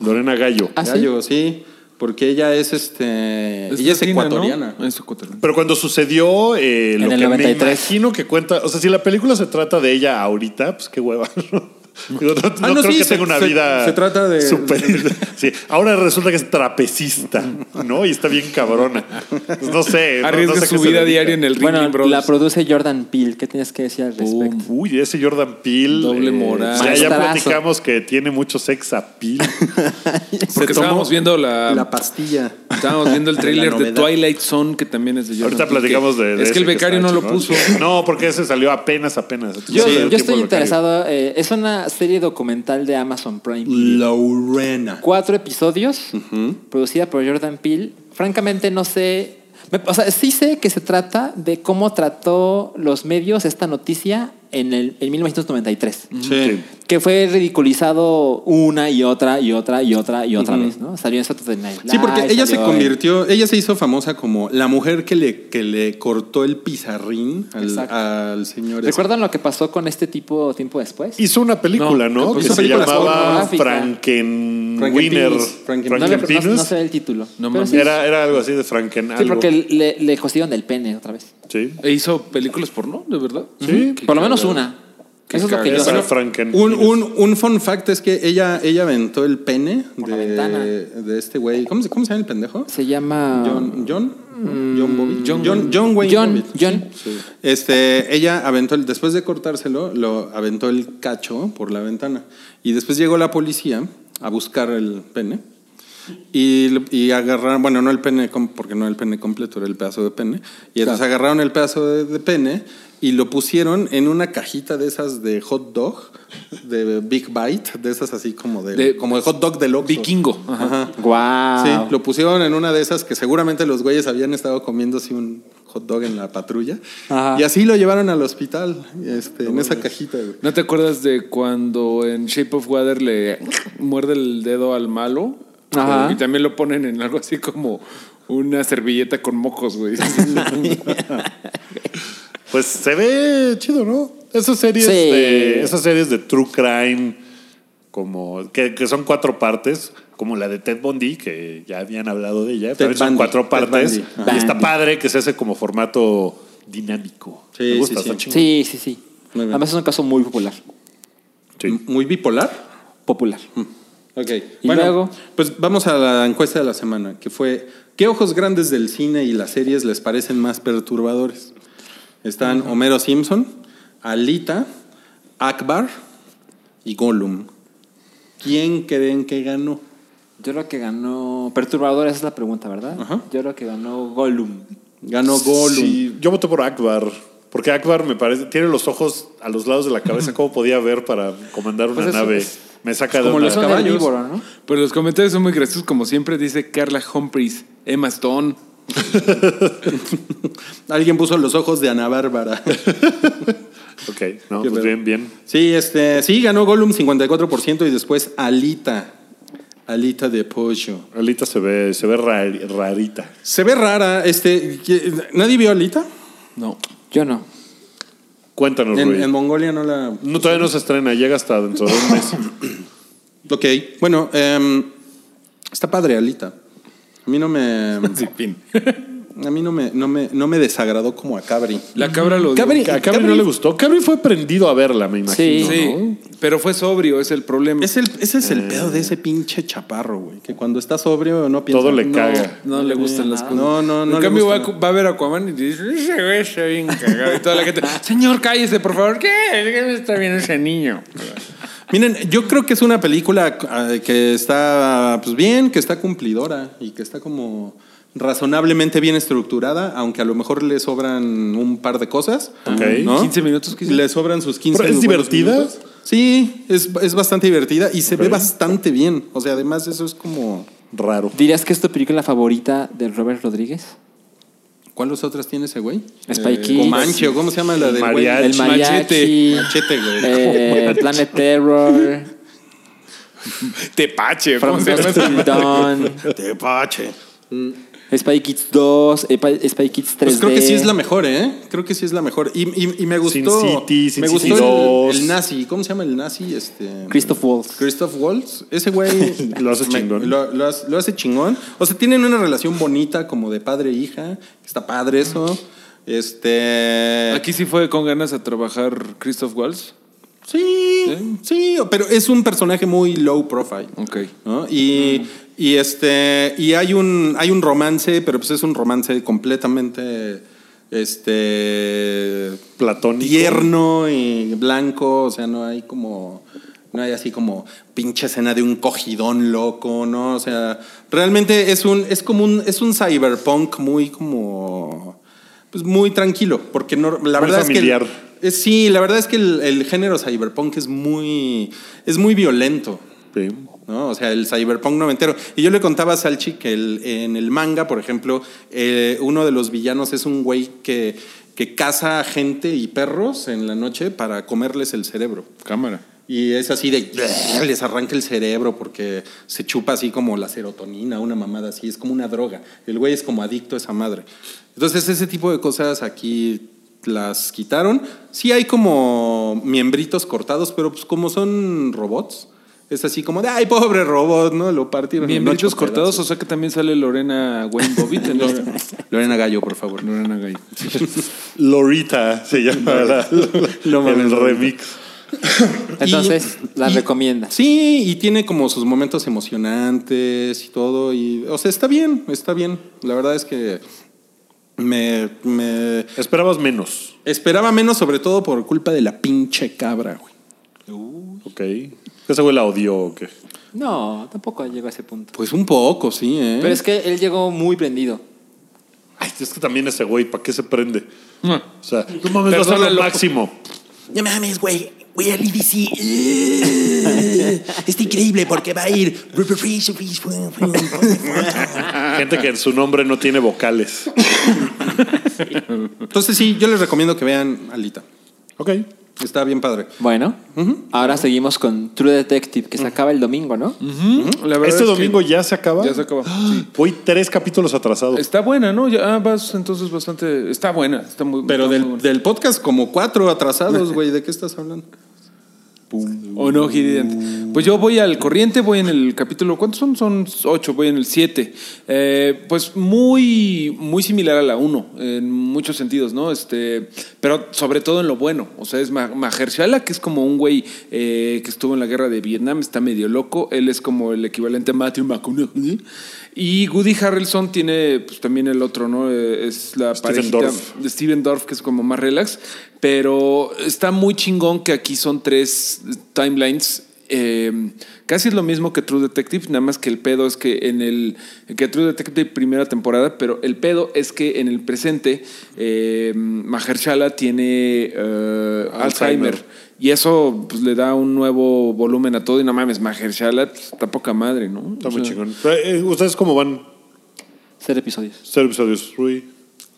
S7: Lorena Gallo.
S3: ¿Ah, sí?
S2: Gallo, sí, porque ella es este, ella es
S6: latina, ¿no?
S2: ecuatoriana.
S6: Es ecuatoriana.
S7: Pero cuando sucedió eh, lo
S3: En el
S7: que me
S3: 93.
S7: imagino que cuenta, o sea, si la película se trata de ella ahorita, pues qué hueva. Digo, no
S2: Ah,
S7: no
S2: no,
S7: creo
S2: sí,
S7: que
S2: se-
S7: tenga una
S2: se-
S7: vida.
S2: se trata de-
S7: super- sí. Ahora resulta que es trapecista, ¿no? Y está bien cabrona. Pues no sé. no-
S6: Arriesga
S7: no sé a
S6: su
S7: qué se
S6: vida
S7: dedica.
S6: diaria en el ring.
S3: Bueno, la produce Jordan Peele. ¿Qué tienes que decir al respecto?
S7: Uy, ese Jordan Peele. eh,
S6: Doble moral.
S7: ya- ya
S3: Maestrazo.
S7: platicamos que tiene mucho sex appeal.
S6: porque
S2: se tomó
S6: estábamos viendo la,
S2: La pastilla.
S6: estábamos viendo el tráiler
S2: La
S6: de
S2: novedad.
S6: Twilight Zone que también es de Jordan
S7: Ahorita
S6: Peele,
S7: platicamos
S6: que-
S7: de, de
S6: Es
S7: ese
S6: que el becario
S7: está
S6: no lo
S7: chingón.
S6: puso.
S7: No, porque ese salió apenas, apenas.
S3: Yo, yo
S7: Sí, el tiempo
S3: estoy
S7: del becario.
S3: interesado. eh, es una serie documental de Amazon Prime.
S2: Lorena.
S3: Cuatro episodios, producida por Jordan Peele. Francamente, no sé. me- o sea, sí sé que se trata de cómo trató los medios esta noticia en, el, en 1993.
S7: Sí.
S3: Que fue ridiculizado una y otra y otra y otra y otra vez, ¿no? Salió en Saturday Night
S2: Sí, porque
S3: Live, Ah,
S2: ella se
S3: salió en-
S2: convirtió, ella se hizo famosa como la mujer que le, que le cortó el pizarrín al,
S3: Exacto.
S2: al señor. ese.
S3: ¿Recuerdan lo que pasó con este tipo tiempo después?
S7: Hizo una película,
S6: No,
S7: ¿no?
S6: que
S7: Que
S2: hizo
S7: se
S2: películas
S7: llamaba
S3: pornográficas.
S7: Frankenwinner.
S2: Frankenpinus. Frankenpinus.
S3: no, le- no-
S7: Frankenpinus.
S3: no sé el título.
S6: No
S3: pero
S6: mames.
S3: sí,
S7: Era, era algo así de Franken.
S3: sí,
S7: algo.
S3: porque le, le cosieron del pene otra vez.
S7: Sí.
S6: E hizo películas porno, de verdad.
S7: Sí.
S3: Por lo menos una.
S6: Qué
S3: Eso es lo que yo
S7: Esa
S3: sé.
S7: Franken.
S2: Un, un, un fun fact es que ella, ella aventó el pene
S3: Por la
S2: de,
S3: ventana.
S2: de este güey. ¿Cómo, se- ¿Cómo se llama el pendejo?
S3: Se llama.
S2: John, John, John Bobbitt. John, John, Wayne
S3: John,
S2: Bobbitt.
S3: John.
S2: Sí. Este, ella aventó el, después de cortárselo, lo aventó el cacho por la ventana. Y después llegó la policía a buscar el pene. Y, y agarraron, bueno, no el pene, com- porque no era el pene completo, era el pedazo de pene. Y entonces agarraron el pedazo de, de pene y lo pusieron en una cajita de esas de hot dog, de Big Bite, de esas así como de,
S6: De-
S2: como de hot dog del Oxxo.
S6: Vikingo.
S2: Ajá.
S3: Wow.
S2: Sí, lo pusieron en una de esas que seguramente los güeyes habían estado comiéndose un hot dog en la patrulla.
S3: Ajá.
S2: Y así lo llevaron al hospital, este, en esa cajita. güey.
S6: ¿No te acuerdas de cuando en Shape of Water le muerde el dedo al malo?
S3: Ajá.
S6: Eh, Y también lo ponen en algo así como una servilleta con mocos, güey.
S7: Pues se ve chido, ¿no? Esas series,
S3: Sí.
S7: de, esas series de True Crime, como que, que son cuatro partes, como la de Ted Bundy, que ya habían hablado de ella, también son
S2: Bundy,
S7: cuatro
S2: Ted
S7: partes.
S2: Bundy.
S7: Y está
S3: Bundy.
S7: padre que se hace como formato dinámico.
S2: Sí,
S7: Me gusta,
S2: sí, sí.
S7: está chingón.
S3: sí, sí, sí.
S2: Muy bien.
S3: Además es un caso muy popular.
S7: Sí.
S2: Muy bipolar.
S3: Popular.
S2: Mm. Ok.
S3: ¿Y luego?
S2: Pues vamos a la encuesta de la semana, que fue, ¿qué ojos grandes del cine y las series les parecen más perturbadores? Están Homero Simpson, Alita, Akbar y Gollum. ¿Quién creen que ganó?
S3: Yo creo que ganó. Perturbadora, esa es la pregunta, ¿verdad?
S2: Ajá.
S3: Yo creo que ganó Gollum.
S2: Ganó Gollum.
S7: Sí, yo voto por Akbar. Porque Akbar me parece, tiene los ojos a los lados de la cabeza. ¿Cómo podía ver para comandar una
S3: Pues eso
S7: nave?
S3: es-
S7: me saca de
S2: como
S7: onda.
S2: los
S3: es un
S2: caballos.
S3: herbívoro, ¿no?
S6: Pero los comentarios son muy graciosos, como siempre dice Carla Humphries, Emma Stone.
S2: Alguien puso los ojos de Ana Bárbara.
S7: Ok, no,
S2: Qué
S7: pues
S2: pedo.
S7: bien, bien.
S2: Sí, este, sí, ganó Gollum 54% y después Alita. Alita de pollo.
S7: Alita se ve, se ve rar- rarita.
S2: Se ve rara, este, que- ¿nadie vio Alita?
S6: No.
S3: Yo no.
S7: Cuéntanos,
S2: En,
S7: Rui.
S2: en Mongolia no la...
S7: No, todavía no se estrena, llega hasta dentro de un mes.
S2: Ok, bueno, em, está padre Alita. A mí no me...
S6: Sí, fin.
S2: A mí no me, no me, no me desagradó como a Cabri.
S6: La cabra lo dijo.
S2: Cabri-
S7: a Cabri no le gustó. Cabri fue prendido a verla, me imagino.
S6: Sí,
S7: ¿no?
S6: pero fue sobrio, es el problema.
S2: Es el, ese es el pedo de ese pinche chaparro, güey. Que cuando está sobrio no piensa...
S7: Todo le
S2: no,
S7: caga.
S6: No le gustan las cosas.
S2: No, no, no
S6: En
S2: le
S6: cambio, va,
S2: gusta
S6: a, va a ver a Aquaman y dice: Ese güey está bien cagado. Y toda la gente: Señor, cállese, por favor. ¿Qué? ¿Qué me está viendo ese niño?
S2: Miren, yo creo que es una película eh, que está pues bien, que está cumplidora y que está como razonablemente bien estructurada, aunque a lo mejor le sobran un par de cosas.
S7: Ok.
S6: 15 minutos, quizá.
S2: Le sobran sus 15
S7: Pero, ¿es
S2: buenos
S7: divertida?
S2: minutos. Sí, es, es bastante divertida y se ve bastante bien. O sea, además eso es como...
S7: Raro.
S3: ¿Dirías que es tu película favorita de Robert Rodríguez?
S2: ¿Cuáles otras tiene ese güey?
S3: Spy Kids.
S2: Comanche, ¿o ¿cómo se llama la del güey?
S7: Mariachi.
S3: El mariachi.
S2: Machete. Machete, güey.
S3: eh, Planet Terror.
S6: Tepache, ¿cómo
S3: From
S6: se llama?
S3: Dusk Till Dawn. Mm.
S2: Tepache.
S3: Spy Kids 2, Epa- Spy Kids 3D.
S2: Pues creo que sí es la mejor, ¿eh? Creo que sí es la mejor. Y, y- y me gustó.
S7: Sin City, Sin
S2: me
S7: City
S2: gustó el-
S7: 2.
S2: El, nazi. ¿Cómo se llama el nazi? Este.
S3: Christoph Waltz.
S2: Christoph Waltz. Ese güey.
S7: Lo hace
S2: me-
S7: chingón.
S2: Lo, lo hace, lo hace chingón. O sea, tienen una relación bonita como de padre e hija. Está padre eso. Este.
S6: Aquí sí fue con ganas a trabajar Christoph Waltz.
S2: Sí, sí, pero es un personaje muy low profile.
S6: Ok.
S2: ¿no? Y, y este y hay un hay un romance, pero pues es un romance completamente este
S7: Platónico.
S2: tierno y blanco, o sea, no hay como no hay así como pinche escena de un cogidón loco, ¿no? O sea, realmente es un es como un es un cyberpunk muy como pues muy tranquilo, porque no, la
S7: Muy
S2: verdad es que
S7: familiar.
S2: el- eh, Sí, la verdad es que el, el género cyberpunk es muy, es muy violento.
S7: Sí.
S2: ¿no? O sea, el cyberpunk noventero. Y yo le contaba a Salchi que el- en el manga, por ejemplo, eh, uno de los villanos es un güey que, que caza a gente y perros en la noche para comerles el cerebro.
S6: Cámara.
S2: Y es así de les arranca el cerebro porque se chupa así como la serotonina, una mamada así, es como una droga. El güey es como adicto a esa madre. Entonces, ese tipo de cosas aquí las quitaron. Sí hay como miembritos cortados, pero pues como son robots, es así como de ay, pobre robot, ¿no? Lo partieron. en
S6: Miembritos
S2: ocho
S6: cortados, o
S2: pedazos.
S6: sea que también sale Lorena Wayne Bobbitt en este.
S2: Lorena Gallo, por favor.
S6: Lorena Gay.
S7: Lorita se llama la-
S2: No mames,
S7: el
S2: Lorita.
S7: remix.
S3: Entonces,
S2: Y-
S3: la
S2: y-
S3: recomienda.
S2: Sí, y tiene como sus momentos emocionantes y todo. Y, o sea, está bien, está bien. La verdad es que me, me
S7: Esperabas menos.
S2: esperaba menos, sobre todo por culpa de la pinche cabra, güey.
S7: Ok. Ese güey la odió o qué.
S3: No, tampoco llegó a ese punto.
S2: Pues un poco, sí, ¿eh?
S3: Pero es que él llegó muy prendido.
S7: Ay, es que también ese güey, ¿para qué se prende? O sea, no mames, vas a
S6: Ah. Persona
S7: lo
S6: loca.
S7: máximo.
S4: No mames, güey. Voy al IDC. Eh, Está increíble porque va a ir.
S7: Gente que en su nombre no tiene vocales.
S2: Entonces, sí, yo les recomiendo que vean Alita.
S7: Ok.
S2: Está bien padre.
S3: Bueno, ahora seguimos con True Detective, que se acaba el domingo, ¿no?
S6: La verdad
S7: Este
S6: es que
S7: domingo ya se acaba.
S6: ya se acaba. Sí.
S7: Voy tres capítulos atrasados.
S6: Está buena, ¿no? Ya ah, vas entonces bastante. Está buena. Está muy.
S2: Pero
S6: está muy
S2: del,
S6: buena.
S2: del podcast, como cuatro atrasados, güey. ¿De qué estás hablando?
S6: O no, Gideon. Pues yo voy al corriente, voy en el capítulo. ¿Cuántos son? Son ocho, voy en el siete. Eh, pues muy, muy similar a la uno, en muchos sentidos, ¿no? Este, pero sobre todo en lo bueno. O sea, es Ma- Mahershala, que es como un güey eh, que estuvo en la guerra de Vietnam, está medio loco. Él es como el equivalente a Matthew McConaughey. Y Woody Harrelson tiene pues, también el otro, ¿no? Eh, Es la
S7: Stephen
S6: parejita
S7: Dorff.
S6: de Steven Dorff, que es como más relax, pero está muy chingón que aquí son tres timelines. eh, casi es lo mismo que True Detective, nada más que el pedo es que en el que True Detective primera temporada, pero el pedo es que en el presente eh, Mahershala tiene eh, Alzheimer. y eso pues, le da un nuevo volumen a todo y no mames, Mahershala pues, está poca madre, ¿no?
S7: Está
S6: O
S7: muy
S6: sea,
S7: chingón. Pero, eh, ¿Ustedes cómo van?
S3: Ser episodios.
S7: Cero episodios, Rui.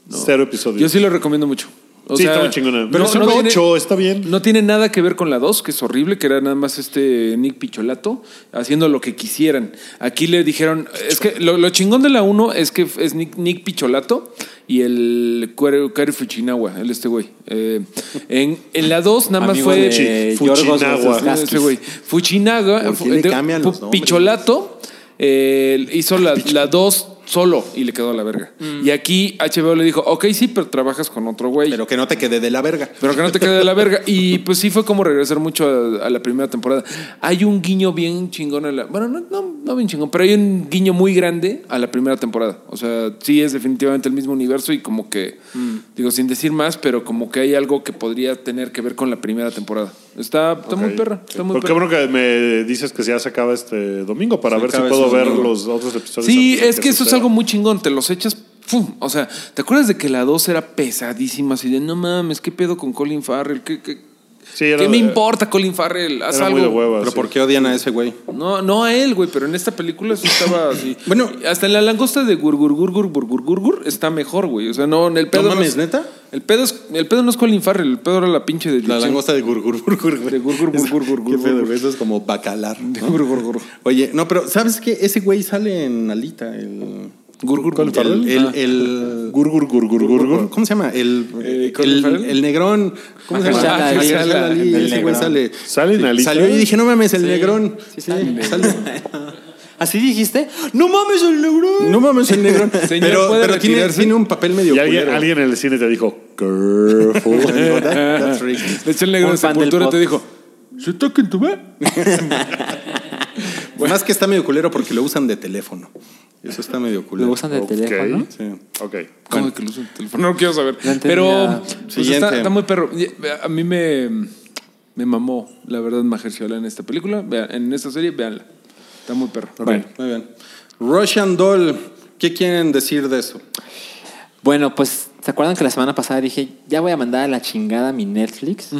S7: Cero episodios.
S6: Yo sí lo recomiendo mucho. O
S7: Sí,
S6: sea,
S7: está muy chingona.
S6: pero
S7: Pero
S6: no
S7: son
S6: tiene-
S7: ocho, está bien.
S6: No tiene nada que ver con la 2, que es horrible, que era nada más este Nick Picholato haciendo lo que quisieran. Aquí le dijeron, es que lo, lo chingón de la 1 es que es Nick, Nick Picholato y el Cuero- Cari Fuchinawa, el este güey. Eh, en, en la 2 nada más
S3: Amigo
S6: fue...
S3: de
S7: Fuchi-
S3: Yorgos
S7: Fuchinawa.
S6: Ese-
S3: Lanthimos.
S6: ese güey. Fuchinaga,
S2: ¿Por qué
S6: eh,
S2: le
S6: de-
S2: cambian
S6: Pu-
S2: los nombres?
S6: Picholato eh, hizo la, la dos solo y le quedó a la verga. Y aquí HBO le dijo, ok, sí, pero trabajas con otro güey.
S2: Pero que no te quede de la verga.
S6: Pero que no te quede de la verga. Y pues sí fue como regresar mucho a, a la primera temporada. Hay un guiño bien chingón a la. Bueno, no, no, no bien chingón, pero hay un guiño muy grande a la primera temporada. O sea, sí es definitivamente el mismo universo y como que,
S7: Mm.
S6: digo, sin decir más, pero como que hay algo que podría tener que ver con la primera temporada. Está, está muy
S7: Ok.
S6: perra.
S7: Sí.
S6: Está muy
S7: Pero qué
S6: perra.
S7: bueno que me dices que ya se acaba este domingo para
S2: Se
S7: ver si
S2: acaba
S7: puedo
S2: este
S7: ver
S2: domingo.
S7: los otros episodios.
S6: Sí,
S7: antes de
S6: es que eso es
S7: suceda.
S6: algo muy chingón. Te los echas. ¡fum! O sea, ¿te acuerdas de que la 2 era pesadísima? Así de, no mames, ¿qué pedo con Colin Farrell? ¿Qué, qué,
S7: Sí, era-
S6: qué me importa Colin Farrell? Haz
S7: Era
S6: algo.
S7: muy de hueva.
S2: Pero
S7: sí.
S2: ¿por qué odian a ese güey?
S6: No, no a él, güey, pero en esta película sí estaba así.
S2: Bueno.
S6: hasta en la langosta de gurgur gurgur gurgur gurgur está mejor, güey. O sea, no, en el pedo.
S2: No mames,
S6: es-
S2: ¿neta?
S6: El pedo, es, el pedo no es Colin Farrell, el pedo era la pinche de
S2: La langosta de gurgur, gurgur, güey.
S6: De gurgur, gurgur,
S2: Qué
S6: gurgur,
S2: pedo,
S6: gurgur.
S2: güey, Eso es como bacalar.
S6: De gurgur gurgur.
S2: Oye, no, pero ¿sabes qué? Ese güey sale en Alita, el,
S6: Gurgur
S2: Colin Farrell. El, el-
S7: Gurgur, gurgur, gurgur.
S2: ¿Cómo se llama? El,
S6: Eh, Colin
S2: el,
S6: Farrell.
S2: el negrón. ¿Cómo se
S3: Mahershala
S2: llama?
S3: Ali.
S2: Mahershala Ali,
S7: El
S2: Ese güey
S7: negrón.
S2: sale.
S7: ¿Sale en la lista?
S2: Salió y dije, no mames, el negrón.
S3: sí
S2: Sí,
S3: sale.
S2: sale.
S3: ¿Así dijiste? ¡No mames, el negrón!
S2: No mames, el negrón.
S6: Señor,
S2: pero
S6: ¿puede
S2: pero tiene,
S6: retirarse?
S2: tiene un papel medio
S7: Y alguien,
S2: culero.
S7: alguien en el cine te dijo, careful.
S2: Dijo, "That-
S6: Ah.
S2: that's racist".
S6: De hecho, el negro
S3: Un
S6: de
S3: fan del
S6: Sepultura te
S3: podcast.
S6: dijo, ¿se toca en tu ve?
S2: Más que está medio culero porque lo usan de teléfono. Eso está medio culero.
S3: Lo usan de
S7: Ok.
S3: teléfono.
S2: Sí.
S7: ok.
S6: ¿Cómo que lo usa el teléfono? No lo quiero saber.
S3: Ya entendí,
S6: Pero
S3: ya.
S6: pues,
S2: Siguiente.
S6: está, está muy perro. Y, eh, A mí me, me mamó, la verdad, Mahershala en esta película. Vean- En esta serie, véanla. Está muy perro.
S3: Bueno.
S2: Muy bien. Russian Doll. ¿Qué quieren decir de eso?
S3: Bueno, pues, ¿se acuerdan que la semana pasada dije, ya voy a mandar a la chingada mi Netflix?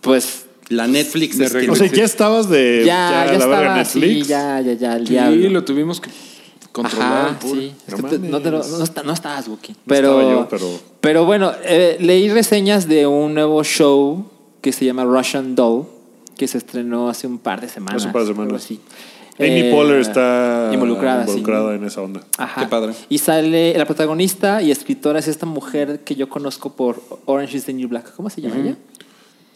S3: Pues
S2: La Netflix
S6: Me
S2: es que-
S7: O sea, ya estabas de
S3: ya, ya,
S7: la verga
S3: estaba así,
S7: Netflix.
S3: ya, ya, ya, el
S6: Sí,
S3: diablo.
S6: lo tuvimos que controlar.
S3: Ajá,
S6: pobre.
S3: sí. Es
S7: No
S3: que te- no, te lo-
S7: mames.
S3: no está- no estabas, Wookie. Pero,
S7: estaba yo, pero-
S3: pero bueno, eh, leí reseñas de un nuevo show que se llama Russian Doll, que se estrenó hace un par de semanas.
S7: Hace un par de
S3: algo
S7: semanas.
S3: así.
S7: Amy
S3: Eh,
S7: Poehler está
S3: involucrada,
S7: involucrada,
S3: sí.
S7: en esa onda.
S3: Ajá.
S2: Qué padre.
S3: Y sale la protagonista y escritora es esta mujer que yo conozco por Orange is the New Black. ¿Cómo se llama ella?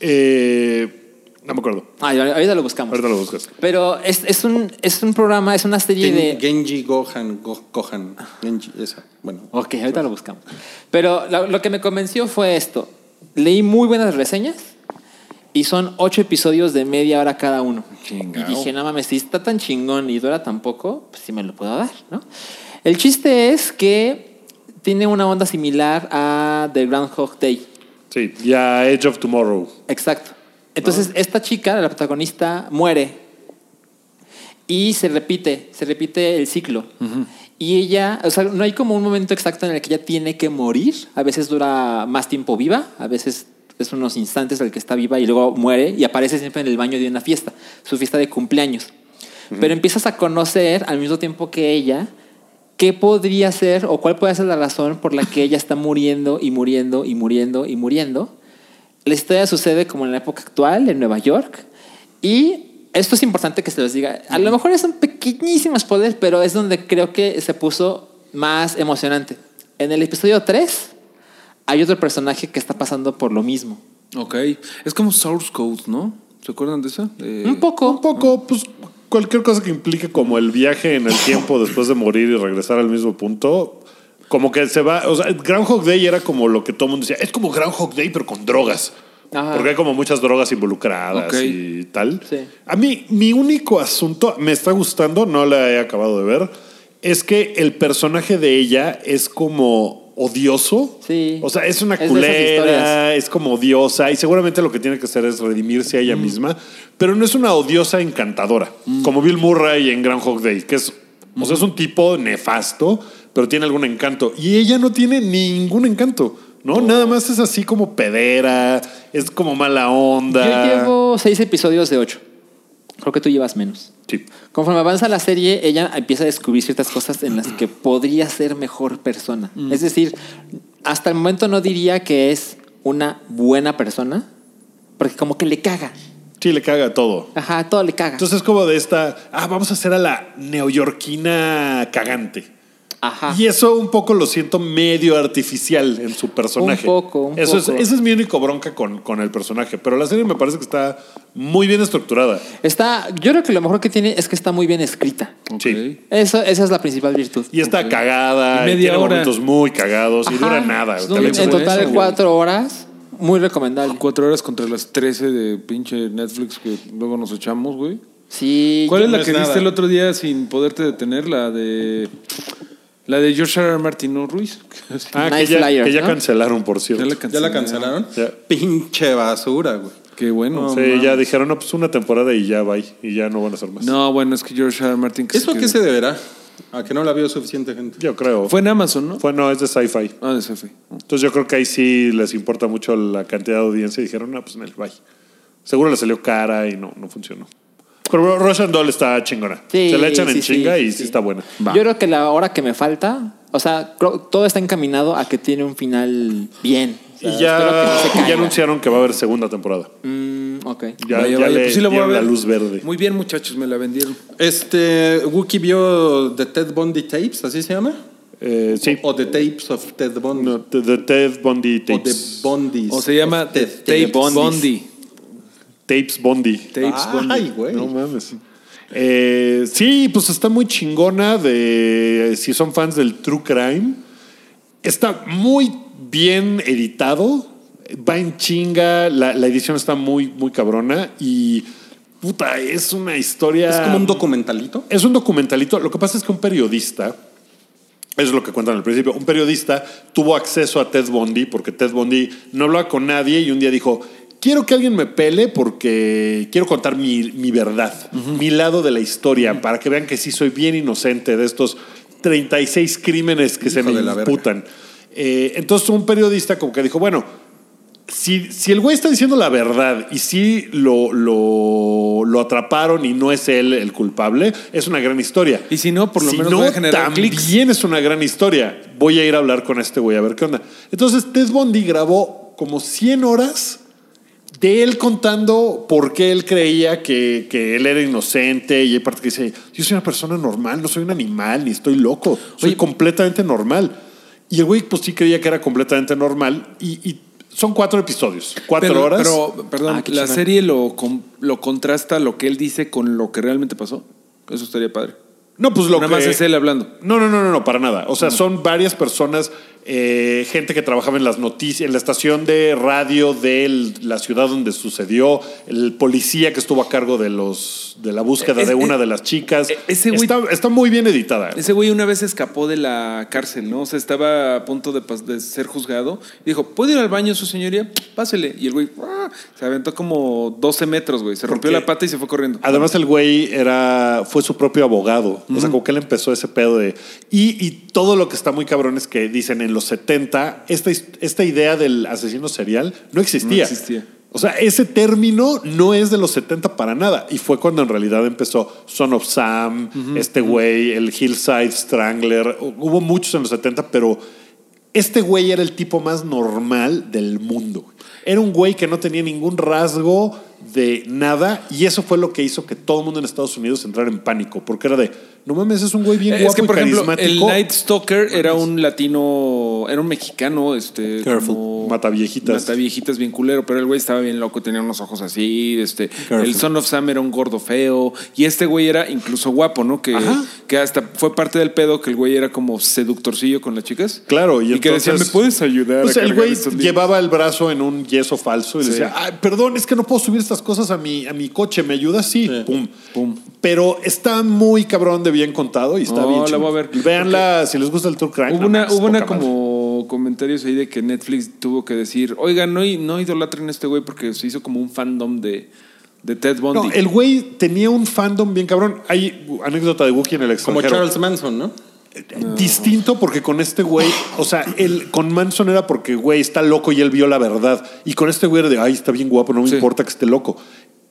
S7: Eh, no me acuerdo.
S3: Ah, ahorita lo buscamos.
S7: Ahorita lo buscas.
S3: Pero es, es, un, es un programa, es una serie de...
S2: Gen- Genji Gohan, Go- Gohan. Genji, esa. Bueno.
S3: Ok, ahorita lo buscamos. Pero lo, lo que me convenció fue esto. Leí muy buenas reseñas y son ocho episodios de media hora cada uno. Y dije, no mames, si está tan chingón y dura tan poco, pues sí me lo puedo dar, ¿no? El chiste es que tiene una onda similar a The Groundhog Day.
S7: Sí, ya Edge of Tomorrow.
S3: Exacto. Entonces, esta chica, la protagonista, muere. Y se repite, se repite el ciclo. Y ella, o sea, no hay como un momento exacto en el que ella tiene que morir. A veces dura más tiempo viva, a veces es unos instantes el que está viva y luego muere y aparece siempre en el baño de una fiesta, su fiesta de cumpleaños. Pero empiezas a conocer al mismo tiempo que ella qué podría ser o cuál puede ser la razón por la que ella está muriendo y muriendo y muriendo y muriendo. La historia sucede como en la época actual, en Nueva York. Y esto es importante que se los diga. A lo mejor es un pequeñísimo spoiler, pero es donde creo que se puso más emocionante. En el episodio 3 hay otro personaje que está pasando por lo mismo.
S6: Ok. Es como Source Code, ¿no? ¿Se acuerdan de esa? Eh,
S3: un poco.
S7: Un poco, pues cualquier cosa que implique como el viaje en el tiempo después de morir y regresar al mismo punto. Como que se va, o sea, Groundhog Day era como lo que todo el mundo decía, es como Groundhog Day pero con drogas.
S3: Ajá.
S7: Porque hay como muchas drogas involucradas
S6: Ok.
S7: y tal.
S3: Sí.
S7: A mí, mi único asunto, me está gustando, no la he acabado de ver, es que el personaje de ella es como odioso.
S3: Sí.
S7: O sea, es una
S3: Es de esas
S7: culera,
S3: historias.
S7: es como odiosa y seguramente lo que tiene que hacer es redimirse a
S3: Mm.
S7: ella misma, pero no es una odiosa encantadora, como Bill Murray en Groundhog Day, que es, o
S3: Mm.
S7: sea, es un tipo nefasto, pero tiene algún encanto. Y ella no tiene ningún encanto, ¿no? Nada más es así como pedera, es como mala
S3: Yo
S7: onda.
S3: llevo seis episodios de ocho. Creo que tú llevas menos.
S7: Sí.
S3: Conforme avanza la serie, ella empieza a descubrir ciertas cosas en las que podría ser mejor persona.
S7: Mm.
S3: Es decir, hasta el momento no diría que es una buena persona, porque como que le caga.
S7: Sí, le caga todo.
S3: Ajá, todo le caga.
S7: Entonces es como de esta, ah, vamos a hacer a la neoyorquina cagante.
S3: Ajá.
S7: Y eso un poco lo siento medio artificial en su personaje.
S3: Un poco, un
S7: eso
S3: poco.
S7: Es, esa es mi único bronca con, con el personaje. Pero la serie me parece que está muy bien estructurada.
S3: Está, yo creo que lo mejor que tiene es que está muy bien escrita.
S6: ok.
S7: Sí.
S3: Eso, esa es la principal virtud.
S7: Y está cagada.
S6: Y
S7: Y
S6: media
S7: tiene
S6: hora.
S7: momentos muy cagados. Y
S3: Ajá.
S7: dura nada. Ah,
S6: Es
S7: Te la
S6: un-
S3: En
S7: echas
S6: Eso,
S3: total,
S6: eso.
S3: cuatro horas. Muy recomendable.
S6: Cuatro horas contra las 13 de pinche Netflix que luego nos echamos, güey.
S3: Sí.
S6: ¿Cuál es la
S2: no es
S6: que
S2: nada.
S6: viste el otro día sin poderte detener? La de. La de George R. R. Martin, ¿no, Ruiz?
S7: Ah, que
S3: Night
S7: ya,
S3: Flyers,
S7: que ya
S3: ¿no?
S7: cancelaron, por cierto.
S2: ¿Ya la cancelaron?
S7: Ya.
S2: Pinche basura, güey.
S6: Qué bueno.
S7: sí, ya dijeron, no, pues una temporada y ya bye. Y ya no van a hacer más.
S6: No, bueno, es que George R. R. Martin. que
S2: ¿Eso a
S6: que-
S2: qué se deberá? A que no la vio suficiente gente.
S7: Yo creo.
S6: Fue en Amazon, ¿no?
S7: Fue, no, es de sci-fi.
S6: Ah, de ese fue.
S7: Entonces yo creo que ahí sí les importa mucho la cantidad de audiencia y dijeron, no, pues en el bye. Seguro le salió cara y no, no funcionó. Pero Russian Doll está chingona.
S3: Sí,
S7: Se la echan
S3: sí,
S7: en
S3: sí,
S7: chinga
S3: sí,
S7: y
S3: sí.
S7: sí está buena.
S3: Yo creo que la hora que me falta, o sea, creo- todo está encaminado a que tiene un final bien. O sea,
S7: Y
S3: espero que no
S7: ya,
S3: se
S7: ya
S3: caiga.
S7: anunciaron que va a haber segunda temporada.
S3: Mm, ok.
S7: Ya,
S6: Vaya,
S7: ya
S6: vaya,
S7: le
S6: pues sí la voy a
S7: dieron
S6: ver.
S7: la luz verde.
S6: Muy bien, muchachos, me la vendieron.
S2: Este, Wookie vio The Ted Bundy Tapes, ¿así se llama?
S7: Eh, sí.
S2: O The Tapes of Ted Bundy.
S7: No, the, the Ted Bundy
S2: o The
S7: tapes.
S2: Bundys.
S6: O se llama
S2: of
S6: The
S2: Ted.
S6: Tape Bondi.
S7: Tapes Bundy.
S6: Tapes
S2: Ah, Ay,
S6: Bondi.
S2: güey.
S7: No mames. Eh, sí, pues está muy chingona de si son fans del True Crime. Está muy bien editado. Va en chinga. La, la edición está muy, muy cabrona. Y puta, es una historia.
S2: es como un documentalito.
S7: Es un documentalito. Lo que pasa es que un periodista, eso es lo que cuentan al principio, un periodista tuvo acceso a Ted Bundy porque Ted Bundy no hablaba con nadie y un día dijo, quiero que alguien me pele porque quiero contar mi, mi verdad, mi lado de la historia, para que vean que sí soy bien inocente de estos 36 crímenes que se
S2: Hijo
S7: me
S2: de la verga.
S7: imputan. Eh, entonces un periodista como que dijo, bueno, si, si el güey está diciendo la verdad y si lo, lo, lo atraparon y no es él el culpable, es una gran historia.
S6: Y si no, por lo
S7: Si
S6: menos
S7: no,
S6: voy a generar
S7: también
S6: clics.
S7: es una gran historia. Voy a ir a hablar con este güey a ver qué onda. Entonces Ted Bundy grabó como 100 horas de él contando por qué él creía que, que él era inocente y hay parte que dice, yo soy una persona normal, no soy un animal, ni estoy loco, soy completamente normal. Y el güey pues sí creía que era completamente normal y, y son cuatro episodios, cuatro
S6: Pero-
S7: horas.
S6: Pero, perdón,
S3: Ah, qué
S6: la
S3: chingón.
S6: serie lo, con- lo contrasta lo que él dice con lo que realmente pasó. Eso estaría padre.
S7: no, pues lo
S6: Nada
S7: que-
S6: más es él hablando.
S7: No, no, no, no, no, para nada. O sea, son varias personas, eh, gente que trabajaba en las noticias, en la estación de radio de el- la ciudad donde sucedió, el policía que estuvo a cargo de los de la búsqueda
S6: Es-
S7: de
S6: es-
S7: una de las chicas.
S6: e- ese güey-
S7: está, está muy bien editada.
S6: Ese güey una vez escapó de la cárcel, ¿no? O sea, estaba a punto de, pas- de ser juzgado. Dijo, ¿puedo ir al baño, su señoría? Pásele. Y el güey ¡ah! se aventó como 12 metros, güey. Se rompió
S7: Porque-
S6: la pata y se fue corriendo.
S7: Además, el güey era, fue su propio abogado. O sea, como que él empezó ese pedo de. Y, y todo lo que está muy cabrón es que dicen en los 70, esta, his- esta idea del asesino serial no existía.
S6: No existía.
S7: O sea, ese término no es de los 70 para nada. Y fue cuando en realidad empezó Son of Sam, este güey, el Hillside Strangler. Hubo muchos en los 70, pero este güey era el tipo más normal del mundo. Era un güey que no tenía ningún rasgo de nada y eso fue lo que hizo que todo el mundo en Estados Unidos entrara en pánico, porque era de, no mames, es un güey bien
S6: Eh,
S7: guapo
S6: es que, por
S7: y
S6: ejemplo, el
S7: carismático.
S6: Night Stalker era un latino, era un mexicano, este.
S2: Careful.
S6: como-
S7: Mataviejitas.
S6: Mataviejitas bien culero, pero el güey estaba bien loco, tenía unos ojos así, este. El Son of Sam era un gordo feo, y este güey era incluso guapo, ¿no? Que, que hasta fue parte del pedo que el güey era como seductorcillo con las chicas.
S7: Claro, y,
S6: y, que decía, ¿me
S7: entonces-
S6: puedes ayudar?
S7: Pues
S6: a
S7: el
S6: cargar
S7: güey
S6: estos libros?"
S7: llevaba el brazo en un yeso falso y
S6: Sí.
S7: le decía, "Ay, perdón, es que no puedo subir estas cosas a mi, a mi coche, ¿me ayudas? Sí, pum. Pero está muy cabrón de bien contado y está
S6: No,
S7: bien.
S6: la
S7: chingón.
S6: voy a ver.
S7: Véanla si les gusta el Tour Crime.
S6: Hubo
S7: no
S6: una,
S7: mames,
S6: hubo una
S7: poca madre.
S6: como comentarios ahí de que Netflix tuvo que decir, oigan, no, i- no idolatren a este güey porque se hizo como un fandom de, de Ted Bundy.
S7: No, el güey tenía un fandom bien cabrón. Hay anécdota de Wookiee en el
S2: Como
S7: extranjero. Mm.
S2: Charles Manson, ¿no?
S7: Distinto porque con este güey, o sea, él, con Manson era porque, güey, está loco y él vio la verdad. Y con este güey era de, ay, está bien guapo, no me
S6: Sí.
S7: importa que esté loco.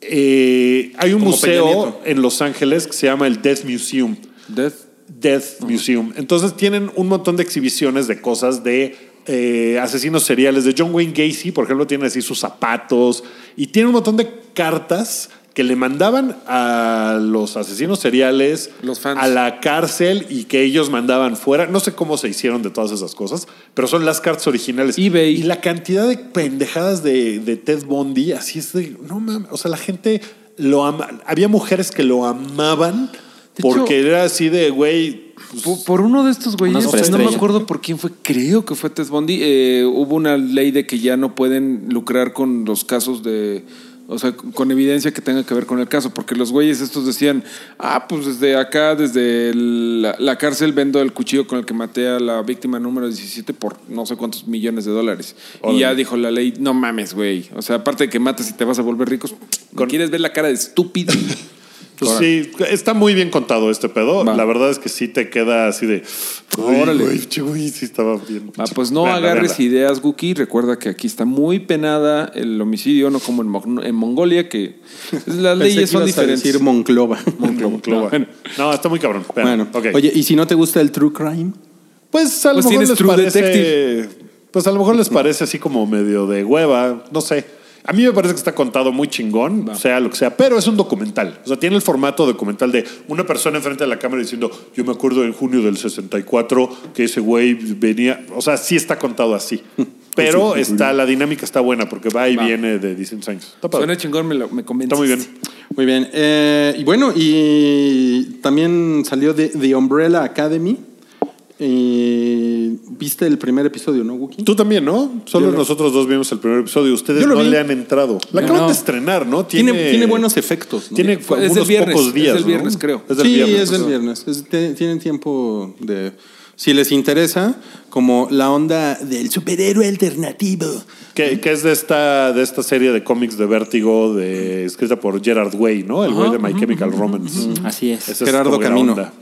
S7: Eh, hay un
S2: Como Peña
S7: museo
S2: Nieto.
S7: en Los Ángeles que se llama el Death Museum.
S6: Death.
S7: Death Museum. Entonces tienen un montón de exhibiciones de cosas de eh, asesinos seriales. De John Wayne Gacy, por ejemplo, tiene así sus zapatos y tiene un montón de cartas que le mandaban a los asesinos seriales,
S6: Los fans.
S7: a la cárcel y que ellos mandaban fuera. No sé cómo se hicieron de todas esas cosas, pero son las cartas originales.
S6: eBay.
S7: Y la cantidad de pendejadas de, de Ted Bundy, así es de, no mames, o sea, la gente lo ama. Había mujeres que lo amaban
S6: De
S7: porque era así de, güey, pues,
S6: Por, por uno de estos güeyes, no me
S3: superestrella.
S6: acuerdo por quién fue, creo que fue Ted Bundy, eh, hubo una ley de que ya no pueden lucrar con los casos de... O sea, con evidencia que tenga que ver con el caso, porque los güeyes estos decían, ah, pues desde acá, desde el- la, la cárcel vendo el cuchillo con el que maté a la víctima número 17 por no sé cuántos millones de dólares. Y ya dijo la ley, no mames, güey. O sea, aparte de que matas y te vas a volver ricos, ¿quieres ver la cara de estúpido?
S7: pues
S6: Ahora.
S7: sí, está muy bien contado este pedo.
S6: Va.
S7: La verdad es que sí te queda así de, "Uy,
S6: Órale.
S7: güey, che, güey, sí estaba bien.
S6: Ah, pues no
S7: Veanla,
S6: agarres
S7: veanla.
S6: ideas, Guki. Recuerda que aquí está muy penada el homicidio, no como en, Mo- en Mongolia, que las
S2: Pensé
S6: leyes
S2: que
S6: son
S2: ibas a
S6: diferentes.
S2: decir Monclova.
S7: Monclova.
S6: No, bueno.
S7: No, está muy cabrón. Vean,
S2: Bueno,
S7: ok.
S2: oye, ¿y si no te gusta el true crime?
S7: Pues a lo
S6: Pues
S7: mejor
S6: tienes
S7: les
S6: True
S7: parece.
S6: Detective.
S7: Pues a lo mejor les parece así como medio de hueva, no sé. A mí me parece que está contado muy chingón, sea lo que sea, pero es un documental. O sea, tiene el formato documental de una persona enfrente de la cámara diciendo, yo me acuerdo en junio del 64 que ese güey venía. O sea, sí está contado así. Pero está, la dinámica está buena porque va y viene de distintos años. Está padre.
S6: Suena chingón, me, lo, me
S7: Está
S6: convences.
S7: muy bien.
S2: Muy bien. Eh, y bueno, y también salió de The Umbrella Academy. Y viste el primer episodio, ¿no, Wookie?
S7: Tú también, ¿no? Solo
S2: Yo lo-
S7: nosotros dos vimos el primer episodio. Ustedes
S2: Yo lo
S7: no
S2: vi.
S7: le han entrado. La
S3: No.
S7: acaban de estrenar, ¿no?
S2: Tiene, tiene buenos efectos. ¿no?
S7: Tiene
S6: Es del
S7: algunos
S6: viernes,
S7: pocos
S6: es
S7: días.
S6: del
S7: ¿no?
S6: viernes, creo.
S7: Es del
S2: sí,
S7: viernes.
S2: es del viernes. Es- te- tienen tiempo de. Si les interesa, como la onda del superhéroe alternativo.
S7: Que, que es de esta, de esta serie de cómics de vértigo de, escrita por Gerard Way, ¿no? El güey de My Chemical Romance.
S3: Así es.
S7: Esa es
S2: Gerardo
S7: como la
S2: Camino.
S7: onda.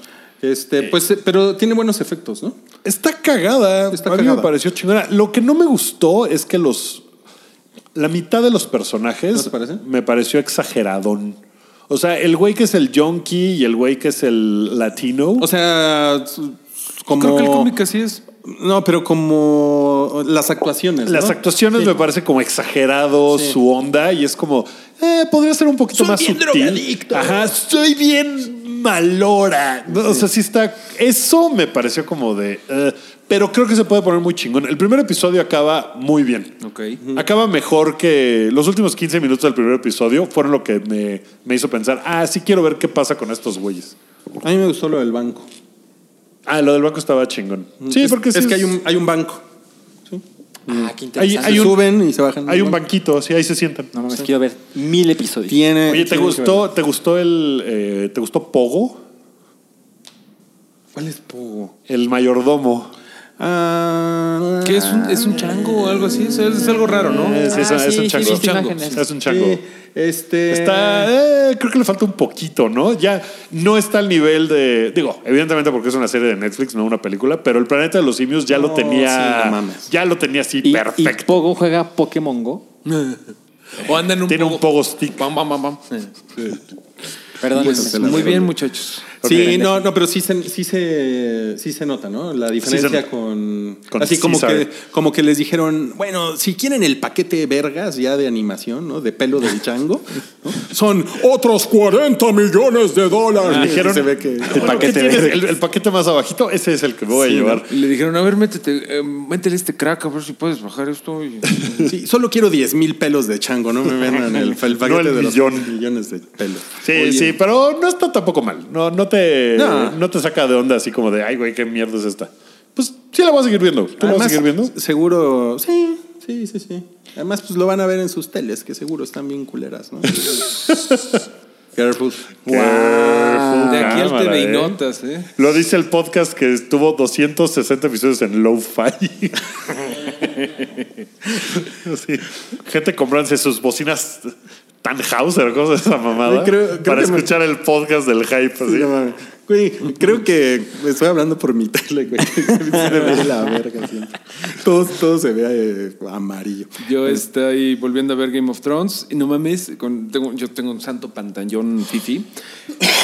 S2: Este, pues, eh, pero tiene buenos efectos, ¿no?
S7: Está cagada.
S2: Está
S7: a mí me
S2: cagada.
S7: pareció chingona. Lo que no me gustó es que los. La mitad de los personajes
S2: ¿No te parece?
S7: me pareció exageradón. O sea, el güey que es el junkie y el güey que es el latino.
S2: O sea, su- como.
S6: Creo que el cómic así es.
S2: No, pero como las actuaciones.
S7: Las
S2: Pues, ¿no?
S7: actuaciones
S2: Sí.
S7: me parece como exagerado su onda y es como, eh, podría ser un poquito
S4: Soy
S7: más
S4: bien
S7: sutil.
S4: drogadicto.
S7: Ajá, soy bien malora. No, O sea, sí está. Eso me pareció como de. eh, pero creo que se puede poner muy chingón. El primer episodio acaba muy bien.
S6: Ok.
S7: Acaba mejor que los últimos 15 minutos del primer episodio fueron lo que me, me hizo pensar, ah, sí quiero ver qué pasa con estos güeyes.
S2: A mí me gustó lo del banco.
S7: Ah, lo del banco estaba chingón. Sí,
S2: Es-
S7: porque
S2: es,
S7: sí
S2: que hay un, hay un banco.
S3: Ah, qué
S7: Hay-
S3: interesante.
S2: Se
S7: hay un-
S2: suben y se bajan.
S7: Hay un banquito, sí, ahí se sientan.
S3: no mames, quiero ver mil episodios.
S2: Tiene.
S7: Oye, ¿te
S2: tiene que
S7: gustó,
S2: ver.
S7: ¿te gustó el. eh, ¿Te gustó Pogo?
S2: ¿Cuál es Pogo?
S7: El mayordomo.
S2: Ah,
S6: ¿Qué es un, es un chango o algo así? Es, es algo raro, ¿no?
S7: Es, es-
S3: Ah,
S7: es
S3: sí,
S7: un
S3: sí,
S7: chango.
S3: sí,
S7: es un
S3: sí,
S7: chango.
S3: imágenes.
S7: Es un chango.
S2: Ah, Sí, este.
S7: Está. eh, creo que le falta un poquito, ¿no? Ya no está al nivel de. Digo, evidentemente porque es una serie de Netflix, no una película, pero el planeta de los simios ya lo
S2: No,
S7: tenía.
S2: sí, no mames.
S7: Ya lo tenía así
S3: Y, y
S7: perfecto.
S3: Pogo juega Pokémon Go.
S6: O andan un
S7: Tiene un
S6: poco.
S7: pogo stick.
S6: Pam, pam, pam, pam.
S3: Perdón.
S6: Pues, muy bien, muchachos.
S2: Sí,
S7: Ok.
S2: no, no, pero sí se, sí se, sí se nota, ¿no? La diferencia
S7: nota.
S2: con,
S7: Con
S2: Así como
S7: Caesar.
S2: que, como que les dijeron, bueno, si quieren el paquete vergas ya de animación, ¿no? De pelo del chango, ¿no? son otros 40 millones de dólares.
S7: Le Ah, dijeron,
S2: Y se ve que.
S7: "Bueno, ¿qué tienes? el, el paquete más abajito, ese es el que me voy a
S2: Sí,
S7: llevar.
S6: Y le dijeron, a ver, métete, eh, métele este crack, a ver si puedes bajar esto. y-
S2: Sí, solo quiero 10 mil pelos de chango, no me vendan el, el paquete
S7: No el
S2: de los
S7: millón.
S2: millones de pelos.
S7: Sí, sí, pero no está tampoco mal. No, no te, no.
S2: No.
S7: te saca de onda así como de, ay, güey, qué mierda es esta. Pues sí la voy a seguir viendo. ¿Tú la vas a
S2: Además,
S7: seguir viendo?
S2: Seguro, sí, sí, sí, sí. Además, pues lo van a ver en sus teles, que seguro están bien culeras, ¿no? Careful.
S7: Careful,
S6: De aquí al
S7: cámara,
S6: TV
S7: ¿eh?
S6: y notas, ¿eh?
S7: Lo dice el podcast que estuvo 260 episodios en Lo-Fi. Sí. Gente comprándose sus bocinas Tannhauser, cosas de esa mamada,
S2: Creo- creo
S7: para
S2: que me-
S7: escuchar el podcast del hype. así.
S2: No mames. Güey, creo que me estoy hablando por mi tele, güey. Se ve de la verga siempre. Todo, todo se ve eh, amarillo.
S6: Yo estoy volviendo a ver Game of Thrones y no mames, con- tengo- yo tengo un santo pantallón fifi.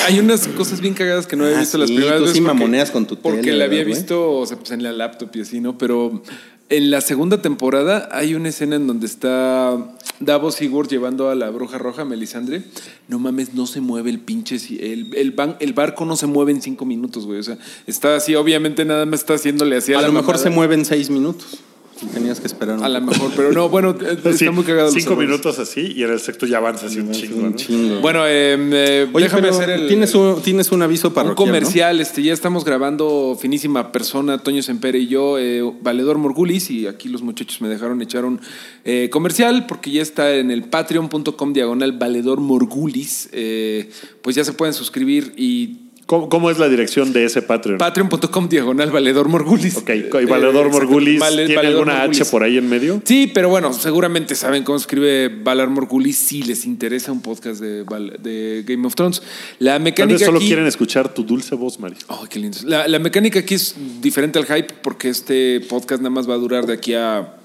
S6: Hay unas cosas bien cagadas que no había
S2: Ah,
S6: visto las
S2: sí,
S6: primeras
S2: tú
S6: veces.
S2: sí
S6: porque-
S2: mamoneas con tu tele,
S6: Porque la había
S2: ¿verdad, güey?
S6: visto o sea, pues en la laptop y así, ¿no? Pero en la segunda temporada hay una escena en donde está Davos Sigurd llevando a la bruja roja, Melisandre. No mames, no se mueve el pinche. si- El, el, ban- el barco no se mueve en cinco minutos, güey. O sea, está así, obviamente nada más está haciéndole así a,
S2: a
S6: la
S2: lo mejor
S6: mamada.
S2: se mueven seis minutos. Y Tenías que esperar un
S6: A lo
S2: poco.
S6: mejor, pero no, bueno, eh,
S7: Así,
S6: está muy cagado. los
S7: Cinco
S6: errores.
S7: minutos así y en el sexto ya avanza así un chingo.
S2: Un
S7: ¿no?
S2: chingo.
S6: Bueno, eh, eh,
S2: Oye,
S6: déjame
S2: pero
S6: hacer el.
S2: tienes, un, tienes un aviso
S6: un
S2: para
S6: comercial, este, ya estamos grabando finísima persona, Toño Sempere y yo, eh, Valedor Morgulis, y aquí los muchachos me dejaron echar un eh, comercial porque ya está en el patreon.com diagonal Valedor Morgulis, eh, pues ya se pueden suscribir y
S7: ¿Cómo, cómo es la dirección de ese Patreon?
S6: patreon.com diagonal Valedor Morgulis.
S7: Ok, ¿y Valedor
S6: Eh,
S7: Morgulis
S6: Vale-
S7: tiene
S6: Valedor
S7: alguna
S6: Morgulis.
S7: H por ahí en medio?
S6: Sí, pero bueno, seguramente saben cómo escribe Valar Morgulis si les interesa un podcast de, Val- de Game of Thrones. La
S7: Tal vez
S6: mecánica
S7: solo
S6: aquí-
S7: quieren escuchar tu dulce voz, Mario.
S6: Ay, qué lindo. La, la mecánica aquí es diferente al hype porque este podcast nada más va a durar de aquí a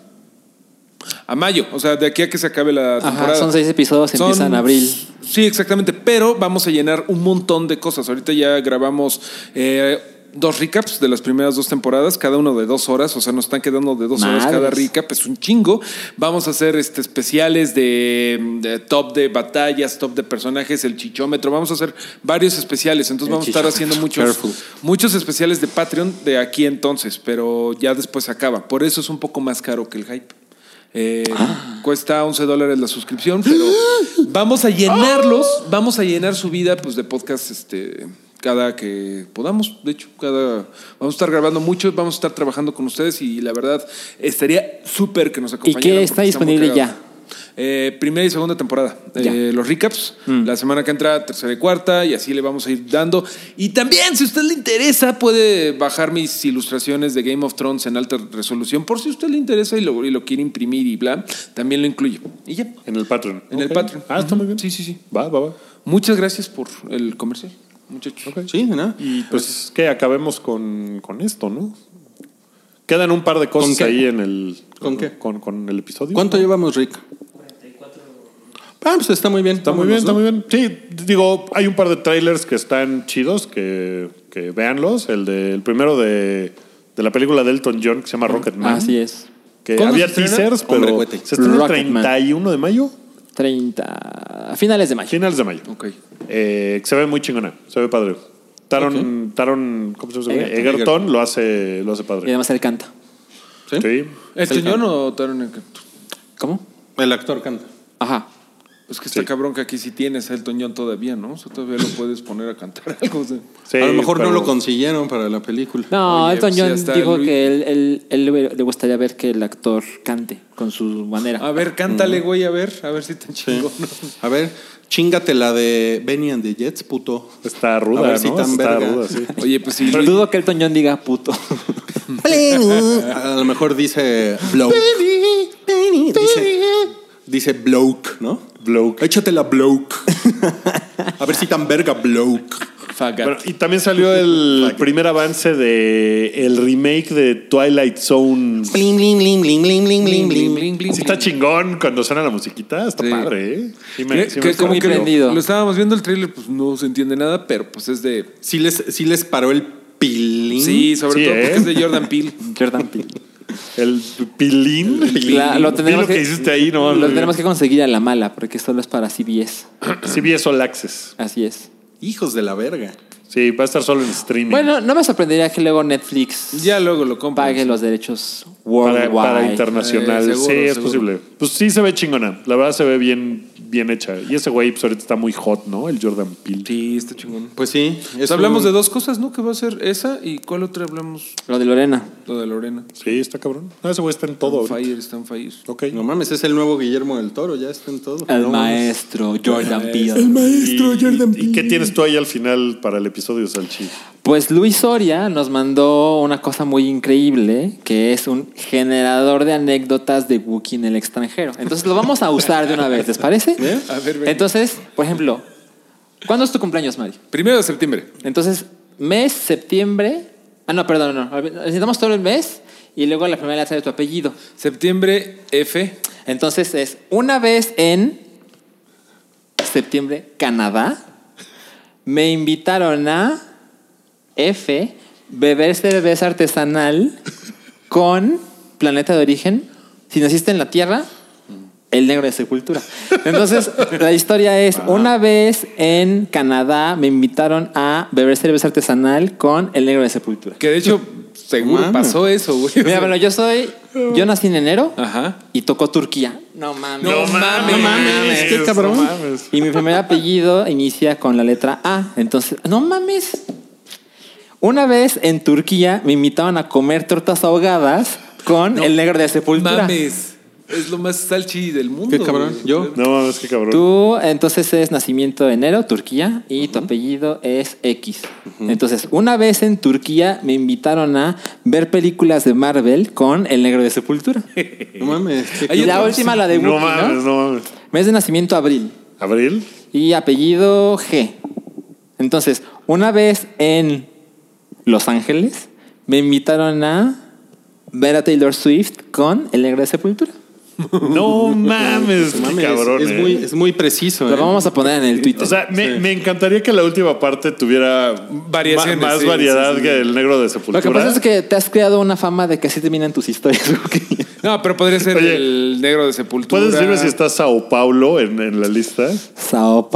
S6: a mayo, o sea, de aquí a que se acabe la
S3: Ajá,
S6: temporada.
S3: son seis episodios, empieza en abril.
S6: Sí, exactamente, pero vamos a llenar un montón de cosas. Ahorita ya grabamos eh, dos recaps de las primeras dos temporadas, cada uno de dos horas, o sea, nos están quedando de dos horas
S3: Madres.
S6: cada recap, es un chingo. Vamos a hacer este, especiales de, de top de batallas, top de personajes, el chichómetro, vamos a hacer varios especiales, entonces vamos a estar haciendo muchos,
S2: Careful.
S6: muchos especiales de Patreon de aquí entonces, pero ya después acaba. Por eso es un poco más caro que el hype. Eh,
S3: Ah.
S6: Cuesta 11 dólares la suscripción, pero vamos a llenarlos, vamos a llenar su vida pues, de podcast este, cada que podamos. De hecho, cada, vamos a estar grabando mucho, vamos a estar trabajando con ustedes y la verdad estaría súper que nos acompañaran.
S3: qué
S6: porque
S3: está
S6: muy
S3: disponible
S6: cagado.
S3: ya?
S6: Eh, primera y segunda temporada.
S3: Ya.
S6: Eh, los recaps, la semana que entra, tercera y cuarta, y así le vamos a ir dando. Y también, si a usted le interesa, puede bajar mis ilustraciones de Game of Thrones en alta resolución, por si a usted le interesa y lo, y lo quiere imprimir y bla, también lo incluyo. Y ya.
S7: En el Patreon.
S6: En el
S7: Ok.
S6: Patreon.
S7: Ah, está muy bien.
S6: Sí, sí, sí.
S7: Va, va, va.
S6: Muchas gracias por el comercial, muchachos.
S2: Sí, ¿no?
S7: Y pues que acabemos con, con esto, ¿no? Quedan un par de cosas
S2: qué?
S7: ahí en el.
S2: ¿Con qué?
S7: Con, con el episodio.
S2: ¿Cuánto llevamos, Rick? 44. Ah, pues está muy bien.
S7: Está muy bien, está muy bien. Sí, digo, hay un par de trailers que están chidos, que, que véanlos. El, de, el primero de, de la película de Elton John que se llama
S6: Ah,
S7: Rocketman.
S3: Así es.
S7: Que
S2: ¿Cuándo
S7: había
S2: se estrena?
S7: teasers, pero
S2: Hombre, cohete.
S7: se estrena el
S3: Rocketman.
S7: 31 de mayo,
S3: 30. A finales de mayo.
S7: finales de mayo.
S6: Ok.
S7: Eh, que se ve muy chingona, se ve padre. Taron, Taron ¿cómo se llama?
S3: Egerton.
S7: Egerton, lo hace, lo hace
S3: Y
S7: padre.
S3: además él canta.
S2: ¿Sí?
S7: Sí.
S6: ¿El señor o Taron Egerton?
S3: ¿Cómo?
S2: El actor canta.
S3: Ajá.
S6: Es que está
S7: Sí.
S6: cabrón que aquí sí tienes el Toñón todavía, ¿no? O sea, todavía lo puedes poner a cantar algo. o sea.
S7: Sí,
S2: a lo mejor
S7: pero-
S2: no lo consiguieron para la película.
S3: No,
S6: Oye,
S3: Elton
S6: pues ya
S3: John
S6: está
S3: dijo
S6: Luis.
S3: que él, él- él le- le gustaría ver que el actor cante con su manera.
S6: A ver, cántale, güey, a ver, a ver si te chingo. ¿no?
S2: A ver, chingate la de Benny and the Jets, puto.
S7: Está ruda,
S2: A ver
S7: ¿no?
S2: si tan
S7: está
S2: verga.
S7: ruda, sí.
S6: Oye, pues sí.
S3: Pero dudo que Elton John diga puto.
S2: a lo mejor dice bloke. Dice, dice bloke, ¿no?
S7: Bloke.
S2: Échate la bloke. A ver si tan verga bloke.
S6: Fagat.
S7: Bueno, y también salió el primer avance de el remake de Twilight Zone.
S2: Blim, blim, blim, blim, blim, blim, blim, blim.
S7: Sí está chingón cuando suena la musiquita, está
S6: Sí.
S7: padre, ¿eh?
S6: Que-
S7: Sí me- sí me
S6: que
S7: gusta.
S6: como
S3: muy
S6: que lo-
S3: prendido.
S6: Lo estábamos viendo el tráiler, pues no se entiende nada, pero pues es de.
S2: Sí les, sí les paró el pilín.
S6: Sí, sobre
S7: Sí,
S6: todo
S7: ¿eh?
S6: porque es de Jordan Peele.
S3: Jordan Peele.
S7: El pilín.
S3: La- lo
S7: Vi
S3: tenemos
S7: lo que, hiciste ahí, ¿no?
S3: Lo tenemos que conseguir a la mala, porque solo es para CBS.
S7: Sí, vi eso All Access.
S3: Así es.
S2: Hijos de la verga.
S7: Sí, va a estar solo en streaming.
S3: Bueno, no me sorprendería que luego Netflix
S6: Ya luego lo compras.
S3: pague los derechos
S7: para,
S3: worldwide.
S7: para internacional.
S6: Eh, seguro,
S7: sí, es
S6: seguro.
S7: posible. Pues sí, se ve chingona. La verdad, se ve bien, bien hecha. Y ese güey, pues ahorita está muy hot, ¿no? El Jordan Peele.
S6: Sí, está chingón.
S2: Pues sí.
S6: Pues
S2: es
S6: hablamos
S2: un-
S6: de dos cosas, ¿no? Que va a ser esa y cuál otra hablamos.
S3: Lo de Lorena.
S6: Lo de Lorena.
S7: Sí, está cabrón. No, ese güey está en todo. ahorita.
S6: Fire, están Fire.
S7: Ok.
S2: No mames, es el nuevo Guillermo del Toro, ya está en todo.
S3: El
S2: No mames.
S3: maestro Jordan Peele.
S7: Maestro Jordan Peele. ¿Y qué tienes tú ahí al final para el episodio, Salchi?
S3: Pues Luis Soria nos mandó una cosa muy increíble, que es un generador de anécdotas de Wookiee en el extranjero. Entonces lo vamos a usar de una vez, ¿les parece?
S6: A ver, ven.
S3: Entonces, por ejemplo, ¿cuándo es tu cumpleaños, Mario?
S6: Primero de septiembre.
S3: Entonces, mes, septiembre. Ah, no, perdón, no. Necesitamos todo el mes y luego la primera letra de tu apellido.
S6: Septiembre F.
S3: Entonces es una vez en septiembre, Canadá, me invitaron a F, beber cerveza artesanal con planeta de origen. Si naciste en la Tierra, el negro de sepultura. Entonces, la historia es, una vez en Canadá me invitaron a beber cerveza artesanal con el negro de sepultura.
S6: Que de hecho, seguro
S2: Mami.
S6: pasó eso, güey.
S3: Mira, bueno, yo soy, yo nací en enero
S6: Ajá.
S3: y tocó Turquía. No mames.
S6: No mames.
S2: qué cabrón.
S7: No mames.
S3: Y mi primer apellido inicia con la letra A. Entonces, no mames. Una vez en Turquía me invitaban a comer tortas ahogadas con el negro de sepultura.
S6: Mames. Es lo más salchi del mundo.
S2: Qué cabrón.
S6: güey.
S2: Yo.
S7: No mames, qué cabrón.
S3: Tú entonces es nacimiento de enero, Turquía, y tu apellido es X. Entonces, una vez en Turquía me invitaron a ver películas de Marvel con el negro de sepultura.
S2: No mames. qué
S6: Ahí
S3: y la
S6: otra-
S3: última, la de Wookiee,
S7: No
S3: ¿no?
S7: mames, no mames.
S3: Mes de nacimiento, abril.
S7: ¿Abril?
S3: Y apellido G. Entonces, una vez en Los Ángeles, me invitaron a ver a Taylor Swift con El Negro de Sepultura.
S7: No mames,
S2: Mames, es-
S7: cabrón.
S2: es,
S7: eh.
S2: muy, es muy preciso.
S3: Lo
S2: ¿eh?
S3: vamos a poner en el Twitter.
S7: O sea, me, me encantaría que la última parte tuviera
S6: Variaciones,
S7: ma- más
S6: sí,
S7: variedad
S6: sí, sí,
S7: que el negro de
S3: lo que
S7: Sepultura.
S3: pasa es que te has creado una fama de que así terminan tus historias. güey.
S6: No, pero podría ser
S7: Oye,
S6: el negro de sepultura.
S7: ¿Puedes decirme si está Sao Paulo en, en la lista?
S3: Sao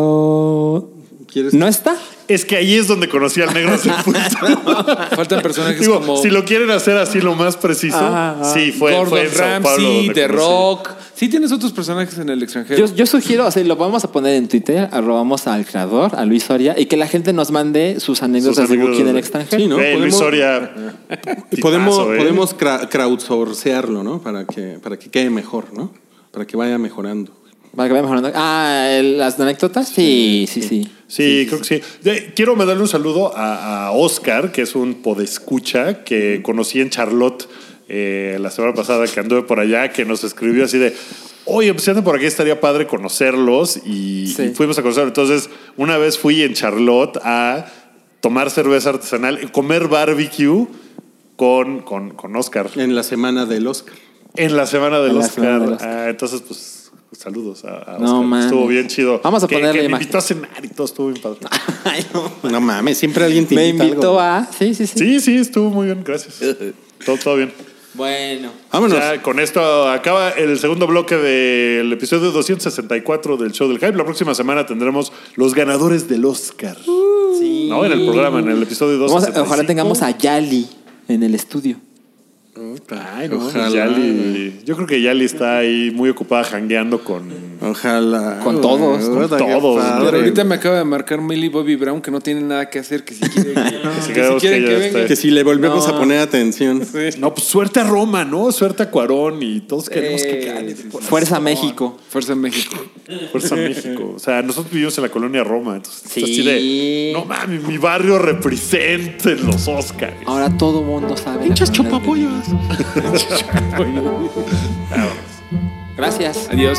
S3: Paulo.
S2: ¿Quieres-
S3: ¿No está?
S7: Es que ahí es donde conocí al negro de Sepultura.
S6: Faltan personajes
S7: Digo,
S6: como
S7: si lo quieren hacer así lo más preciso, sí, fue,
S6: Ah, Gordon
S7: fue en Sao Paulo.
S6: Ramsay,
S7: donde
S6: The
S7: conocí.
S6: Rock. Sí tienes otros personajes en el extranjero.
S3: Yo, yo sugiero, o sea, lo vamos a poner en Twitter, arrobamos al creador, a Luis Soria, y que la gente nos mande sus anécdotas de
S7: amigos
S3: Wookiee en el
S7: de-
S3: extranjero.
S2: Sí, ¿no?
S7: Eh, Luis
S2: Podemos-
S7: Soria.
S2: podemos
S7: tipazo, eh.
S2: podemos cra- crowdsourcearlo, ¿no? Para que, para que quede mejor, ¿no? Para que vaya mejorando.
S3: Para que vaya mejorando. Ah, ¿el- las anécdotas, sí, sí, sí.
S7: Sí, creo que sí. Eh, Quiero mandarle un saludo a, a Oscar, que es un podescucha que conocí en Charlotte eh, la semana pasada que anduve por allá, que nos escribió así de, oye, pues si andan por aquí estaría padre conocerlos y,
S3: Sí.
S7: y fuimos a conocerlos. Entonces, una vez fui en Charlotte a tomar cerveza artesanal, comer barbecue con, con, con Oscar
S2: En la semana del Oscar.
S7: en la semana del
S3: En la
S7: Oscar.
S3: semana del Oscar.
S7: Ah, entonces, pues... Saludos a, a Oscar.
S3: No mames.
S7: estuvo bien chido.
S3: Vamos a
S7: Que-
S3: ponerle
S7: que me
S3: imagen.
S7: invitó a cenar y todo estuvo bien padre.
S2: No mames, siempre alguien te
S3: Me
S2: invita
S3: invitó
S2: algo.
S3: a. Sí, sí, sí.
S7: Sí, sí, estuvo muy bien, gracias. Todo, todo bien.
S3: Bueno.
S2: Vámonos.
S7: Ya con esto acaba el segundo bloque del episodio 264 del show del hype. La próxima semana tendremos los ganadores del Oscar. No, en el programa, en el episodio
S3: Vamos a-
S7: 264.
S3: ojalá tengamos a Yali en el estudio.
S2: Ay, no,
S7: Ojalá.
S2: ojalá.
S7: Yali. Yo creo que Yali está ahí muy ocupada jangueando con.
S2: Ojalá.
S3: Con todos, con
S2: Puta, qué
S7: todos.
S2: padre,
S6: Pero ahorita
S2: güey.
S6: me acaba de marcar Millie Bobby Brown que no tiene nada que hacer, que si quiere que, si
S7: digamos
S6: quieren
S7: que
S6: que
S7: ya
S6: venga.
S7: está.
S2: Que si le volvemos
S3: No.
S2: a poner atención.
S7: No, pues suerte a Roma, ¿no? Suerte a Cuarón y todos queremos que
S3: Eh.
S7: gane. por
S3: Fuerza México.
S6: Fuerza México.
S7: Fuerza México. O sea, nosotros vivimos en la colonia Roma. Entonces, pues,
S3: Sí.
S7: así de, no mames, mi barrio representa en los Oscars.
S3: Ahora todo mundo sabe. Pinches chupapollos. Gracias.
S6: Adiós.